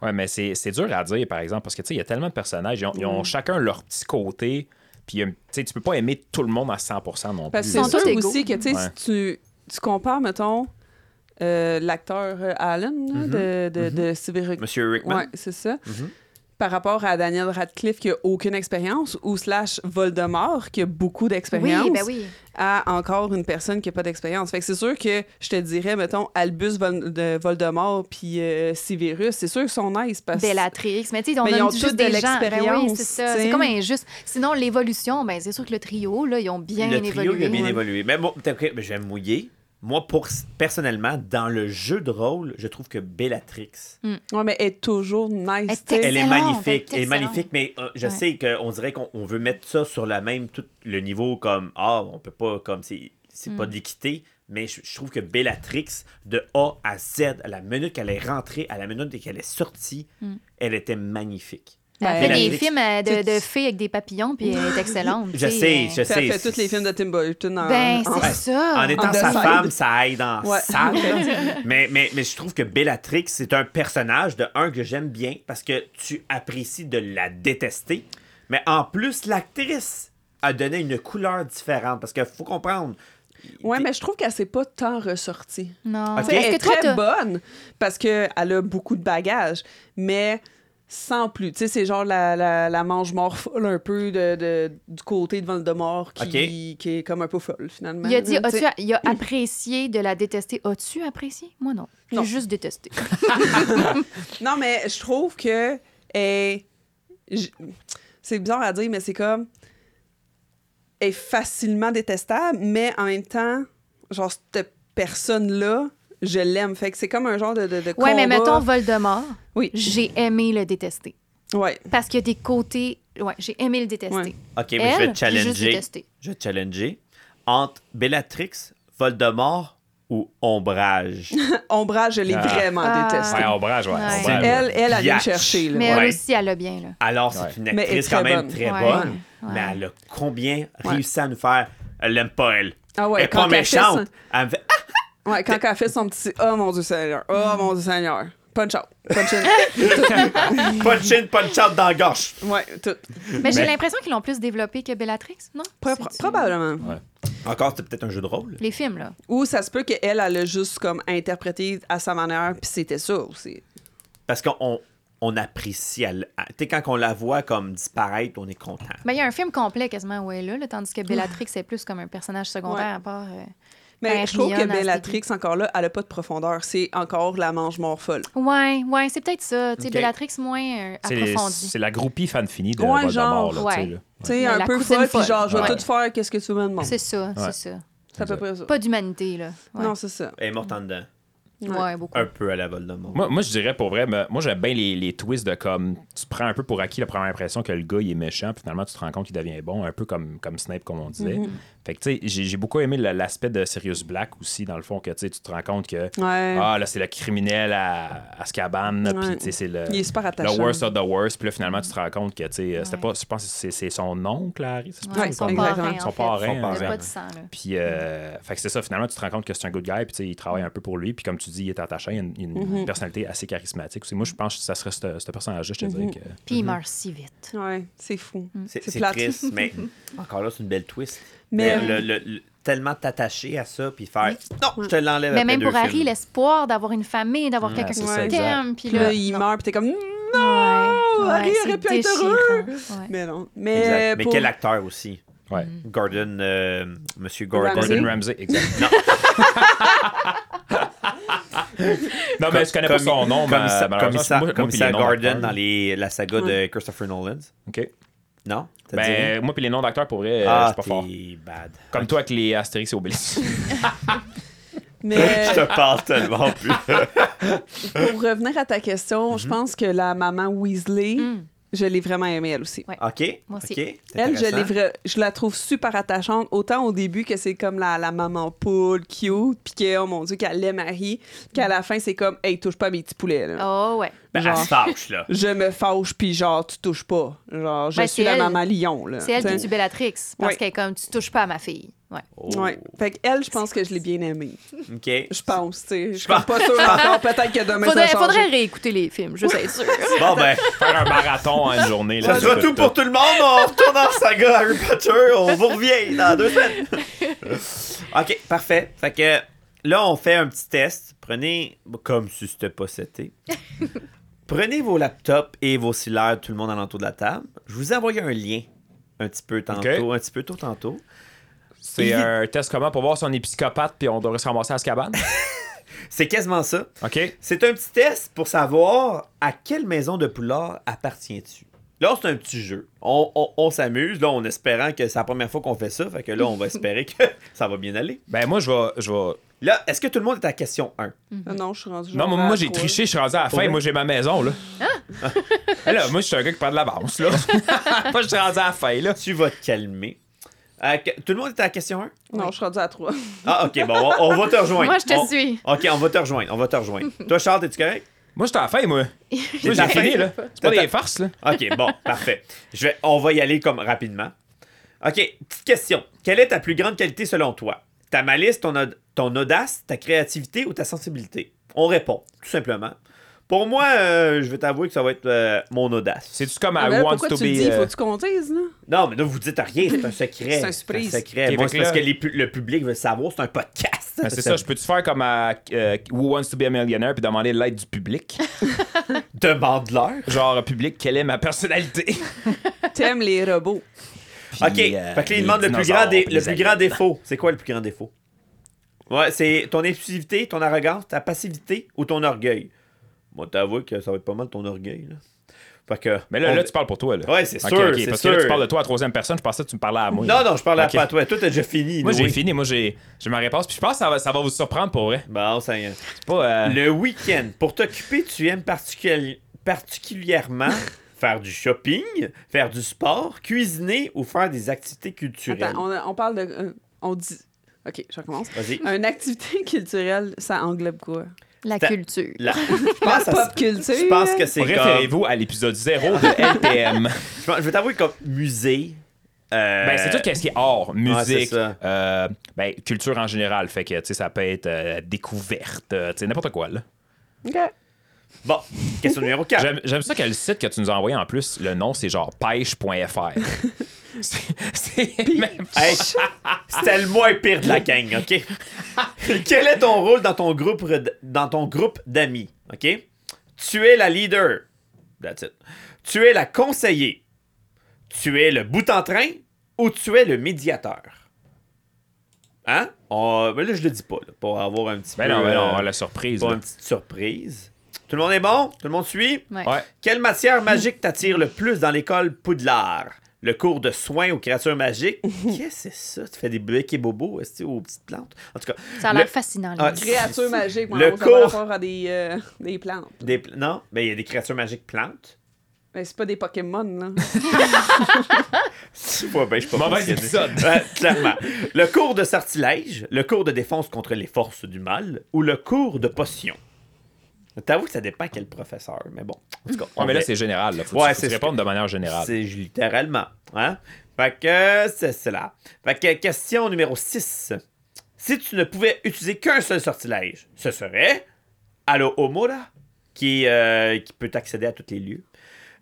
Speaker 2: Ouais, mais c'est c'est dur à dire, par exemple, parce que, tu sais, il y a tellement de personnages, ils ont, ils ont chacun leur petit côté. Puis, euh, tu sais, tu peux pas aimer tout le monde à 100% non
Speaker 3: Parce que
Speaker 2: plus.
Speaker 3: c'est
Speaker 4: Ils sont
Speaker 3: sûr
Speaker 4: tous égaux.
Speaker 3: aussi que tu sais,
Speaker 2: Ouais.
Speaker 3: si tu, tu compares, mettons, euh, l'acteur euh, Allen là, de, de, de Sibéric-
Speaker 1: Monsieur Rickman.
Speaker 3: Ouais, c'est ça.
Speaker 1: Mhm.
Speaker 3: Par rapport à Daniel Radcliffe qui a aucune expérience ou slash Voldemort qui a beaucoup d'expérience
Speaker 4: Oui, ben oui.
Speaker 3: à encore une personne qui a pas d'expérience. Fait que c'est sûr que je te dirais mettons Albus Vol- de Voldemort puis euh, Severus, c'est sûr qu'ils sont nice parce que
Speaker 4: Bellatrix. Mais tu sais, on
Speaker 3: Mais ils ont
Speaker 4: a juste
Speaker 3: tous de
Speaker 4: des gens. Ben oui,
Speaker 3: l'expérience,
Speaker 4: c'est ça.
Speaker 3: tu sais.
Speaker 4: C'est comme injuste. Sinon, l'évolution, ben c'est sûr que le trio, là, ils ont bien
Speaker 1: le trio, il
Speaker 4: évolué.
Speaker 1: a hein. bien
Speaker 4: Ouais.
Speaker 1: évolué. Mais bon, t'as- ok, mais je vais me mouiller. Moi, pour, personnellement, dans le jeu de rôle, je trouve que Bellatrix,
Speaker 3: ouais, mais elle est toujours nice.
Speaker 4: Elle
Speaker 3: tu sais.
Speaker 1: elle est
Speaker 4: Excellent,
Speaker 1: magnifique.
Speaker 4: fait
Speaker 1: Elle est
Speaker 4: excellent.
Speaker 1: magnifique, mais euh, je
Speaker 4: Ouais.
Speaker 1: sais qu'on dirait qu'on on veut mettre ça sur la même, tout le niveau comme, ah, on peut pas, comme, c'est c'est pas de l'équité. Mais je, je trouve que Bellatrix, de A à Z, à la minute qu'elle est rentrée, à la minute qu'elle est sortie, elle était magnifique.
Speaker 4: Elle a
Speaker 3: Ben,
Speaker 4: fait des
Speaker 1: Bellatrix.
Speaker 4: films euh, de,
Speaker 3: Tu-
Speaker 4: de fées avec des papillons, puis elle est excellente.
Speaker 1: Je
Speaker 4: tu
Speaker 1: sais,
Speaker 4: euh.
Speaker 1: je sais.
Speaker 3: Ça fait tous les films de Tim Burton en,
Speaker 4: Ben,
Speaker 3: Ah. en-
Speaker 4: c'est ça.
Speaker 1: En étant
Speaker 3: On
Speaker 1: sa
Speaker 3: decide.
Speaker 1: femme, ça aide en
Speaker 3: Ouais.
Speaker 1: salle. mais, mais, mais je trouve que Bellatrix, c'est un personnage de un que j'aime bien parce que tu apprécies de la détester. Mais en plus, l'actrice a donné une couleur différente parce qu'il faut comprendre.
Speaker 3: Ouais, mais je trouve qu'elle s'est pas tant ressortie.
Speaker 4: Non.
Speaker 1: Ok.
Speaker 3: Tu sais,
Speaker 4: Est-ce
Speaker 3: Elle est
Speaker 4: que toi,
Speaker 3: très
Speaker 4: t'as-
Speaker 3: bonne parce qu'elle a beaucoup de bagages, mais sans plus. Tu sais, c'est genre la, la, la mange mort folle un peu de, de- du côté de Voldemort qui, qui est comme un peu folle finalement.
Speaker 4: Il a dit,
Speaker 3: Tu sais,
Speaker 4: as-tu, il a apprécié de la détester. As-tu apprécié? Moi, non. J'ai
Speaker 3: Non.
Speaker 4: juste détesté.
Speaker 3: Non, mais je trouve que. elle- j- C'est bizarre à dire, mais c'est comme. Elle est facilement détestable, mais en même temps, genre, cette personne-là, je l'aime. Fait que c'est comme un genre de. de, de
Speaker 4: Ouais, mais
Speaker 3: combat.
Speaker 4: mettons Voldemort.
Speaker 3: Oui.
Speaker 4: J'ai aimé le détester.
Speaker 3: Ouais.
Speaker 4: Parce qu'il y a des côtés. Ouais, j'ai aimé le détester.
Speaker 3: Ouais.
Speaker 1: Ok, mais je vais
Speaker 4: Elle,
Speaker 1: te
Speaker 4: j'ai juste
Speaker 1: challenger.
Speaker 4: détesté.
Speaker 1: Je vais te challenger. Entre Bellatrix, Voldemort ou Ombrage.
Speaker 3: Ombrage, je l'ai
Speaker 2: Ah.
Speaker 3: vraiment
Speaker 4: Ah.
Speaker 3: détestée.
Speaker 2: Ouais, ombrage, ouais.
Speaker 4: Ouais.
Speaker 2: ombrage.
Speaker 1: C'est
Speaker 3: Elle, elle, elle vient me
Speaker 1: Biatch.
Speaker 3: chercher. Là.
Speaker 4: Mais euh,
Speaker 1: Ouais.
Speaker 4: elle aussi, elle a bien, là.
Speaker 1: Alors, c'est
Speaker 2: Ouais.
Speaker 1: une
Speaker 3: Mais elle est
Speaker 1: actrice
Speaker 3: très
Speaker 1: quand même
Speaker 3: bonne.
Speaker 1: très
Speaker 4: Ouais.
Speaker 1: bonne,
Speaker 4: Ouais.
Speaker 1: mais elle a combien réussi à nous faire. Elle l'aime pas, elle.
Speaker 3: Ah ouais,
Speaker 1: elle est pas
Speaker 3: quand elle fait
Speaker 1: méchante. Elle me fait Ah!
Speaker 3: Ouais, quand elle fait son petit Oh mon Dieu Seigneur, Oh mon Dieu Seigneur, punch out, punch in.
Speaker 1: Punch in, punch out dans la gorge.
Speaker 3: ouais, tout.
Speaker 4: Mais j'ai
Speaker 2: Mais-
Speaker 4: l'impression qu'ils l'ont plus développé que Bellatrix, non?
Speaker 3: Pro-
Speaker 4: C'est-tu-
Speaker 3: pro- probablement.
Speaker 1: Encore, c'est peut-être un jeu de rôle.
Speaker 4: Les films, là.
Speaker 3: Ou ça se peut qu'elle, elle a juste comme interprété à sa manière, puis c'était ça aussi.
Speaker 1: Parce qu'on on, on apprécie. à l- à- Tu sais, quand on la voit comme disparaître, on est content.
Speaker 4: Ben, il y a un film complet quasiment où elle est là, là, tandis que Bellatrix est plus comme un personnage secondaire
Speaker 3: Ouais.
Speaker 4: à part. euh,
Speaker 3: Mais
Speaker 4: Ben,
Speaker 3: je trouve que
Speaker 4: Hermione, à ce
Speaker 3: Bellatrix, encore là, elle a pas de profondeur. C'est encore la mange mort folle.
Speaker 4: Ouais, ouais, c'est peut-être ça. Tu sais,
Speaker 1: Ok.
Speaker 4: Bellatrix moins euh,
Speaker 2: C'est-
Speaker 4: approfondie.
Speaker 2: C'est la groupie fan finie de
Speaker 3: Ouais,
Speaker 2: Voldemort,
Speaker 3: genre,
Speaker 2: là,
Speaker 4: ouais.
Speaker 2: tu sais, là.
Speaker 3: Tu sais,
Speaker 4: Mais
Speaker 3: un
Speaker 4: Ben, la
Speaker 3: peu
Speaker 4: cousine
Speaker 3: folle, puis
Speaker 4: folle.
Speaker 3: genre, je vais
Speaker 2: Ouais.
Speaker 3: tout faire, qu'est-ce que tu veux me demander?
Speaker 4: C'est ça,
Speaker 2: Ouais.
Speaker 4: c'est ça.
Speaker 3: C'est à peu près ça.
Speaker 4: Pas d'humanité, là. Ouais.
Speaker 3: Non, c'est ça.
Speaker 1: Elle est morte en dedans.
Speaker 4: Ouais, beaucoup.
Speaker 1: Un peu à la Voldemort.
Speaker 2: Moi, moi, je dirais pour vrai, me- moi j'aime bien les, les twists de comme tu prends un peu pour acquis la première impression que le gars il est méchant, puis finalement tu te rends compte qu'il devient bon, un peu comme, comme Snape, comme on disait.
Speaker 3: Mhm.
Speaker 2: Fait que tu sais, j'ai j'ai beaucoup aimé la- l'aspect de Sirius Black aussi, dans le fond, que tu sais, tu te rends compte que
Speaker 3: Ouais.
Speaker 2: ah, là c'est le criminel à, à Azkaban, puis tu sais, c'est le,
Speaker 3: Il est super
Speaker 2: le
Speaker 3: attachant.
Speaker 2: worst of the worst, puis là finalement tu te rends compte que tu sais, euh, c'était
Speaker 4: Ouais.
Speaker 2: pas, je pense que c'est- c'est son oncle, Harry, c'est
Speaker 4: Ouais, son
Speaker 3: exactement.
Speaker 4: parrain, en
Speaker 2: Son
Speaker 4: fait.
Speaker 2: parrain,
Speaker 4: Il y a
Speaker 1: ouais.
Speaker 4: pas de sang, là.
Speaker 2: puis, euh, fait que c'est ça, finalement, tu te rends compte que c'est un good guy, puis tu sais, il travaille un peu pour lui, puis comme tu dis, il est attaché, il a une, il a une personnalité assez charismatique. aussi. Moi, je pense que ça serait ce ce personnage-là, je te dirais que.
Speaker 1: Mhm.
Speaker 4: Puis il meurt si vite.
Speaker 3: Ouais, c'est fou.
Speaker 4: Mm.
Speaker 1: C'est
Speaker 3: c'est
Speaker 1: c'est
Speaker 3: plate.
Speaker 1: triste, mais encore là, c'est une belle twist.
Speaker 3: Mais- euh,
Speaker 1: Mais, le- le- le- tellement t'attacher à ça, puis faire Non, je te l'enlève
Speaker 4: Mais
Speaker 1: après
Speaker 4: même
Speaker 1: deux
Speaker 4: pour Harry,
Speaker 1: films.
Speaker 4: l'espoir d'avoir une famille, d'avoir
Speaker 2: Ouais,
Speaker 4: quelqu'un
Speaker 2: c'est
Speaker 4: qui
Speaker 3: ça,
Speaker 4: t'aime, puis
Speaker 3: Puis
Speaker 4: là...
Speaker 3: là, il meurt, puis t'es comme.
Speaker 4: Non!
Speaker 3: Harry aurait pu être
Speaker 4: heureux!
Speaker 3: Mais non.
Speaker 1: Exact.
Speaker 3: Mais,
Speaker 1: Mais
Speaker 3: Euh, pour-
Speaker 1: quel acteur aussi
Speaker 2: Ouais.
Speaker 1: Gordon, euh, Monsieur Gordon.
Speaker 3: Ramsay.
Speaker 2: Gordon Ramsay, exact. Non. non, mais je connais pas
Speaker 1: Commis-
Speaker 2: son nom, mais
Speaker 1: commissaire-
Speaker 2: malheureusement,
Speaker 1: commissaire-
Speaker 2: moi- moi, puis
Speaker 1: Commissaire
Speaker 2: les noms
Speaker 1: Gordon
Speaker 2: d'acteurs.
Speaker 1: dans les, la saga de Christopher Nolan.
Speaker 2: OK.
Speaker 1: Non? Ça te dit rien?
Speaker 2: Ben, moi, puis les noms d'acteurs, pour vrai, euh,
Speaker 1: ah,
Speaker 2: je suis pas fort.
Speaker 1: t'es bad.
Speaker 2: Comme toi avec les Astérix et Obélix.
Speaker 3: mais...
Speaker 1: Je te parle tellement plus.
Speaker 3: pour revenir à ta question,
Speaker 1: Mhm.
Speaker 3: je pense que la maman Weasley,
Speaker 4: Mm.
Speaker 3: je l'ai vraiment aimée, elle aussi.
Speaker 4: Ouais.
Speaker 1: OK.
Speaker 4: Moi aussi.
Speaker 1: OK, c'est
Speaker 3: Elle, je, l'ai
Speaker 1: intéressant.
Speaker 3: vra- je la trouve super attachante, autant au début que c'est comme la, la maman poule, cute, puis que, oh mon Dieu, qu'elle l'aime Harry, qu'à la fin, c'est comme, hey, touche pas à mes petits poulets, là.
Speaker 4: Oh, ouais.
Speaker 1: Ben, elle
Speaker 3: Genre.
Speaker 1: se fâche, là.
Speaker 3: Je me fâche, puis genre, tu touches pas. Genre, je
Speaker 4: Ben,
Speaker 3: suis
Speaker 4: c'est
Speaker 3: la
Speaker 4: elle.
Speaker 3: maman lion, là.
Speaker 4: C'est elle qui
Speaker 3: T'sais.
Speaker 4: tue Bellatrix, parce
Speaker 3: Oui.
Speaker 4: qu'elle est comme, tu touches pas à ma fille.
Speaker 1: Oh.
Speaker 3: Ouais. Fait que elle, je pense que je l'ai bien aimée.
Speaker 1: OK.
Speaker 3: Je pense, tu sais. Je suis
Speaker 1: pense-
Speaker 3: comme pas sûre encore. Peut-être que demain,
Speaker 4: Faudrait,
Speaker 3: ça va changer.
Speaker 4: faudrait réécouter les films, je sais sûr.
Speaker 1: Bon, ben,
Speaker 2: Faire un marathon en une journée. là,
Speaker 1: ça sera tout pour tout le monde. On retourne en saga Harry Potter. On vous revient dans deux semaines. OK, parfait. Fait que là, on fait un petit test. Prenez, comme si c'était pas cet été. Prenez vos laptops et vos cellulaires, tout le monde alentour de la table. Je vous ai envoyé un lien un petit peu tantôt,
Speaker 2: OK.
Speaker 1: un petit peu tôt tantôt.
Speaker 2: C'est un test comment pour voir si on est psychopathe puis on devrait se ramasser à ce cabane.
Speaker 1: C'est quasiment ça.
Speaker 2: OK.
Speaker 1: C'est un petit test pour savoir à quelle maison de poulard appartiens-tu. Là, c'est un petit jeu. On, on- on s'amuse, là, en espérant que c'est la première fois qu'on fait ça. Fait que là, on va espérer que ça va bien aller.
Speaker 2: Ben moi, je vais. Je vais...
Speaker 1: Là, est-ce que tout le monde est à question 1?
Speaker 3: Ah Non, je suis rendue.
Speaker 2: Non,
Speaker 3: genre
Speaker 2: moi, moi
Speaker 3: à Hein?
Speaker 2: j'ai
Speaker 3: trois.
Speaker 2: triché, je suis rendu à la fin.
Speaker 1: Ouais.
Speaker 2: Moi, j'ai ma maison, là. Ah! là, moi, je suis un gars qui prend de l'avance, là. moi, je suis rendu à la fin, là.
Speaker 1: Tu vas te calmer. Euh, que- tout le monde est à question 1?
Speaker 3: Non, je suis rendue à trois.
Speaker 1: Ah, OK, bon, on, on va te rejoindre.
Speaker 4: Moi, je te
Speaker 1: On-
Speaker 4: suis.
Speaker 1: OK, on va te rejoindre, on va te rejoindre. Toi, Charles, es-tu correct?
Speaker 2: Moi, je suis à la fin, moi. Moi,
Speaker 1: à
Speaker 2: j'ai
Speaker 1: la fin.
Speaker 2: fini, là. C'est pas
Speaker 1: T'as-
Speaker 2: des farces, là.
Speaker 1: OK, bon, parfait. Je vais, on va y aller comme rapidement. OK, petite question. Quelle est ta plus grande qualité selon toi? Ta malice, ton, od- ton audace, ta créativité ou ta sensibilité? On répond, tout simplement. Pour moi, euh, je vais t'avouer que ça va être euh, mon audace.
Speaker 2: C'est-tu comme
Speaker 3: Ah,
Speaker 2: à
Speaker 3: ben,
Speaker 2: Want
Speaker 3: pourquoi
Speaker 2: to
Speaker 3: tu le
Speaker 2: be.
Speaker 3: dis?
Speaker 2: euh,
Speaker 3: Faut-tu qu'on dise, là?
Speaker 1: Non, mais là, vous dites rien, c'est un secret.
Speaker 3: C'est une surprise.
Speaker 1: un secret.
Speaker 2: Ok,
Speaker 1: Moi,
Speaker 2: fait
Speaker 1: c'est
Speaker 2: que
Speaker 1: parce que
Speaker 2: là-
Speaker 1: les pu- le public veut savoir, c'est un podcast.
Speaker 2: Ben, c'est ça, je peux-tu faire comme à euh, Who Wants to be a Millionaire puis demander l'aide du public?
Speaker 1: Demande-leur.
Speaker 2: Genre, public, quelle est ma personnalité?
Speaker 3: T'aimes les robots.
Speaker 1: OK.
Speaker 2: euh,
Speaker 1: fait que là,
Speaker 2: les
Speaker 1: il demande le plus
Speaker 2: dinosaures,
Speaker 1: grand, dé-
Speaker 2: puis
Speaker 1: le
Speaker 2: les
Speaker 1: plus grand
Speaker 2: aliens.
Speaker 1: défaut. C'est quoi le plus grand défaut? Ouais, c'est ton impulsivité, ton arrogance, ta passivité ou ton orgueil. Moi, t'avoue que ça va être pas mal ton orgueil. Là. Fait que.
Speaker 2: Mais là,
Speaker 1: on-
Speaker 2: là, tu parles pour toi, là.
Speaker 1: Ouais, c'est
Speaker 2: Ok,
Speaker 1: sûr,
Speaker 2: ok,
Speaker 1: c'est
Speaker 2: parce que là,
Speaker 1: sûr.
Speaker 2: tu parles de toi à troisième personne, je pensais que tu me parlais à moi.
Speaker 1: Non, non, je parle
Speaker 2: Ok.
Speaker 1: pas à toi. Toi, t'as déjà fini.
Speaker 2: Moi,
Speaker 1: nous,
Speaker 2: j'ai
Speaker 1: oui.
Speaker 2: fini, moi, j'ai j'ai ma réponse. Puis je pense que ça va, ça va vous surprendre pour vrai.
Speaker 1: Bon, ça y est.
Speaker 2: C'est pas. euh,
Speaker 1: Le week-end, pour t'occuper, tu aimes particuli- particulièrement faire du shopping, faire du sport, cuisiner ou faire des activités culturelles.
Speaker 3: Attends, on, a- on parle de. euh, on dit. OK, je recommence.
Speaker 1: Vas-y.
Speaker 3: Une activité culturelle, ça englobe quoi?
Speaker 4: La
Speaker 1: Ta-
Speaker 4: culture.
Speaker 1: Là, je pense à
Speaker 3: La
Speaker 1: ça.
Speaker 3: pop culture.
Speaker 1: Je pense que c'est comme...
Speaker 2: Référez-vous à l'épisode 0 de LPM.
Speaker 1: Je, pense- je vais t'avouer comme musée. euh,
Speaker 2: ben, c'est tout qu'est-ce qui est art,
Speaker 1: c'est
Speaker 2: musique,
Speaker 1: ça.
Speaker 2: euh, ben, culture en général. Fait que, tu sais, ça peut être euh, découverte, euh, tu sais, n'importe quoi, là.
Speaker 3: OK.
Speaker 1: Bon, question numéro 4.
Speaker 2: J'aime, j'aime ça que le site que tu nous as envoyé en plus, le nom, c'est genre pêche.fr. c'est, c'est même-
Speaker 1: C'était le moins pire de la gang, OK? Quel est ton rôle dans ton groupe red- dans ton groupe d'amis, OK? Tu es la leader. That's it. Tu es la conseiller. Tu es le bout en train ou tu es le médiateur. Hein? On- Mais là, je le dis pas, là, pour avoir un petit
Speaker 2: Ben
Speaker 1: peu...
Speaker 2: non, ben non,
Speaker 1: euh,
Speaker 2: la surprise.
Speaker 1: pour
Speaker 2: là.
Speaker 1: une petite surprise. Tout le monde est bon? Tout le monde suit?
Speaker 4: Ouais.
Speaker 2: Ouais.
Speaker 1: Quelle matière magique t'attire le plus dans l'école Poudlard? Le cours de soins aux créatures magiques? Qu'est-ce que c'est ça? Tu fais des becs et bobos est-ce que, aux petites plantes? En tout cas,
Speaker 4: Ça a l'air
Speaker 1: le-
Speaker 4: fascinant.
Speaker 1: Ah,
Speaker 4: là.
Speaker 3: Créature magique, moi,
Speaker 1: Le
Speaker 3: on va
Speaker 1: cours.
Speaker 3: rapport à des, euh, des plantes.
Speaker 1: des pl- non, mais il y a des créatures magiques plantes.
Speaker 3: Mais c'est pas des Pokémon, là.
Speaker 1: Ouais, ben, je suis pas
Speaker 2: Mauvais
Speaker 1: passionné.
Speaker 2: épisode.
Speaker 1: Ouais, clairement. Le cours de sortilège, le cours de défense contre les forces du mal ou le cours de potion? T'avoue que ça dépend quel professeur, mais bon. En tout cas,
Speaker 2: Ouais, mais là,
Speaker 1: verra.
Speaker 2: c'est général. Là. Faut,
Speaker 1: Ouais,
Speaker 2: faut
Speaker 1: c'est ce
Speaker 2: répondre de manière générale.
Speaker 1: C'est littéralement. Hein? Fait que c'est cela. Fait que question numéro 6. Si tu ne pouvais utiliser qu'un seul sortilège, ce serait Allo Omora, qui, euh, qui peut accéder à tous les lieux.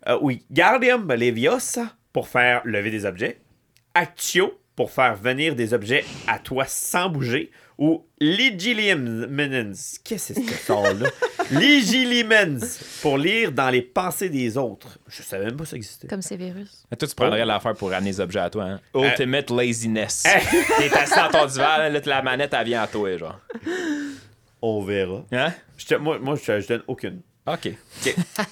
Speaker 1: Euh, oui, Guardium Leviosa pour faire lever des objets. Actio pour faire venir des objets à toi sans bouger. Ou Legilimens. Qu'est-ce que c'est ce sort-là? Legilimens pour lire dans les pensées des autres. Je savais même pas ça existait.
Speaker 4: Comme ces virus.
Speaker 2: Toi, tu prendrais l'affaire pour ramener les objets à toi. Hein? Ultimate laziness.
Speaker 1: Hey.
Speaker 2: T'es assis dans ton divan, là, là, la manette, elle vient à toi, genre.
Speaker 1: On verra.
Speaker 2: Hein?
Speaker 1: Je te- moi, moi je, te- je donne aucune.
Speaker 2: OK.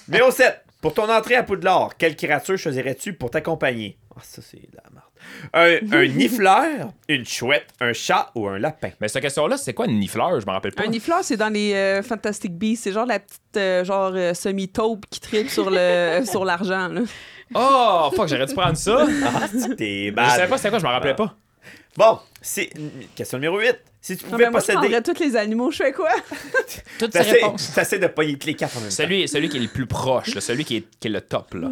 Speaker 1: Numéro 7. Pour ton entrée à Poudlard, quelle créature choisirais-tu pour t'accompagner? Ah, ça, c'est de la merde. Un, un nifleur, une chouette, un chat ou un lapin?
Speaker 2: Mais cette question-là, c'est quoi une nifleur? Je m'en rappelle pas.
Speaker 3: Un ifleur, c'est dans les euh, Fantastic Beasts. C'est genre la petite euh, genre euh, semi-taupe qui tripe sur le sur l'argent. là.
Speaker 2: Oh, fuck, j'aurais dû prendre ça. Ben,
Speaker 1: Ah, c'est- t'es
Speaker 2: Je savais
Speaker 1: bad.
Speaker 2: pas c'était quoi, je m'en rappelais pas.
Speaker 1: Bon, c'est... question numéro 8. Si tu
Speaker 3: Non,
Speaker 1: pouvais
Speaker 3: mais Ah, ben, moi, je
Speaker 1: posséder...
Speaker 3: prendrais tous les animaux. Je fais quoi?
Speaker 2: Toutes ces
Speaker 1: T'essaies
Speaker 2: réponses.
Speaker 1: t'essaies de pogner les quatre en même temps.
Speaker 2: Ben, Celui, celui qui est le plus proche, là, celui qui est, qui est le top. Là.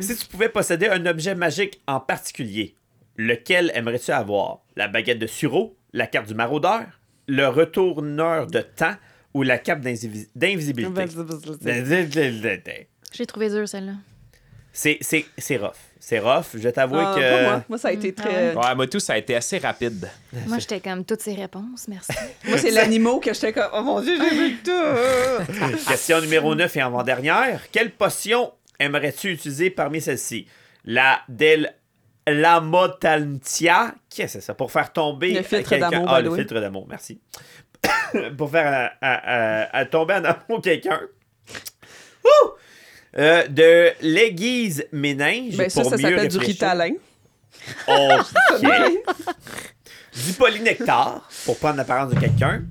Speaker 1: Si tu pouvais posséder un objet magique en particulier, Lequel aimerais-tu avoir La baguette de Suro, la carte du maraudeur, le retourneur de temps ou la cape d'invisi- d'invisibilité
Speaker 4: J'ai trouvé dur celle-là.
Speaker 1: C'est c'est c'est rough. C'est rough, je t'avoue
Speaker 3: Ah,
Speaker 1: que
Speaker 3: pas moi. Moi, ça a été
Speaker 4: Mm, ah
Speaker 3: très.
Speaker 2: Ouais, moi, tout, ça a été assez rapide.
Speaker 4: Moi, j'étais comme toutes ces réponses, merci.
Speaker 3: Moi, c'est l'animal que j'étais comme. Oh mon dieu, j'ai vu tout!
Speaker 1: Question numéro 9 et avant-dernière. Quelle potion aimerais-tu utiliser parmi celles-ci? La Del Lamotantia. Qu'est-ce que c'est ça? Pour faire tomber.
Speaker 3: Le filtre
Speaker 1: quelqu'un-
Speaker 3: d'amour,
Speaker 1: Ah,
Speaker 3: by the
Speaker 1: le
Speaker 3: way.
Speaker 1: filtre d'amour, merci. Pour faire à- à- à- à tomber en amour quelqu'un. Ouh! Euh, de l'aiguise méninge.
Speaker 3: Ben, ça,
Speaker 1: pour
Speaker 3: ça
Speaker 1: mieux
Speaker 3: s'appelle du
Speaker 1: réfléchir.
Speaker 3: ritalin.
Speaker 1: OK. du polynectar pour prendre l'apparence de quelqu'un.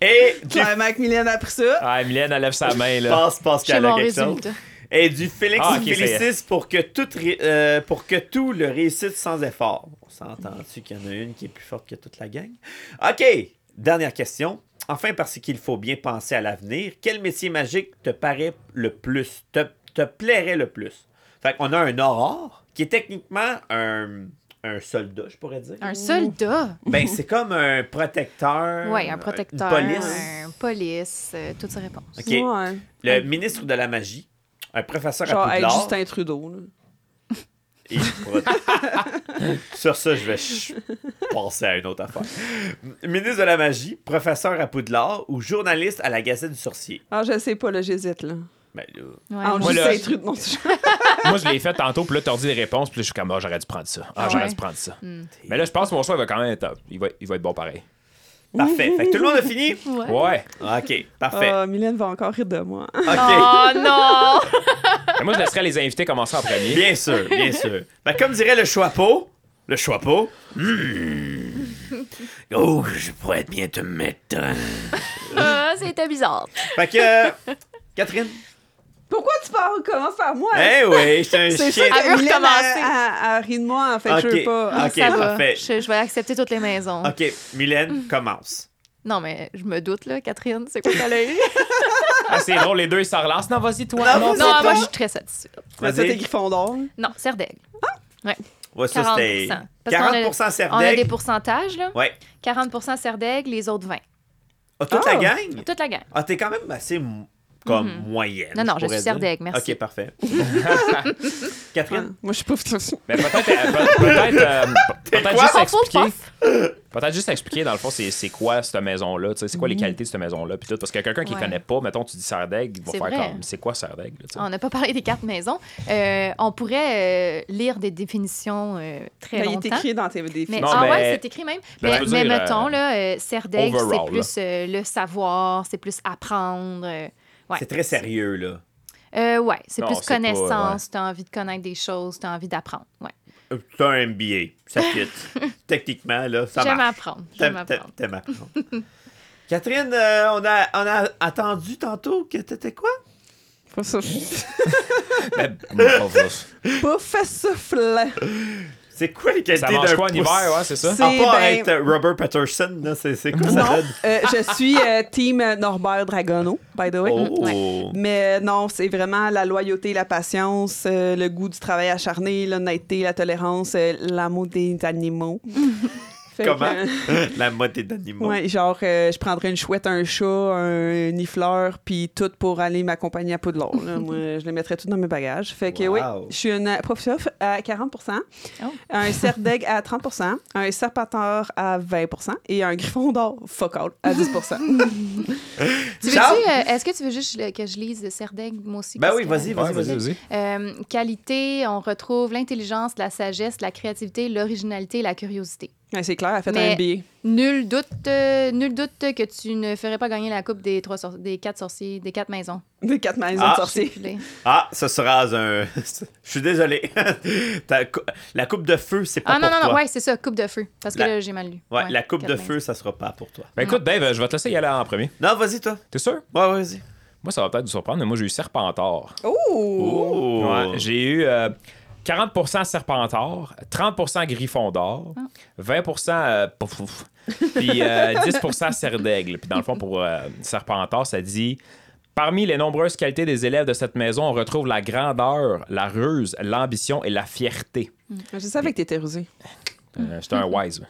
Speaker 1: Et du
Speaker 3: Clairement, que Mylène a pris ça.
Speaker 2: Ah, Mylène, elle lève sa main, là.
Speaker 1: passe passe
Speaker 4: J'ai
Speaker 1: qu'elle a
Speaker 4: mon
Speaker 1: quelque chose.
Speaker 4: résultat.
Speaker 1: Et du Félix
Speaker 2: Ah, ok, ça y est.
Speaker 1: Félicis pour que, tout ré- euh, pour que tout le réussisse sans effort. On s'entend-tu qu'il y en a une qui est plus forte que toute la gang? OK, dernière question. Enfin, parce qu'il faut bien penser à l'avenir, quel métier magique te paraît le plus, te, te plairait le plus? Fait qu'on a un aurore qui est techniquement un, un soldat, je pourrais dire.
Speaker 4: Un soldat.
Speaker 1: Ben, c'est comme un protecteur.
Speaker 4: Oui, un
Speaker 1: Euh, une
Speaker 4: protecteur.
Speaker 1: police.
Speaker 4: Un police, euh, toutes ces réponses.
Speaker 1: OK.
Speaker 3: Ouais.
Speaker 1: Le ministre de la magie, un professeur
Speaker 3: Genre,
Speaker 1: à
Speaker 3: être
Speaker 1: Poudlard.
Speaker 3: Justin Trudeau. là.
Speaker 1: Et prot- Sur ça, je vais ch- passer à une autre affaire. Ministre de la magie, professeur à Poudlard ou journaliste à la Gazette du Sorcier.
Speaker 3: Ah, je sais pas, là, j'hésite, là.
Speaker 1: Ben, là,
Speaker 4: Ouais,
Speaker 3: Ah,
Speaker 4: moi,
Speaker 2: moi,
Speaker 3: Justin
Speaker 2: là-
Speaker 3: Trudeau. Non, c'est-
Speaker 2: Moi, je l'ai fait tantôt, puis là, t'as dit les réponses, puis là, je suis comme, ah, j'aurais dû prendre ça. Ah,
Speaker 4: Ah
Speaker 2: j'aurais
Speaker 4: ouais.
Speaker 2: dû prendre ça.
Speaker 4: Mm.
Speaker 2: Mais là, je pense que mon choix, il va quand même être top. Il va, il va être bon pareil.
Speaker 1: parfait. Fait que tout le monde a fini?
Speaker 4: Ouais.
Speaker 2: Ouais.
Speaker 1: OK, parfait.
Speaker 3: Ah, Mylène va encore rire de moi. ah.
Speaker 1: OK,
Speaker 4: Oh non!
Speaker 2: Mais moi, je laisserais les invités commencer en premier.
Speaker 1: bien sûr, bien sûr. Fait que comme dirait le Choixpeau, le Choixpeau... hmm. Oh, je pourrais bien te mettre...
Speaker 4: Ah, C'était bizarre.
Speaker 1: Fait que... euh, Catherine?
Speaker 3: Pourquoi tu parles, commences par moi?
Speaker 1: Eh oui, je suis un
Speaker 3: C'est ça
Speaker 1: chien.
Speaker 4: Elle veut
Speaker 3: que Mylène
Speaker 4: recommencer.
Speaker 3: a, a- a ri de moi, en fait,
Speaker 1: Ok.
Speaker 3: je veux pas.
Speaker 1: Ok,
Speaker 4: ça va.
Speaker 1: parfait.
Speaker 4: Je, je vais accepter toutes les maisons.
Speaker 1: OK, Mylène, commence.
Speaker 4: Non, mais je me doute, là, Catherine, c'est quoi qu'elle a eu?
Speaker 2: Ah, c'est drôle, les deux, ils s'en relancent. Non, vas-y, toi.
Speaker 1: Non,
Speaker 4: non,
Speaker 1: c'est
Speaker 4: moi,
Speaker 1: bon.
Speaker 4: je suis très satisfaite. Ah!
Speaker 3: Mais Ben, ça,
Speaker 1: Vas-y.
Speaker 3: t'es Gryffondor.
Speaker 4: Non, serre d'aigle.
Speaker 1: Ouais, ça,
Speaker 4: 40%.
Speaker 1: c'était-
Speaker 4: Parce qu'on
Speaker 1: 40%
Speaker 4: a- On a des
Speaker 1: Serdaigle.
Speaker 4: pourcentages, là.
Speaker 1: Ouais.
Speaker 4: 40 serre d'aigle, les autres 20.
Speaker 1: Ah, toute
Speaker 3: Ah.
Speaker 1: la
Speaker 4: Oh.
Speaker 1: gang?
Speaker 4: Toute la gang.
Speaker 1: Ah, t'es quand même assez m- comme
Speaker 4: Mhm.
Speaker 1: moyenne.
Speaker 4: Non, non, je
Speaker 1: pourrais
Speaker 4: suis
Speaker 1: dire.
Speaker 4: Serdaigle, merci.
Speaker 1: Ok, parfait. Catherine?
Speaker 3: Ah, Moi, je suis pas
Speaker 2: Mais peut-être, euh, peut- peut-être, euh, peut-être
Speaker 1: quoi?
Speaker 2: juste
Speaker 4: On faut
Speaker 2: expliquer.
Speaker 4: prof.
Speaker 2: Peut-être juste expliquer, dans le fond, c'est, c'est quoi cette maison-là, tu sais, c'est quoi les qualités de cette maison-là, puis tout. Parce que quelqu'un qui
Speaker 4: Mm. Ouais.
Speaker 2: connaît pas, mettons, tu dis Sardeg, il va
Speaker 4: C'est
Speaker 2: faire
Speaker 4: vrai.
Speaker 2: comme, c'est quoi Sardeg, là, tu sais.
Speaker 4: On n'a pas parlé des cartes maison. Euh, on pourrait euh, lire des définitions euh, très
Speaker 3: Ben, Il est
Speaker 4: longtemps.
Speaker 3: écrit dans tes défis.
Speaker 4: Mais,
Speaker 2: Non,
Speaker 4: ah
Speaker 2: mais-
Speaker 4: ouais, c'est écrit même.
Speaker 2: Ben,
Speaker 4: mais
Speaker 2: je veux
Speaker 4: mais
Speaker 2: dire, euh,
Speaker 4: mettons, là, euh, serre d'aigle, c'est
Speaker 2: overall,
Speaker 4: plus euh, le savoir, c'est plus apprendre. euh, ouais.
Speaker 1: C'est très sérieux, là.
Speaker 4: Euh, ouais, c'est
Speaker 2: Non,
Speaker 4: plus
Speaker 2: c'est pas,
Speaker 4: connaissance. T'as envie de connaître des choses, t'as envie d'apprendre. Ouais.
Speaker 1: Euh, T'as un MBA, ça quitte. Techniquement, là, ça
Speaker 4: J'aime
Speaker 1: marche.
Speaker 4: apprendre. J'aime
Speaker 1: T'aimes t'aimes-
Speaker 4: apprendre.
Speaker 1: t'aimes apprendre. Catherine, euh, on, a, on a attendu tantôt que t'étais quoi?
Speaker 3: Pas ça.
Speaker 2: Mais, bon, on va-
Speaker 3: Pas soufflant.
Speaker 1: C'est quoi les qualités
Speaker 2: ça
Speaker 1: d'un
Speaker 2: mange quoi en
Speaker 1: pouce?
Speaker 2: hiver, ouais, c'est ça?
Speaker 3: C'est-
Speaker 1: À part
Speaker 3: ben-
Speaker 1: être euh, Robert Patterson, là, c'est c'est quoi ça
Speaker 3: Non,
Speaker 1: donne?
Speaker 3: euh, je suis euh, team Norbert Dragono, by the way.
Speaker 1: Oh!
Speaker 3: Mais euh, non, c'est vraiment la loyauté, la patience, euh, le goût du travail acharné, l'honnêteté, la tolérance, euh, l'amour des animaux. Fait que,
Speaker 1: Comment?
Speaker 3: euh,
Speaker 1: La mode d'animaux.
Speaker 3: ouais, genre, euh, je prendrais une chouette, un chat, un nifleur, puis tout pour aller m'accompagner à Poudlard. là. Moi, je les mettrais tout dans mes bagages. Fait que
Speaker 1: Wow.
Speaker 3: oui, je suis une professeur à 40
Speaker 4: Oh.
Speaker 3: un cerf d'aigle à 30 un serpenteur à 20 et un griffon d'or, fuck all, à 10
Speaker 4: Tu veux-tu,
Speaker 1: Charles?
Speaker 4: euh, Est-ce que tu veux juste euh, que je lise de serre d'aigle, moi aussi?
Speaker 1: Ben
Speaker 4: qu'est-ce
Speaker 1: oui,
Speaker 4: que-
Speaker 1: vas-y, vas-y,
Speaker 2: Ouais,
Speaker 1: vas-y.
Speaker 4: Euh, qualité, on retrouve l'intelligence, la sagesse, la créativité, l'originalité, la curiosité.
Speaker 3: Ouais, c'est clair, elle a fait
Speaker 4: Mais-
Speaker 3: un billet.
Speaker 4: Nul doute, euh, nul doute que tu ne ferais pas gagner la coupe des trois sor- des quatre sorciers, des quatre maisons.
Speaker 3: Des quatre maisons
Speaker 1: Ah.
Speaker 3: de
Speaker 4: Je sais
Speaker 3: sorciers.
Speaker 4: plus les-
Speaker 1: Ah, ça sera un. Je suis désolé. Ta cou- la coupe de feu, c'est pas
Speaker 4: Ah non
Speaker 1: pour
Speaker 4: non non,
Speaker 1: toi.
Speaker 4: ouais, c'est ça, coupe de feu. Parce que
Speaker 1: La-
Speaker 4: là j'ai mal lu.
Speaker 1: Ouais, la coupe
Speaker 4: quatre
Speaker 1: de
Speaker 4: maisons.
Speaker 1: feu, ça sera pas pour toi.
Speaker 2: Ben écoute, Dave, je vais te laisser y aller en premier.
Speaker 1: Non, vas-y, toi.
Speaker 2: T'es sûr?
Speaker 1: Ouais, ouais, vas-y.
Speaker 2: Moi, ça va peut-être vous surprendre, mais moi, j'ai eu Serpentor.
Speaker 3: Oh!
Speaker 1: Oh!
Speaker 2: Ouais, j'ai eu euh, 40% Serpentor, 30% Gryffondor,
Speaker 4: Ah.
Speaker 2: 20% euh, pouf, pouf, puis euh, 10% Serre d'Aigle. Puis dans le fond, pour euh, Serpentor, ça dit Parmi les nombreuses qualités des élèves de cette maison, on retrouve la grandeur, la ruse, l'ambition et la fierté.
Speaker 3: Je savais que t'étais rusé.
Speaker 2: Euh, J'étais un wise.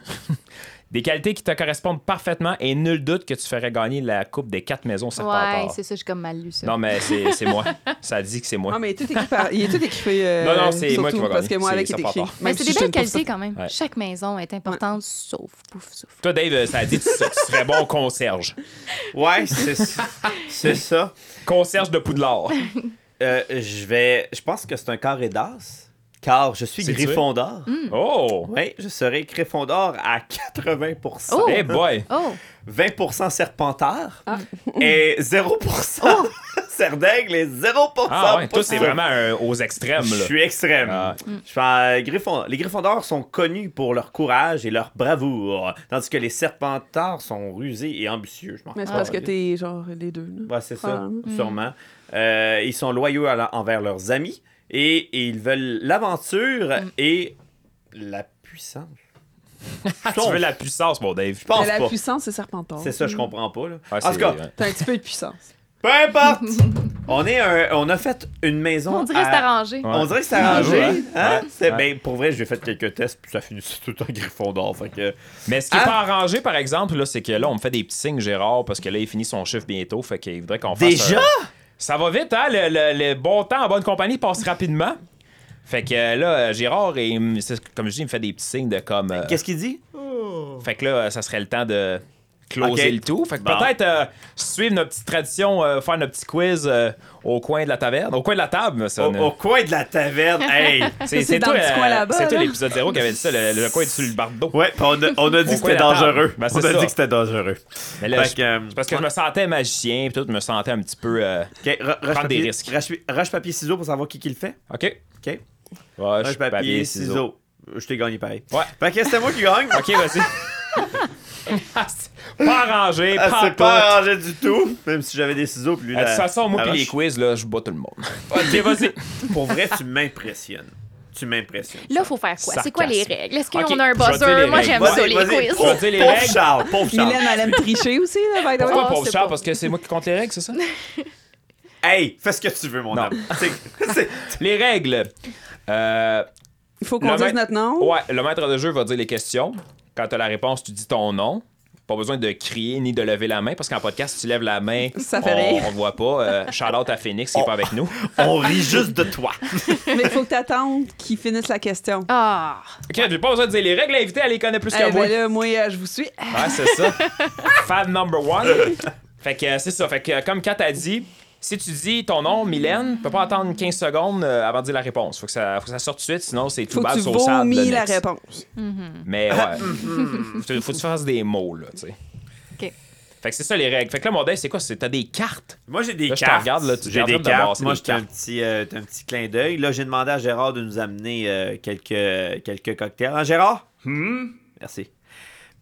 Speaker 2: des qualités qui te correspondent parfaitement et nul doute que tu ferais gagner la coupe des quatre maisons
Speaker 4: Ouais,
Speaker 2: serpentard.
Speaker 4: c'est ça, j'ai comme mal lu ça.
Speaker 2: non, mais c'est c'est moi. Ça dit que c'est moi.
Speaker 3: Ah, mais il est tout écrit. par- Il est tout écrit euh,
Speaker 2: Non, non, c'est
Speaker 3: surtout,
Speaker 2: moi qui vais
Speaker 3: Parce que
Speaker 2: gagner.
Speaker 3: moi, avec,
Speaker 2: C'est-
Speaker 3: il est
Speaker 2: ça
Speaker 3: écrit.
Speaker 2: part pas.
Speaker 4: mais
Speaker 3: Même
Speaker 4: c'est
Speaker 3: si
Speaker 4: des
Speaker 3: je
Speaker 4: belles
Speaker 3: ne trouve
Speaker 4: qualités quand même.
Speaker 2: Ouais.
Speaker 4: Chaque maison est importante, sauf pouf, souffle.
Speaker 2: Toi, Dave, ça dit que tu, tu serais bon concierge.
Speaker 1: Ouais, c'est ça. C'est ça.
Speaker 2: Concierge de Poudlard.
Speaker 1: Euh, je vais. Je pense que c'est un carré d'as, car je suis
Speaker 2: C'est sûr.
Speaker 1: Gryffondor.
Speaker 4: Hmm.
Speaker 2: Oh!
Speaker 1: Oui, je serai Gryffondor à 80%.
Speaker 4: Oh! Ah.
Speaker 2: Hey Eh, boy!
Speaker 4: Oh!
Speaker 1: 20% Serpentard et 0%
Speaker 4: Oh!
Speaker 1: Serdaigle et 0%
Speaker 2: Ah ouais, toi, c'est
Speaker 1: Poudlard.
Speaker 2: vraiment un- aux extrêmes,
Speaker 1: Je
Speaker 2: là.
Speaker 1: suis extrême.
Speaker 2: Ah.
Speaker 3: Mm.
Speaker 1: Je suis un Gryffon- Les Gryffondors sont connus pour leur courage et leur bravoure, tandis que les Serpentards sont rusés et ambitieux. Je m'en
Speaker 3: Mais c'est
Speaker 4: Ah,
Speaker 1: rappelle.
Speaker 3: parce que t'es genre les deux. là.
Speaker 1: Ouais, c'est ça,
Speaker 2: Mm.
Speaker 3: Probablement.
Speaker 1: sûrement. Euh, ils sont loyaux à la- envers leurs amis et, et ils veulent l'aventure
Speaker 3: Mm.
Speaker 1: et la puissance.
Speaker 2: tu veux la puissance, mon Dave.
Speaker 1: Je pense
Speaker 3: Mais la
Speaker 1: pas.
Speaker 3: puissance, c'est serpentor.
Speaker 1: C'est ça, je comprends pas. Là.
Speaker 2: Ouais,
Speaker 1: en
Speaker 2: c'est-
Speaker 1: tout cas,
Speaker 2: ouais.
Speaker 3: T'as un petit peu de puissance.
Speaker 1: peu importe. on, est un- on a fait une maison.
Speaker 4: On dirait que c'est
Speaker 1: à-
Speaker 4: arrangé.
Speaker 2: Ouais. Ah,
Speaker 1: On dirait que c'est arrangé.
Speaker 2: Ouais.
Speaker 1: Hein?
Speaker 2: Ouais.
Speaker 1: C'est-
Speaker 2: Ouais.
Speaker 1: ben, pour vrai, j'ai fait quelques tests, puis ça finit tout en griffon d'or. Fait que...
Speaker 2: Mais ce qui n'est
Speaker 1: Ah.
Speaker 2: pas arrangé, par exemple, là, c'est que là, on me fait des petits signes, Gérard, parce que là, il finit son chiffre bientôt. Fait qu'il voudrait qu'on fasse.
Speaker 1: Déjà?
Speaker 2: un- Ça va vite, hein? Le, le- le bon temps en bonne compagnie passe rapidement. Fait que euh, là, euh, Gérard, il me- c'est- comme je dis, il me fait des petits signes de comme. euh,
Speaker 1: Qu'est-ce qu'il dit?
Speaker 2: fait que là, euh, ça serait le temps de closer
Speaker 1: Ok.
Speaker 2: le tout. Fait que
Speaker 1: Bon.
Speaker 2: peut-être euh, suivre notre petite tradition, euh, faire notre petit quiz euh, au coin de la taverne, au coin de la table, ça.
Speaker 1: Au, au coin de la taverne. Hey!
Speaker 2: C'est
Speaker 3: c'est
Speaker 2: c'est
Speaker 3: dans
Speaker 2: toi,
Speaker 3: le petit coin
Speaker 2: euh,
Speaker 3: là-bas,
Speaker 2: c'est toi
Speaker 3: là.
Speaker 2: l'épisode 0 qui avait dit ça, le, le coin sur le bardeau.
Speaker 1: Ouais, puis on a, on a dit
Speaker 2: Au
Speaker 1: que
Speaker 2: coin
Speaker 1: c'était
Speaker 2: de la table.
Speaker 1: dangereux.
Speaker 2: Ben, c'est
Speaker 1: on a
Speaker 2: ça.
Speaker 1: dit que c'était dangereux.
Speaker 2: Mais là,
Speaker 1: Fait
Speaker 2: je-
Speaker 1: que, euh,
Speaker 2: c'est parce que je me sentais magicien, puis tout, je me sentais un petit peu. euh,
Speaker 1: Ok, r- roche,
Speaker 2: Prendre des
Speaker 1: papier-
Speaker 2: risques.
Speaker 1: roche- roche, papier, ciseaux pour savoir qui qui le fait.
Speaker 2: OK.
Speaker 1: OK?
Speaker 2: Ouais,
Speaker 1: Roche, papier, ciseaux. Je t'ai gagné pareil.
Speaker 2: Ouais.
Speaker 1: Fait que c'était moi qui gagne.
Speaker 2: OK, vas-y. Ah, c'est pas arrangé,
Speaker 1: Ah,
Speaker 2: pas,
Speaker 1: c'est pas arrangé du tout. Même si j'avais des ciseaux, puis lui,
Speaker 2: De
Speaker 1: la-
Speaker 2: toute façon, moi
Speaker 1: la
Speaker 2: pis les
Speaker 1: roche.
Speaker 2: quiz, là, je bats tout le monde. OK, vas-y.
Speaker 1: Pour vrai, tu m'impressionnes. Tu m'impressionnes.
Speaker 4: Là, faut faire quoi? C'est quoi les
Speaker 2: Sarcasme.
Speaker 4: règles? Est-ce qu'on
Speaker 2: Ok,
Speaker 4: a un
Speaker 2: je vais dire les
Speaker 4: buzzer? Moi,
Speaker 2: règles.
Speaker 4: j'aime
Speaker 1: Vas-y,
Speaker 4: ça, les
Speaker 1: vas-y,
Speaker 4: quiz.
Speaker 1: pauvre-
Speaker 2: Je vais dire les
Speaker 1: pauvre
Speaker 2: règles.
Speaker 1: Charles, pauvre Charles.
Speaker 3: Mylène, elle aime tricher aussi, là, by the way.
Speaker 2: Pourquoi
Speaker 4: Oh,
Speaker 2: pauvre
Speaker 4: c'est
Speaker 2: Charles?
Speaker 4: pas-
Speaker 2: Parce que c'est moi qui compte les règles, c'est ça?
Speaker 1: Hey, fais ce que tu veux, mon
Speaker 2: Non.
Speaker 1: homme. C'est- c'est-
Speaker 2: Les règles. Euh,
Speaker 3: Il faut
Speaker 2: Le
Speaker 3: qu'on dise
Speaker 2: ma-
Speaker 3: notre nom.
Speaker 2: ouais, le maître de jeu va dire les questions. Quand t'as la réponse, tu dis ton nom. Pas besoin de crier ni de lever la main, parce qu'en podcast, si tu lèves la main,
Speaker 3: Ça fait
Speaker 2: on,
Speaker 3: rire.
Speaker 2: on voit pas. Euh, shout out à Phoenix qui est
Speaker 1: Oh.
Speaker 2: pas avec nous.
Speaker 1: On rit juste de toi.
Speaker 3: Mais il faut que t'attendes qu'ils finissent la question.
Speaker 4: Ah!
Speaker 2: OK, j'ai pas besoin de dire les règles. L'invité, elle les connaît plus
Speaker 3: Eh
Speaker 2: que moi.
Speaker 3: ben là, moi, euh, je vous suis.
Speaker 2: Ouais, c'est ça. Fan number one. Fait que euh, c'est ça. Fait que euh, comme Kat a dit, si tu dis ton nom, Mylène, tu peux pas attendre 15 secondes euh, avant de dire la réponse. Faut que ça, faut que ça sorte tout de suite, sinon c'est tout
Speaker 3: Faut que
Speaker 2: bad
Speaker 3: tu
Speaker 2: sur sable.
Speaker 3: vomis
Speaker 2: le
Speaker 3: la
Speaker 2: next.
Speaker 3: réponse.
Speaker 2: Mais ouais.
Speaker 1: Mhm.
Speaker 2: faut, faut que tu fasses des mots, là, tu sais.
Speaker 4: OK.
Speaker 2: Fait que c'est ça les règles. Fait que là, mon dave, c'est quoi? C'est t'as des cartes.
Speaker 1: Moi, j'ai des
Speaker 2: Là, je te
Speaker 1: cartes.
Speaker 2: regarde, là, tu- j'ai
Speaker 1: j'ai
Speaker 2: en train
Speaker 1: des
Speaker 2: de
Speaker 1: cartes.
Speaker 2: brasser
Speaker 1: Moi,
Speaker 2: des
Speaker 1: j'étais un
Speaker 2: cartes.
Speaker 1: petit, euh, un petit clin d'œil. Là, j'ai demandé à Gérard de nous amener euh, quelques, quelques cocktails. Hein, Gérard?
Speaker 2: Hmm?
Speaker 1: Merci.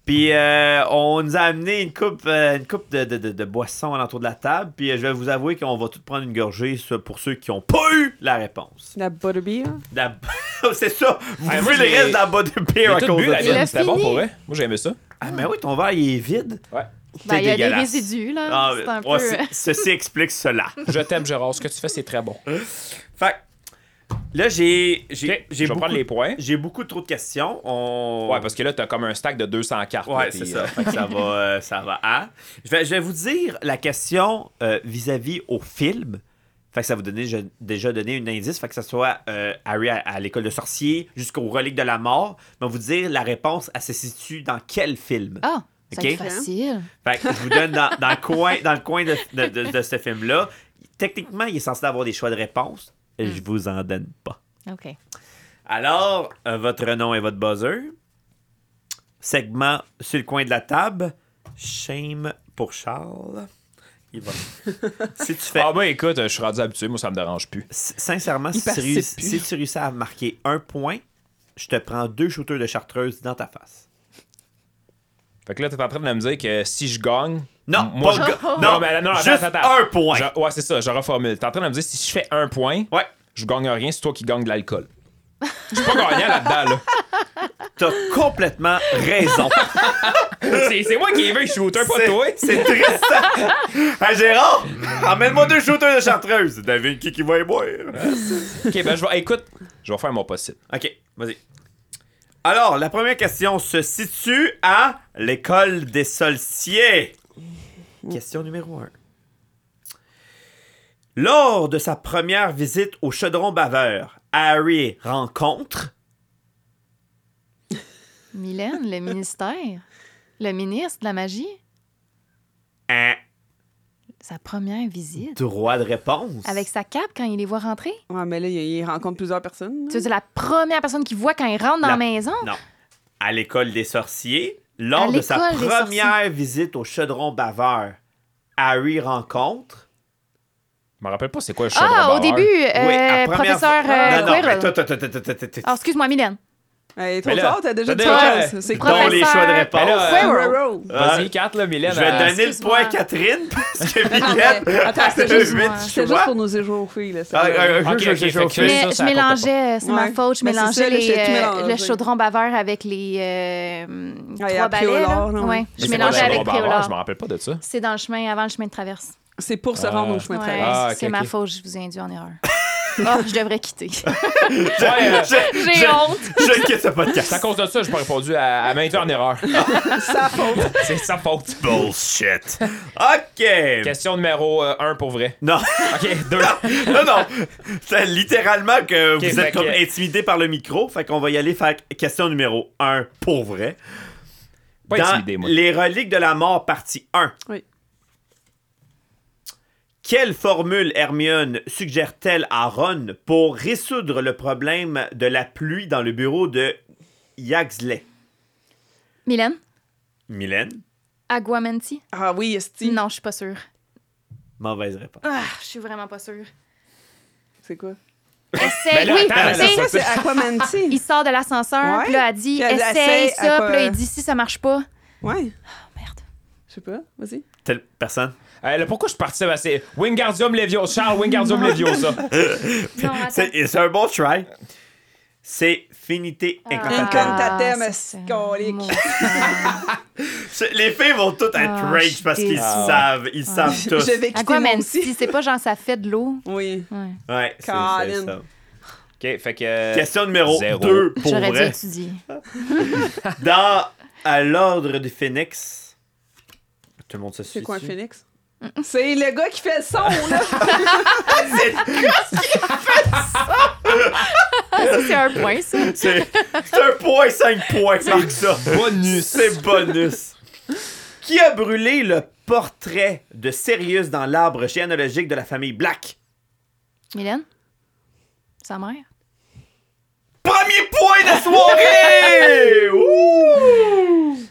Speaker 1: Puis, euh, on nous a amené une coupe, euh, une coupe de, de, de, de boissons alentour de la table. Puis, euh, je vais vous avouer qu'on va tous prendre une gorgée ça, pour ceux qui n'ont pas eu la réponse.
Speaker 3: La butterbeer. hein?
Speaker 1: La- C'est ça. Vous
Speaker 2: Ah, moi,
Speaker 1: buvez le
Speaker 2: j'ai-
Speaker 1: reste dans la bas de
Speaker 2: J'ai
Speaker 1: pire à
Speaker 2: tout
Speaker 1: cause
Speaker 2: bu
Speaker 1: de
Speaker 2: la
Speaker 1: ça.
Speaker 4: Il
Speaker 2: mienne,
Speaker 4: a
Speaker 2: c'était bon
Speaker 4: fini.
Speaker 2: pour vrai. Moi, j'aimais ça.
Speaker 1: Ah, mais oui, ton verre, il est vide.
Speaker 2: Ouais.
Speaker 4: Ben,
Speaker 1: C'est
Speaker 4: il y a des
Speaker 1: dégueulasse.
Speaker 4: résidus, là.
Speaker 1: Ah,
Speaker 4: c'est un peu... euh,
Speaker 1: ouais, c'est- Ceci explique cela.
Speaker 2: Je t'aime, Gérard. Ce que tu fais, c'est très bon.
Speaker 1: Fait que, là, j'ai. J'ai
Speaker 2: OK, je
Speaker 1: j'ai
Speaker 2: vais
Speaker 1: beaucoup,
Speaker 2: prendre les points.
Speaker 1: j'ai beaucoup trop de questions. On...
Speaker 2: Ouais, parce que là, t'as comme un stack de 200 cartes.
Speaker 1: Ouais,
Speaker 2: là,
Speaker 1: c'est
Speaker 2: puis,
Speaker 1: ça.
Speaker 2: euh,
Speaker 1: Fait que ça va. euh, ça va hein? je, vais, je vais vous dire la question euh, vis-à-vis au film. Fait que ça vous donne déjà donné un indice. Fait que ça soit euh, Harry à, à l'école de sorciers jusqu'aux reliques de la mort. Mais vous dire la réponse, elle se situe dans quel film.
Speaker 4: Ah! Ça va être
Speaker 1: Ok.
Speaker 4: facile.
Speaker 1: Fait que je vous donne dans, dans le coin, dans le coin de, de- de- de ce film-là. Techniquement, il est censé avoir des choix de réponse.
Speaker 3: Mm.
Speaker 1: Je vous en donne pas.
Speaker 4: OK.
Speaker 1: Alors, euh, votre nom et votre buzzer. Segment sur le coin de la table. Shame pour Charles. Il va. si tu fais.
Speaker 2: Ah, ben écoute, je suis rendu habitué. Moi, ça me dérange plus.
Speaker 1: S- Sincèrement,
Speaker 3: Il
Speaker 1: si tu,
Speaker 3: participe
Speaker 1: réussis, si tu réussis à marquer un point, je te prends deux shooters de chartreuse dans ta face.
Speaker 2: Fait que là, t'es en train de me dire que si je gagne.
Speaker 1: Non,
Speaker 2: moi,
Speaker 1: pas
Speaker 2: je-
Speaker 1: le gars- non,
Speaker 2: mais non, attends,
Speaker 1: juste
Speaker 2: attends, attends.
Speaker 1: un point.
Speaker 2: Je- ouais, c'est ça, je reformule. T'es en train de me dire si je fais un point,
Speaker 1: Ouais.
Speaker 2: je gagne rien, c'est toi qui gagne de l'alcool. Je suis pas gagnant là-dedans,
Speaker 1: T'as complètement raison.
Speaker 2: là. C'est c'est moi qui ai vu, je suis auteur, pas
Speaker 1: C'est-
Speaker 2: toi.
Speaker 1: C'est triste. Ah, Gérard, emmène-moi deux shooters de chartreuse. Devine qui qui va y boire.
Speaker 2: Ok, ben, je vais. Écoute, je vais faire mon possible.
Speaker 1: OK, vas-y. Alors, la première question se situe à l'école des solciers. Question numéro 1. Lors de sa première visite au chaudron baveur, Harry rencontre
Speaker 4: Mylène, le ministère, le ministre de la magie,
Speaker 1: un
Speaker 4: sa première visite.
Speaker 1: droit de réponse.
Speaker 4: Avec sa cape quand il les voit rentrer.
Speaker 3: Ouais, mais là, il, il rencontre plusieurs personnes.
Speaker 4: Tu veux dire la première personne qu'il voit quand il rentre dans
Speaker 1: La-
Speaker 4: la maison?
Speaker 1: Non. À l'école des sorciers,
Speaker 4: À
Speaker 1: lors de
Speaker 4: l'école
Speaker 1: sa
Speaker 4: des
Speaker 1: première visite au chaudron baveur, Harry rencontre.
Speaker 2: Je me rappelle pas c'est quoi le chaudron
Speaker 4: Ah,
Speaker 2: bavard.
Speaker 4: au début,
Speaker 1: Oui, à
Speaker 4: euh,
Speaker 1: première
Speaker 4: professeur
Speaker 1: fois-
Speaker 4: euh,
Speaker 1: Non, non,
Speaker 4: Quirrell.
Speaker 1: mais toi, toi, toi, toi, toi, toi, toi, toi.
Speaker 4: Ah, excuse-moi, Mylène.
Speaker 3: Eh, trop
Speaker 2: Mais là,
Speaker 3: tard, t'as
Speaker 2: t'as
Speaker 3: déjà dit
Speaker 2: déjà-
Speaker 3: chose. C'est
Speaker 1: Dont
Speaker 3: quoi?
Speaker 1: les choix de réponse.
Speaker 2: Mais là,
Speaker 4: Quirrell.
Speaker 3: Quirrell.
Speaker 2: Vas-y, 4, là,
Speaker 1: Je
Speaker 2: Mylène.
Speaker 1: vais
Speaker 2: euh,
Speaker 1: donner le point à
Speaker 4: excuse-moi.
Speaker 1: Catherine parce que
Speaker 3: Non,
Speaker 1: Mylène
Speaker 3: mais- Attends,
Speaker 1: a
Speaker 3: c'était juste,
Speaker 1: huit
Speaker 4: moi.
Speaker 3: c'était
Speaker 1: choix.
Speaker 3: juste pour nous échauffer. Là, ça.
Speaker 1: Ah, ah, ah,
Speaker 2: Ok,
Speaker 1: je- je- je-
Speaker 2: ok, fait que-
Speaker 1: je-
Speaker 4: Mais
Speaker 2: ça,
Speaker 4: je
Speaker 2: ça compte
Speaker 4: mélangeais, euh, c'est ma
Speaker 3: Ouais.
Speaker 4: faute, je
Speaker 3: Mais c'est
Speaker 4: mélangeais
Speaker 3: ça, là,
Speaker 4: les,
Speaker 3: j'étais tout
Speaker 4: euh,
Speaker 3: mélangée.
Speaker 4: le chaudron bavard avec les euh,
Speaker 3: Ouais,
Speaker 4: trois
Speaker 3: à
Speaker 4: balais. là.
Speaker 3: Préolard, non,
Speaker 4: Ouais,
Speaker 3: ouais.
Speaker 4: je
Speaker 2: c'est quoi le
Speaker 4: mélangeais
Speaker 2: chaudron
Speaker 4: avec
Speaker 2: bavard?
Speaker 4: Préolard.
Speaker 2: Je me rappelle pas de ça.
Speaker 4: C'est dans le chemin, avant le chemin de traverse.
Speaker 3: C'est pour se
Speaker 2: Ah.
Speaker 3: rendre au chemin de
Speaker 4: Ouais,
Speaker 3: traverse.
Speaker 2: Ah, ok,
Speaker 4: c'est ma
Speaker 2: ok.
Speaker 4: faute, je vous ai induit en erreur. Ah, je devrais quitter.
Speaker 2: Ouais, euh,
Speaker 1: je-
Speaker 4: J'ai
Speaker 1: je-
Speaker 4: honte.
Speaker 1: Je quitte ce
Speaker 2: c'est à
Speaker 1: podcast.
Speaker 2: cause de ça, j'ai pas répondu à, à maintes en erreur.
Speaker 3: Sa faute.
Speaker 2: c'est sa faute.
Speaker 1: Bullshit. OK.
Speaker 2: Question numéro 1 pour vrai.
Speaker 1: Non,
Speaker 2: Ok, 2.
Speaker 1: non, non. C'est littéralement que
Speaker 2: Ok,
Speaker 1: vous
Speaker 2: fait
Speaker 1: êtes comme
Speaker 2: que-
Speaker 1: intimidé par le micro. Fait qu'on va y aller faire question numéro 1 pour vrai.
Speaker 2: Pas
Speaker 1: Dans
Speaker 2: intimidé, moi.
Speaker 1: Les reliques de la mort, partie 1.
Speaker 3: Oui.
Speaker 1: Quelle formule Hermione suggère-t-elle à Ron pour résoudre le problème de la pluie dans le bureau de Yaxley?
Speaker 4: Mylène,
Speaker 1: Mylène,
Speaker 4: Aguamenti?
Speaker 3: Ah oui, Esti.
Speaker 4: Non, je suis pas sûre.
Speaker 1: mauvaise réponse.
Speaker 4: Ah, je suis vraiment pas sûre.
Speaker 3: C'est quoi?
Speaker 4: Essaye,
Speaker 2: là,
Speaker 4: oui,
Speaker 2: attends, là,
Speaker 4: essaye.
Speaker 2: ça,
Speaker 3: Ça, c'est Aquamancy.
Speaker 4: Il sort de l'ascenseur,
Speaker 3: Ouais.
Speaker 4: puis là, elle dit
Speaker 3: Puis elle dit,
Speaker 4: Essaye
Speaker 3: essaye,
Speaker 4: ça,
Speaker 3: Aqua-
Speaker 4: puis là, il dit Si ça marche pas.
Speaker 3: Ouais.
Speaker 4: Ah, merde.
Speaker 3: Je sais pas. Vas-y.
Speaker 1: Telle personne.
Speaker 2: Euh, là, pourquoi je participe à ces. Wingardium Leviosa. Charles Wingardium Leviosa.
Speaker 4: Non, attends.
Speaker 1: C'est c'est un bon try. C'est finité
Speaker 2: Ah.
Speaker 1: incantatem.
Speaker 3: Incantatem,
Speaker 4: Ah, c'est ça. Ah,
Speaker 3: scolique.
Speaker 4: Mon frère.
Speaker 1: C'est- Les filles vont toutes être
Speaker 4: Ah, je
Speaker 1: rage
Speaker 4: suis
Speaker 1: parce qu'ils
Speaker 4: déçue.
Speaker 1: savent. Ils savent tous.
Speaker 3: Je vais quitter mon
Speaker 4: Aquamancy,
Speaker 3: petit.
Speaker 4: c'est pas genre ça fait de l'eau.
Speaker 3: Oui.
Speaker 4: Ouais.
Speaker 1: Ouais, c'est- c'est
Speaker 3: Colin.
Speaker 1: ça.
Speaker 2: Ok, fait que. euh,
Speaker 1: Question numéro
Speaker 2: Zéro.
Speaker 1: 2 pour
Speaker 4: J'aurais dû
Speaker 1: vrai.
Speaker 4: étudier.
Speaker 1: Dans À l'ordre du phénix. Tout le monde se suit.
Speaker 3: C'est quoi un
Speaker 1: dessus.
Speaker 3: phoenix? C'est le gars qui fait le son, là.
Speaker 4: Ça, c'est un point, ça.
Speaker 1: C'est c'est un point 5 points, Marc, ça.
Speaker 2: Bonus.
Speaker 1: C'est bonus. Qui a brûlé le portrait de Sirius dans l'arbre généalogique de la famille Black?
Speaker 4: Mylène? Sa mère?
Speaker 1: Premier point de la soirée! Ouh!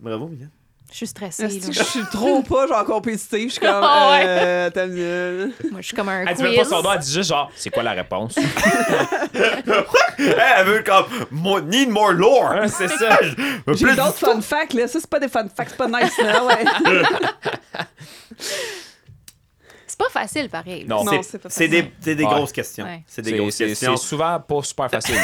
Speaker 1: Bravo, Mylène.
Speaker 4: Je suis stressée,
Speaker 3: Esti,
Speaker 4: là.
Speaker 3: Je suis trop pas genre compétitive. Je suis comme.
Speaker 4: Ah ouais.
Speaker 3: euh, Attends une minute.
Speaker 4: Moi, je suis comme un
Speaker 2: Elle dit
Speaker 4: quiz.
Speaker 2: même pas son nom, elle dit juste genre, c'est quoi la réponse?
Speaker 1: Elle, elle veut comme mo- need more lore.
Speaker 2: Hein, c'est ça.
Speaker 3: J'ai
Speaker 1: Plus
Speaker 3: d'autres fun facts, là. Ça, c'est pas des fun facts, c'est pas nice, là. Ouais.
Speaker 4: C'est pas facile, pareil.
Speaker 2: Non.
Speaker 1: C'est-
Speaker 3: Non, c'est pas
Speaker 1: C'est des,
Speaker 4: facile.
Speaker 1: c'est des
Speaker 2: Ouais.
Speaker 1: grosses questions.
Speaker 4: Ouais.
Speaker 1: C'est des
Speaker 2: C'est
Speaker 1: grosses
Speaker 2: c'est-
Speaker 1: questions.
Speaker 2: c'est souvent pas super facile.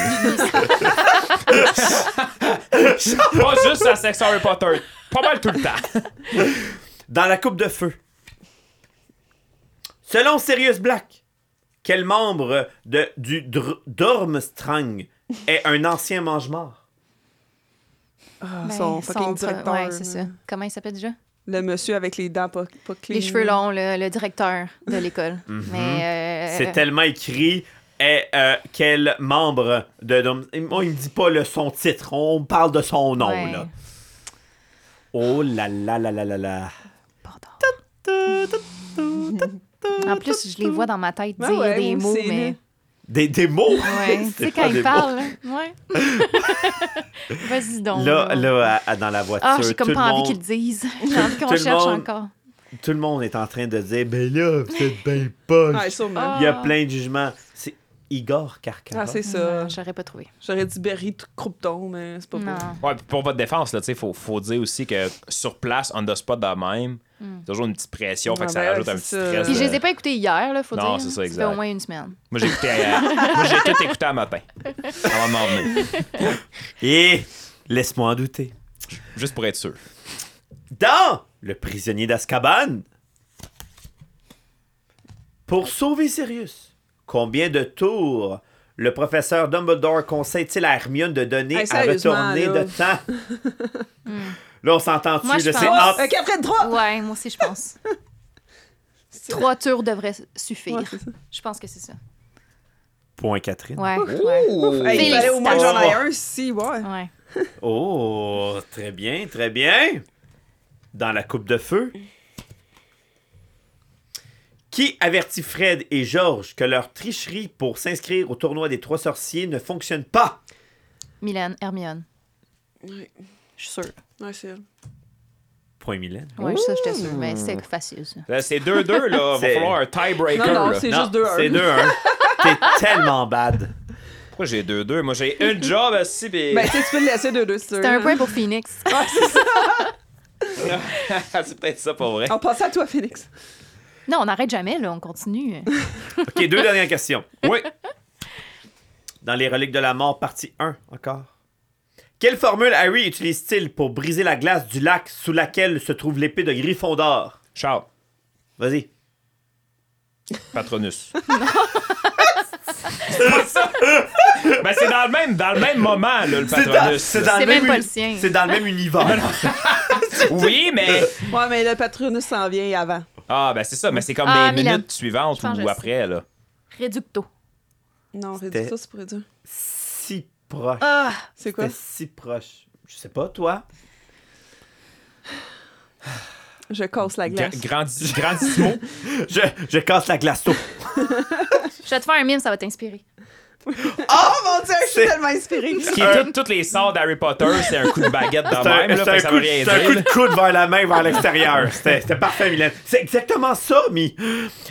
Speaker 2: pas juste la section Harry Potter. Pas mal tout le temps.
Speaker 1: Dans la coupe de feu. Selon Sirius Black, quel membre de, du dr- Dormstrang est un ancien mange-mort?
Speaker 3: Ah,
Speaker 4: Ben,
Speaker 3: son fucking
Speaker 4: son-
Speaker 3: directeur.
Speaker 4: Ouais, c'est ça. Comment il s'appelle déjà?
Speaker 3: Le monsieur avec les dents pas, pas clean.
Speaker 4: Les cheveux longs, le, le directeur de l'école.
Speaker 2: Mhm.
Speaker 4: Mais. euh,
Speaker 1: C'est tellement écrit. Et, euh, quel membre de Dorm... Moi, il me dit pas le son titre. On parle de son nom,
Speaker 4: Ouais.
Speaker 1: là. Oh là là là là là là.
Speaker 4: Pardon. En plus, je les vois dans ma tête
Speaker 3: Ah
Speaker 4: dire
Speaker 3: ouais,
Speaker 4: des
Speaker 3: moi
Speaker 4: mots,
Speaker 3: aussi,
Speaker 4: mais.
Speaker 1: Des, des mots?
Speaker 4: Ouais, tu
Speaker 1: C'était
Speaker 4: sais,
Speaker 1: pas
Speaker 4: quand
Speaker 1: des
Speaker 4: ils
Speaker 1: mots.
Speaker 4: parlent, là. Ouais. Vas-y donc.
Speaker 1: Là, là, à- à- dans la voiture,
Speaker 4: Ah, j'ai comme
Speaker 1: tout,
Speaker 4: pas
Speaker 1: le
Speaker 4: envie
Speaker 1: monde,
Speaker 4: qu'ils le disent. J'ai envie
Speaker 1: Tout
Speaker 4: qu'on
Speaker 1: le
Speaker 4: cherche
Speaker 1: monde-
Speaker 4: encore.
Speaker 1: tout le monde est en train de dire, ben là, vous êtes ben poche.
Speaker 3: Ouais, sûrement.
Speaker 4: Ah.
Speaker 1: Il y a plein de jugements. C'est Igor Karkara.
Speaker 3: Ah, c'est ça.
Speaker 4: Non, J'aurais pas trouvé.
Speaker 3: J'aurais dit Berry tout croupton, mais c'est pas
Speaker 4: Non.
Speaker 3: pour.
Speaker 2: Ouais, puis pour votre défense, là, tu sais, faut, faut dire aussi que sur place, on the spot de même,
Speaker 4: Mm.
Speaker 2: Toujours une petite pression, fait
Speaker 3: Ah
Speaker 2: que ça
Speaker 3: ben,
Speaker 2: rajoute
Speaker 3: Hmm. c'est
Speaker 2: un petit
Speaker 3: ça.
Speaker 2: stress.
Speaker 4: Puis je
Speaker 2: de-
Speaker 4: les ai pas écoutés hier, là, faut
Speaker 2: Non,
Speaker 4: dire.
Speaker 2: c'est ça, exact.
Speaker 4: fait au moins une semaine.
Speaker 2: Moi, j'ai écouté à- Moi, j'ai tout écouté à matin. Avant de m'en venir.
Speaker 1: Et laisse-moi en douter.
Speaker 2: Juste pour être sûr.
Speaker 1: Dans Le prisonnier d'Azkaban, pour sauver Sirius, combien de tours le professeur Dumbledore conseille-t-il à Hermione de donner
Speaker 3: Hey,
Speaker 1: à
Speaker 3: sérieusement,
Speaker 1: retourner
Speaker 3: là.
Speaker 1: de temps? là, on s'entend-tu?
Speaker 4: Moi,
Speaker 1: là,
Speaker 4: je
Speaker 1: c'est
Speaker 4: pense-
Speaker 1: entre-
Speaker 3: Euh, Catherine 3!
Speaker 4: Ouais, moi aussi, je pense. Trois tours devraient suffire.
Speaker 3: Ouais, c'est ça.
Speaker 4: je pense que c'est ça.
Speaker 1: Point Catherine.
Speaker 4: Ouais. ouais.
Speaker 2: Ouh!
Speaker 3: Hey, il fallait au moins que j'en ai un, si, ouais.
Speaker 4: Ouais.
Speaker 1: Oh, très bien, très bien. Dans la coupe de feu. Qui avertit Fred et George que leur tricherie pour s'inscrire au tournoi des trois sorciers ne fonctionne pas?
Speaker 4: Mylène, Hermione.
Speaker 3: Ouais,
Speaker 4: Je suis sûre.
Speaker 3: ouais, c'est elle.
Speaker 1: Point Mylène.
Speaker 4: Ouais, ça, j'étais sûre. Mais c'est facile,
Speaker 3: Euh.
Speaker 4: ça.
Speaker 2: Là, Euh, C'est 2-2, là. Va
Speaker 1: C'est-
Speaker 2: falloir un tiebreaker.
Speaker 3: Non, non,
Speaker 2: là.
Speaker 3: c'est
Speaker 1: Non,
Speaker 3: juste 2-1.
Speaker 1: C'est 2-1. T'es tellement bad.
Speaker 2: Pourquoi j'ai 2-2? Moi, j'ai une job à 6
Speaker 3: Ben, tu sais, tu hein. peux le laisser 2-2,
Speaker 4: C'était un point pour Phoenix.
Speaker 2: c'est peut-être ça pour vrai.
Speaker 3: On passe à toi, Félix.
Speaker 4: Non, on n'arrête jamais, là. On continue.
Speaker 1: OK, deux dernières questions.
Speaker 2: Oui.
Speaker 1: Dans les reliques de la mort, partie 1, encore. Quelle formule Harry utilise-t-il pour briser la glace du lac sous laquelle se trouve l'épée de Gryffondor?
Speaker 2: Charles,
Speaker 1: Vas-y.
Speaker 2: Patronus. c'est pas ça. Ben, c'est dans le même, dans le même moment, là, le
Speaker 1: C'est dans,
Speaker 2: Patronus.
Speaker 1: c'est dans
Speaker 4: C'est
Speaker 1: le
Speaker 4: même
Speaker 1: même,
Speaker 4: pas
Speaker 1: uni-
Speaker 4: le sien.
Speaker 1: C'est dans le même univers.
Speaker 2: Oui, mais.
Speaker 3: Ouais, mais le patronus s'en vient avant.
Speaker 2: Ah, ben, c'est ça. Mais c'est comme
Speaker 4: Ah,
Speaker 2: les
Speaker 4: Milan.
Speaker 2: minutes suivantes
Speaker 4: Je pense que
Speaker 2: ou
Speaker 4: je
Speaker 2: après, là.
Speaker 4: Réducto.
Speaker 3: Non,
Speaker 1: C'était-
Speaker 3: réduis ça, c'est pour réduire.
Speaker 1: si proche.
Speaker 3: Ah! C'est quoi?
Speaker 1: C'était si proche. Je sais pas, toi.
Speaker 3: Je casse la glace.
Speaker 2: Gra- grandi- grandissimo.
Speaker 1: Je, je casse la glace tôt.
Speaker 4: Je vais te faire un mime, ça va t'inspirer.
Speaker 3: Oh mon dieu, je
Speaker 1: C'est-
Speaker 3: suis tellement inspirée.
Speaker 2: Ce qui est tout- toutes les sorts d'Harry Potter, c'est un coup de baguette dans
Speaker 1: C'est
Speaker 2: le même, là,
Speaker 1: un, c'est
Speaker 2: fait
Speaker 1: un
Speaker 2: que ça
Speaker 1: coup,
Speaker 2: veut
Speaker 1: de-
Speaker 2: rien
Speaker 1: c'est un coup
Speaker 2: dire.
Speaker 1: de coude vers la main, vers l'extérieur. C'était c'était parfait, Mylène. C'est exactement ça, mi.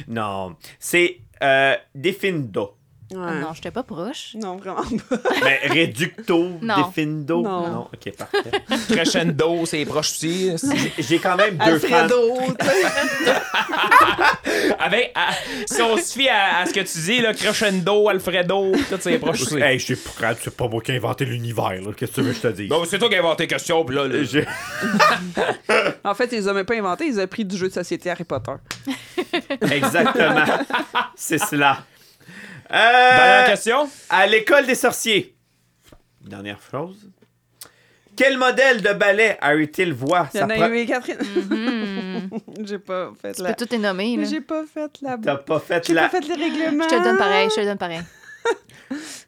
Speaker 1: Non. C'est euh, Defindo.
Speaker 4: Ah
Speaker 3: Ouais.
Speaker 4: Non, j'étais pas proche.
Speaker 3: Non, vraiment pas.
Speaker 1: Mais Reducto,
Speaker 4: Non.
Speaker 1: Defindo.
Speaker 3: Non.
Speaker 1: Non, ok, parfait.
Speaker 2: Crescendo, c'est proche aussi.
Speaker 1: J'ai- J'ai quand même deux fans.
Speaker 3: Alfredo, tu sais.
Speaker 2: Avec, à- si on se fie à, à ce que tu dis, là, Crescendo, Alfredo, tout c'est proche aussi.
Speaker 1: Hey, j'ai- c'est pas moi qui ai inventé l'univers. là. Qu'est-ce que tu veux que je te dise?
Speaker 2: Bon, c'est toi qui as inventé question, pis là, là,
Speaker 1: J'ai-
Speaker 3: En fait, ils les ont même pas inventé, ils ont pris du jeu de société Harry Potter.
Speaker 1: Exactement. C'est cela. Euh,
Speaker 2: Dernière question?
Speaker 1: à l'école des sorciers. Dernière chose. Quel modèle de ballet Harry-t-il voit
Speaker 3: Il y en
Speaker 1: sa
Speaker 3: a
Speaker 1: pre-
Speaker 3: eu Catherine.
Speaker 4: Mhm.
Speaker 3: J'ai pas fait
Speaker 4: Tu
Speaker 3: la.
Speaker 4: peux tout les nommer, là.
Speaker 3: J'ai pas fait la.
Speaker 1: T'as pas fait
Speaker 3: J'ai
Speaker 1: la...
Speaker 3: pas fait les règlements.
Speaker 4: Je te le donne pareil, je te le donne pareil.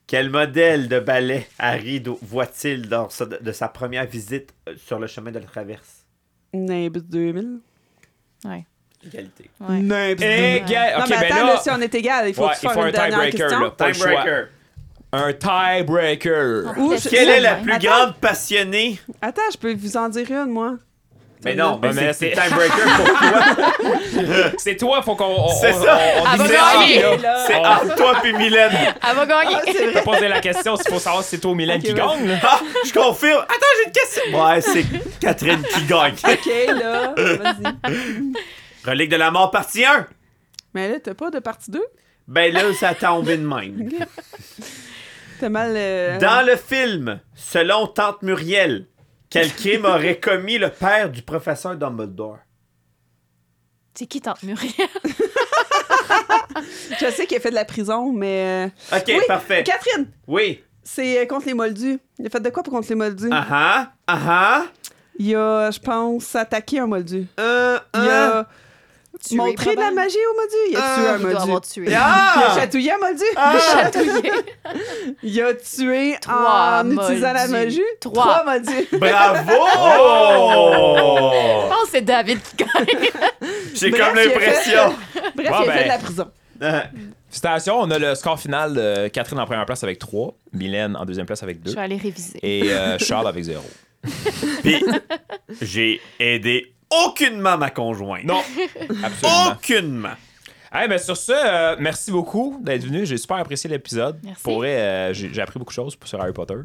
Speaker 1: Quel modèle de ballet Harry do- voit-il dans sa- de sa première visite euh, sur le chemin de la traverse?
Speaker 3: Nimbus 2000.
Speaker 1: Égalité.
Speaker 4: Ouais. Eh,
Speaker 3: Nimbus
Speaker 2: Égal.
Speaker 3: non,
Speaker 2: Ok,
Speaker 3: mais
Speaker 2: ben
Speaker 3: attends,
Speaker 2: là,
Speaker 3: là, si on est égal, il faut,
Speaker 2: Ouais,
Speaker 3: faire
Speaker 2: il faut
Speaker 3: une
Speaker 2: un
Speaker 3: dernière
Speaker 2: tiebreaker,
Speaker 3: question.
Speaker 2: là. Pas le
Speaker 1: Timebreaker.
Speaker 2: un tiebreaker.
Speaker 4: On peut
Speaker 3: Ouh,
Speaker 4: laisser
Speaker 1: Quelle
Speaker 4: ça
Speaker 1: est
Speaker 4: de
Speaker 1: la
Speaker 4: même.
Speaker 1: plus
Speaker 3: Attends.
Speaker 1: grande passionnée?
Speaker 3: Attends, je peux vous en dire une, moi.
Speaker 1: Mais non,
Speaker 2: mais
Speaker 1: mais c'est
Speaker 2: c'est-
Speaker 1: c'est Timebreaker pour toi.
Speaker 2: C'est toi, faut qu'on. on-
Speaker 1: C'est
Speaker 2: on-
Speaker 1: ça. bah,
Speaker 2: on- on
Speaker 4: Elle va
Speaker 2: dit-
Speaker 4: gagner,
Speaker 2: Ah,
Speaker 3: là.
Speaker 1: C'est
Speaker 2: on-
Speaker 1: entre toi puis Mylène.
Speaker 4: Elle va gagner.
Speaker 3: Ah,
Speaker 2: on peut poser la question, s'il faut savoir si c'est toi ou Mylène
Speaker 3: Ok,
Speaker 2: qui
Speaker 3: vas-y.
Speaker 2: gagne. là.
Speaker 1: Ah, je confirme. Attends, j'ai une question. Ouais, c'est Catherine qui gagne.
Speaker 3: OK, là, vas-y.
Speaker 1: Relique de la mort, partie 1.
Speaker 3: Mais là, t'as pas de partie 2?
Speaker 1: Ben là, ça tombe de même.
Speaker 3: T'as mal. euh,
Speaker 1: Dans le film, selon Tante Muriel, quel crime aurait commis le père du professeur Dumbledore?
Speaker 4: C'est qui tante Muriel?
Speaker 3: Je sais qu'il a fait de la prison, mais. euh,
Speaker 1: Ok,
Speaker 3: Oui,
Speaker 1: parfait.
Speaker 3: Catherine,
Speaker 1: Oui.
Speaker 3: c'est euh, contre les moldus. Il a fait de quoi pour contre les moldus?
Speaker 1: Ah ah. Ah
Speaker 3: Il a, je pense, attaqué un moldu.
Speaker 1: ah. Euh,
Speaker 3: Il
Speaker 1: euh,
Speaker 3: a montré de la magie au moldu. Il a
Speaker 1: Ah,
Speaker 3: tué un
Speaker 4: Il doit
Speaker 3: moldu.
Speaker 4: avoir tué.
Speaker 3: Il a
Speaker 1: ah.
Speaker 3: chatouillé un moldu.
Speaker 4: Chatouillé.
Speaker 3: Il a tué
Speaker 4: Trois
Speaker 3: en utilisant la
Speaker 4: moldus.
Speaker 3: magie.
Speaker 4: Trois.
Speaker 3: moldus.
Speaker 1: Bravo!
Speaker 4: Je pense que c'est David qui gagne.
Speaker 1: J'ai
Speaker 3: Bref,
Speaker 1: comme
Speaker 3: il a
Speaker 1: l'impression.
Speaker 3: Bref,
Speaker 2: Bon,
Speaker 3: il a
Speaker 2: ben.
Speaker 3: fait de la prison.
Speaker 1: Euh,
Speaker 2: Félicitations, on a le score final de Catherine en première place avec 3, Mylène en deuxième place avec
Speaker 4: Je
Speaker 2: 2
Speaker 4: vais aller réviser.
Speaker 2: et euh, Charles avec 0.
Speaker 1: Puis, j'ai aidé aucunement ma conjointe.
Speaker 2: Non, absolument.
Speaker 1: Aucunement.
Speaker 2: Hey, ben sur ce, euh, merci beaucoup d'être venu. J'ai super apprécié l'épisode.
Speaker 4: Merci.
Speaker 2: Pour vrai, euh, j'ai j'ai appris beaucoup de choses sur Harry Potter.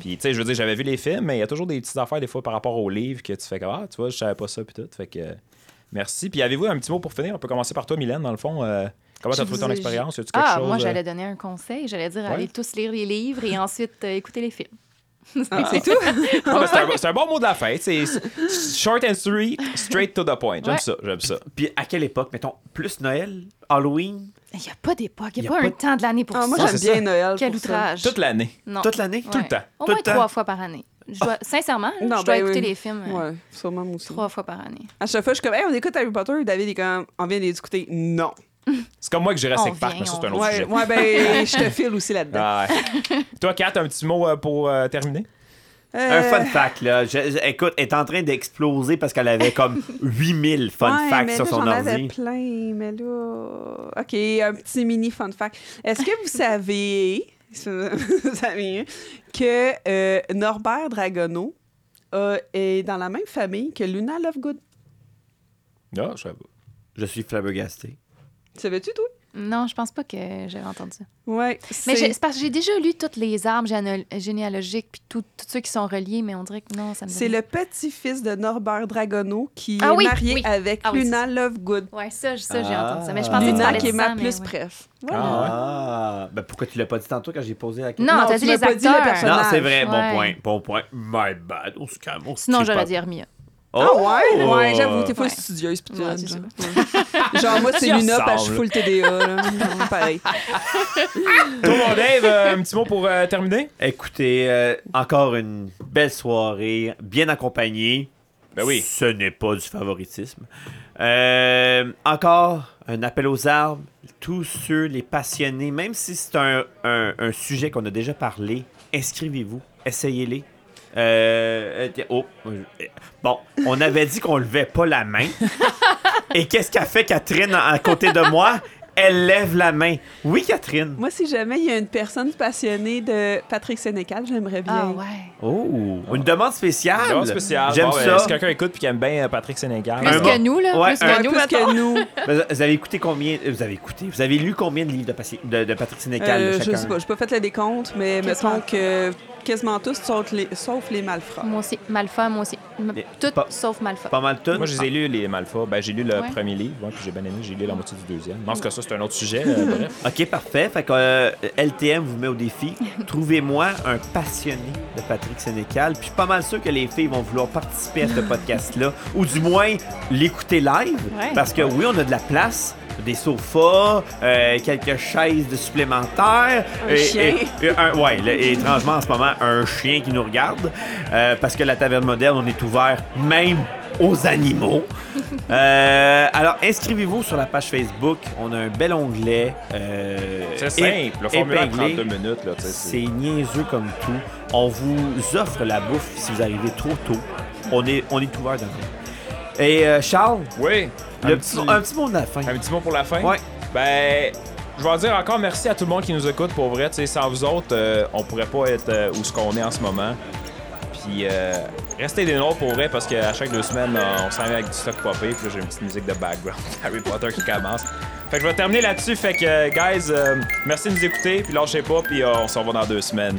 Speaker 2: puis, tu sais, je veux dire, j'avais vu les films, mais il y a toujours des petites affaires, des fois, par rapport aux livres que tu fais comme, ah, tu vois, je savais pas ça, puis tout. Fait que, euh, Merci. Puis avez-vous un petit mot pour finir? On peut commencer par toi, Mylène, dans le fond. Euh, comment
Speaker 4: Je
Speaker 2: t'as trouvé
Speaker 4: vous
Speaker 2: ton
Speaker 4: ai-
Speaker 2: expérience? Y a-tu quelque
Speaker 4: Ah,
Speaker 2: chose,
Speaker 4: moi,
Speaker 2: euh,
Speaker 4: j'allais donner un conseil. J'allais dire, allez
Speaker 2: Ouais.
Speaker 4: tous lire les livres et ensuite euh, écouter les films.
Speaker 3: C'est tout.
Speaker 2: Ah, ben, c'est un- c'est un, bon mot de la fête. C'est c'est short and sweet, straight to the point. J'aime
Speaker 4: Ouais.
Speaker 2: ça, j'aime ça.
Speaker 1: Puis à quelle époque, mettons, plus Noël, Halloween,
Speaker 4: Il n'y a pas d'époque. Il
Speaker 1: Y
Speaker 4: n'y
Speaker 1: a
Speaker 4: a, pas,
Speaker 1: pas
Speaker 4: un
Speaker 1: de-
Speaker 4: temps de l'année pour
Speaker 3: Ah, moi,
Speaker 4: ça.
Speaker 2: c'est
Speaker 3: j'aime bien
Speaker 2: ça.
Speaker 3: Noël.
Speaker 4: Quel
Speaker 3: pour ça.
Speaker 4: outrage.
Speaker 2: Toute l'année.
Speaker 4: Non.
Speaker 1: toute l'année?
Speaker 2: tout le temps.
Speaker 4: Au
Speaker 1: Tout
Speaker 4: moins
Speaker 1: le temps. Oh.
Speaker 4: trois fois par année. Je dois- Sincèrement,
Speaker 3: Non,
Speaker 4: je dois
Speaker 3: ben
Speaker 4: écouter
Speaker 3: oui.
Speaker 4: les films euh,
Speaker 3: Ouais, sûrement moi aussi.
Speaker 4: trois fois par année.
Speaker 3: À chaque fois, je suis comme, hey, on écoute Harry Potter. David est comme, on vient de les écouter. Non.
Speaker 2: C'est comme moi que Jurassic
Speaker 4: On
Speaker 2: Park,
Speaker 4: vient,
Speaker 2: mais ça, c'est un
Speaker 4: on-
Speaker 2: autre
Speaker 3: Ouais,
Speaker 2: sujet.
Speaker 3: ouais, ben, je te file aussi là-dedans.
Speaker 2: Ah, ouais. Toi, Kat, un petit mot euh, pour euh, terminer?
Speaker 1: Un
Speaker 3: Euh,
Speaker 1: fun fact, là. Je- je- écoute, elle est en train d'exploser parce qu'elle avait comme 8000 fun
Speaker 3: ouais,
Speaker 1: facts
Speaker 3: mais
Speaker 1: sur
Speaker 3: là,
Speaker 1: son
Speaker 3: j'en avais
Speaker 1: ordi.
Speaker 3: plein, mais là... OK, un petit mini fun fact. Est-ce que vous savez, vous savez que euh, Norbert Dragono a- est dans la même famille que Luna Lovegood?
Speaker 2: Non, Ah, je sais pas.
Speaker 1: Je suis flabbergasté.
Speaker 3: Tu Savais-tu, toi?
Speaker 4: Non, je pense pas que j'avais entendu ça.
Speaker 3: Oui.
Speaker 4: Mais j'ai- c'est parce que j'ai déjà lu toutes les arbres géano- généalogiques puis tout- tous ceux qui sont reliés, mais on dirait que non, ça me
Speaker 3: C'est
Speaker 4: donne-
Speaker 3: le petit-fils de Norbert Dragono qui
Speaker 4: Ah
Speaker 3: est
Speaker 4: oui,
Speaker 3: marié
Speaker 4: oui.
Speaker 3: avec
Speaker 4: Ah oui, c'est
Speaker 3: Luna Lovegood.
Speaker 4: Ouais, ça, je- ça, j'ai
Speaker 1: Ah.
Speaker 4: entendu ça. Mais je pensais que tu
Speaker 3: Luna
Speaker 4: parlais
Speaker 3: qui
Speaker 4: de
Speaker 3: est ma
Speaker 4: ça, mais
Speaker 3: plus
Speaker 4: ouais.
Speaker 3: bref.
Speaker 2: Ah,
Speaker 1: Ah, ben pourquoi tu l'as pas dit tantôt quand j'ai posé la
Speaker 4: Non,
Speaker 3: Non,
Speaker 4: t'as
Speaker 3: tu
Speaker 4: dit
Speaker 3: m'as
Speaker 4: les
Speaker 3: pas dit le
Speaker 4: acteurs.
Speaker 3: personnage.
Speaker 1: Non, c'est vrai, bon
Speaker 4: Ouais.
Speaker 1: point, bon point. My bad, on se calme, on se
Speaker 4: Sinon,
Speaker 1: crie pas.
Speaker 4: j'aurais dit Hermia.
Speaker 1: Oh,
Speaker 3: Ah ouais? Ouais, j'avoue, t'es full
Speaker 4: Ouais.
Speaker 3: studieuse. Pis tout, hein,
Speaker 4: Ouais, c'est
Speaker 3: genre. genre, moi, c'est
Speaker 2: Ça
Speaker 3: Luna, parce que je suis
Speaker 2: ressemble.
Speaker 3: full TDA. Là. Ouais, Pareil.
Speaker 2: Toi, mon Dave, euh, un petit mot pour euh, terminer?
Speaker 1: Écoutez, euh, encore une belle soirée, bien accompagnée.
Speaker 2: Ben oui.
Speaker 1: Ce n'est pas du favoritisme. Euh, encore un appel aux arbres. Tous ceux, les passionnés, même si c'est un, un- un sujet qu'on a déjà parlé, inscrivez-vous, essayez-les. Euh, euh, tiens, oh, euh, bon, on avait dit qu'on levait pas la main. Et qu'est-ce qu'a fait Catherine à à côté de moi? Elle lève la main. Oui, Catherine.
Speaker 3: Moi, si jamais il y a une personne passionnée de Patrick Sénécal, j'aimerais bien.
Speaker 4: Ah ouais.
Speaker 1: Oh, une demande spéciale.
Speaker 2: Ah. Demande spéciale.
Speaker 1: J'aime
Speaker 2: Bon, ben,
Speaker 1: ça.
Speaker 2: Si quelqu'un écoute et qui aime bien euh, Patrick Sénégal.
Speaker 4: Plus
Speaker 1: Un
Speaker 4: que
Speaker 1: mot.
Speaker 4: nous, là.
Speaker 1: Ouais,
Speaker 4: plus que
Speaker 1: un-
Speaker 4: nous,
Speaker 3: Plus
Speaker 4: mettons.
Speaker 3: que nous.
Speaker 1: Vous euh, vous avez écouté combien euh, Vous avez écouté. Vous avez lu combien de livres de, Paci- de, de Patrick Sénécal
Speaker 3: Euh,
Speaker 1: là,
Speaker 3: je
Speaker 1: chacun
Speaker 3: sais pas, j'ai pas fait le décompte, mais
Speaker 4: Quasiment.
Speaker 3: mettons que quasiment tous, sauf les, sauf les malfrats.
Speaker 4: Moi aussi. Malfa, moi aussi. M-
Speaker 1: Mais
Speaker 4: Tout
Speaker 1: pas-
Speaker 4: sauf Malfa.
Speaker 1: Pas mal tout.
Speaker 2: Moi, je les ai lus, les Malfa. Ben, j'ai lu le
Speaker 4: Ouais.
Speaker 2: premier livre, ouais, puis j'ai bien aimé. J'ai lu la moitié du deuxième. En tout cas, ça, c'est un autre sujet. euh, bref.
Speaker 1: Ok, parfait. Fait que euh, LTM vous met au défi. Trouvez-moi un passionné de Patrick Sénécal. Puis je suis pas mal sûr que les filles vont vouloir participer à ce podcast-là, ou du moins l'écouter live,
Speaker 4: Ouais.
Speaker 1: parce que oui, on a de la place. Des sofas, euh, quelques chaises de supplémentaires.
Speaker 3: Un chien.
Speaker 1: et un- ouais, là, et étrangement, en ce moment, un chien qui nous regarde. euh, parce que la taverne moderne, on est ouvert même aux animaux. Euh, alors, inscrivez-vous sur la page Facebook. On a un bel onglet. euh,
Speaker 2: C'est simple. Le formulaire prend
Speaker 1: épinglé.
Speaker 2: deux minutes. Là, tu sais,
Speaker 1: C'est
Speaker 2: c'est-
Speaker 1: niaiseux comme tout. On vous offre la bouffe si vous arrivez trop tôt. On est, on est ouvert demain. Et euh, Charles,
Speaker 2: Oui. Un,
Speaker 1: le
Speaker 2: petit, Ah
Speaker 1: petit- un petit mot de la fin.
Speaker 2: un petit mot pour la fin?
Speaker 1: Ouais.
Speaker 2: Ben, je vais en dire encore merci à tout le monde qui nous écoute pour vrai. Tu sais, sans vous autres, euh, on pourrait pas être euh, où ce qu'on est en ce moment. Puis euh, restez des nôtres pour vrai parce qu'à chaque deux semaines, euh, on s'en vient avec du stock popé. Puis là, j'ai une petite musique de background Harry Potter qui commence. Fait que je vais terminer là-dessus. Fait que, euh, guys, euh, merci de nous écouter. Puis lâchez pas. Puis euh, on se revoit dans deux semaines.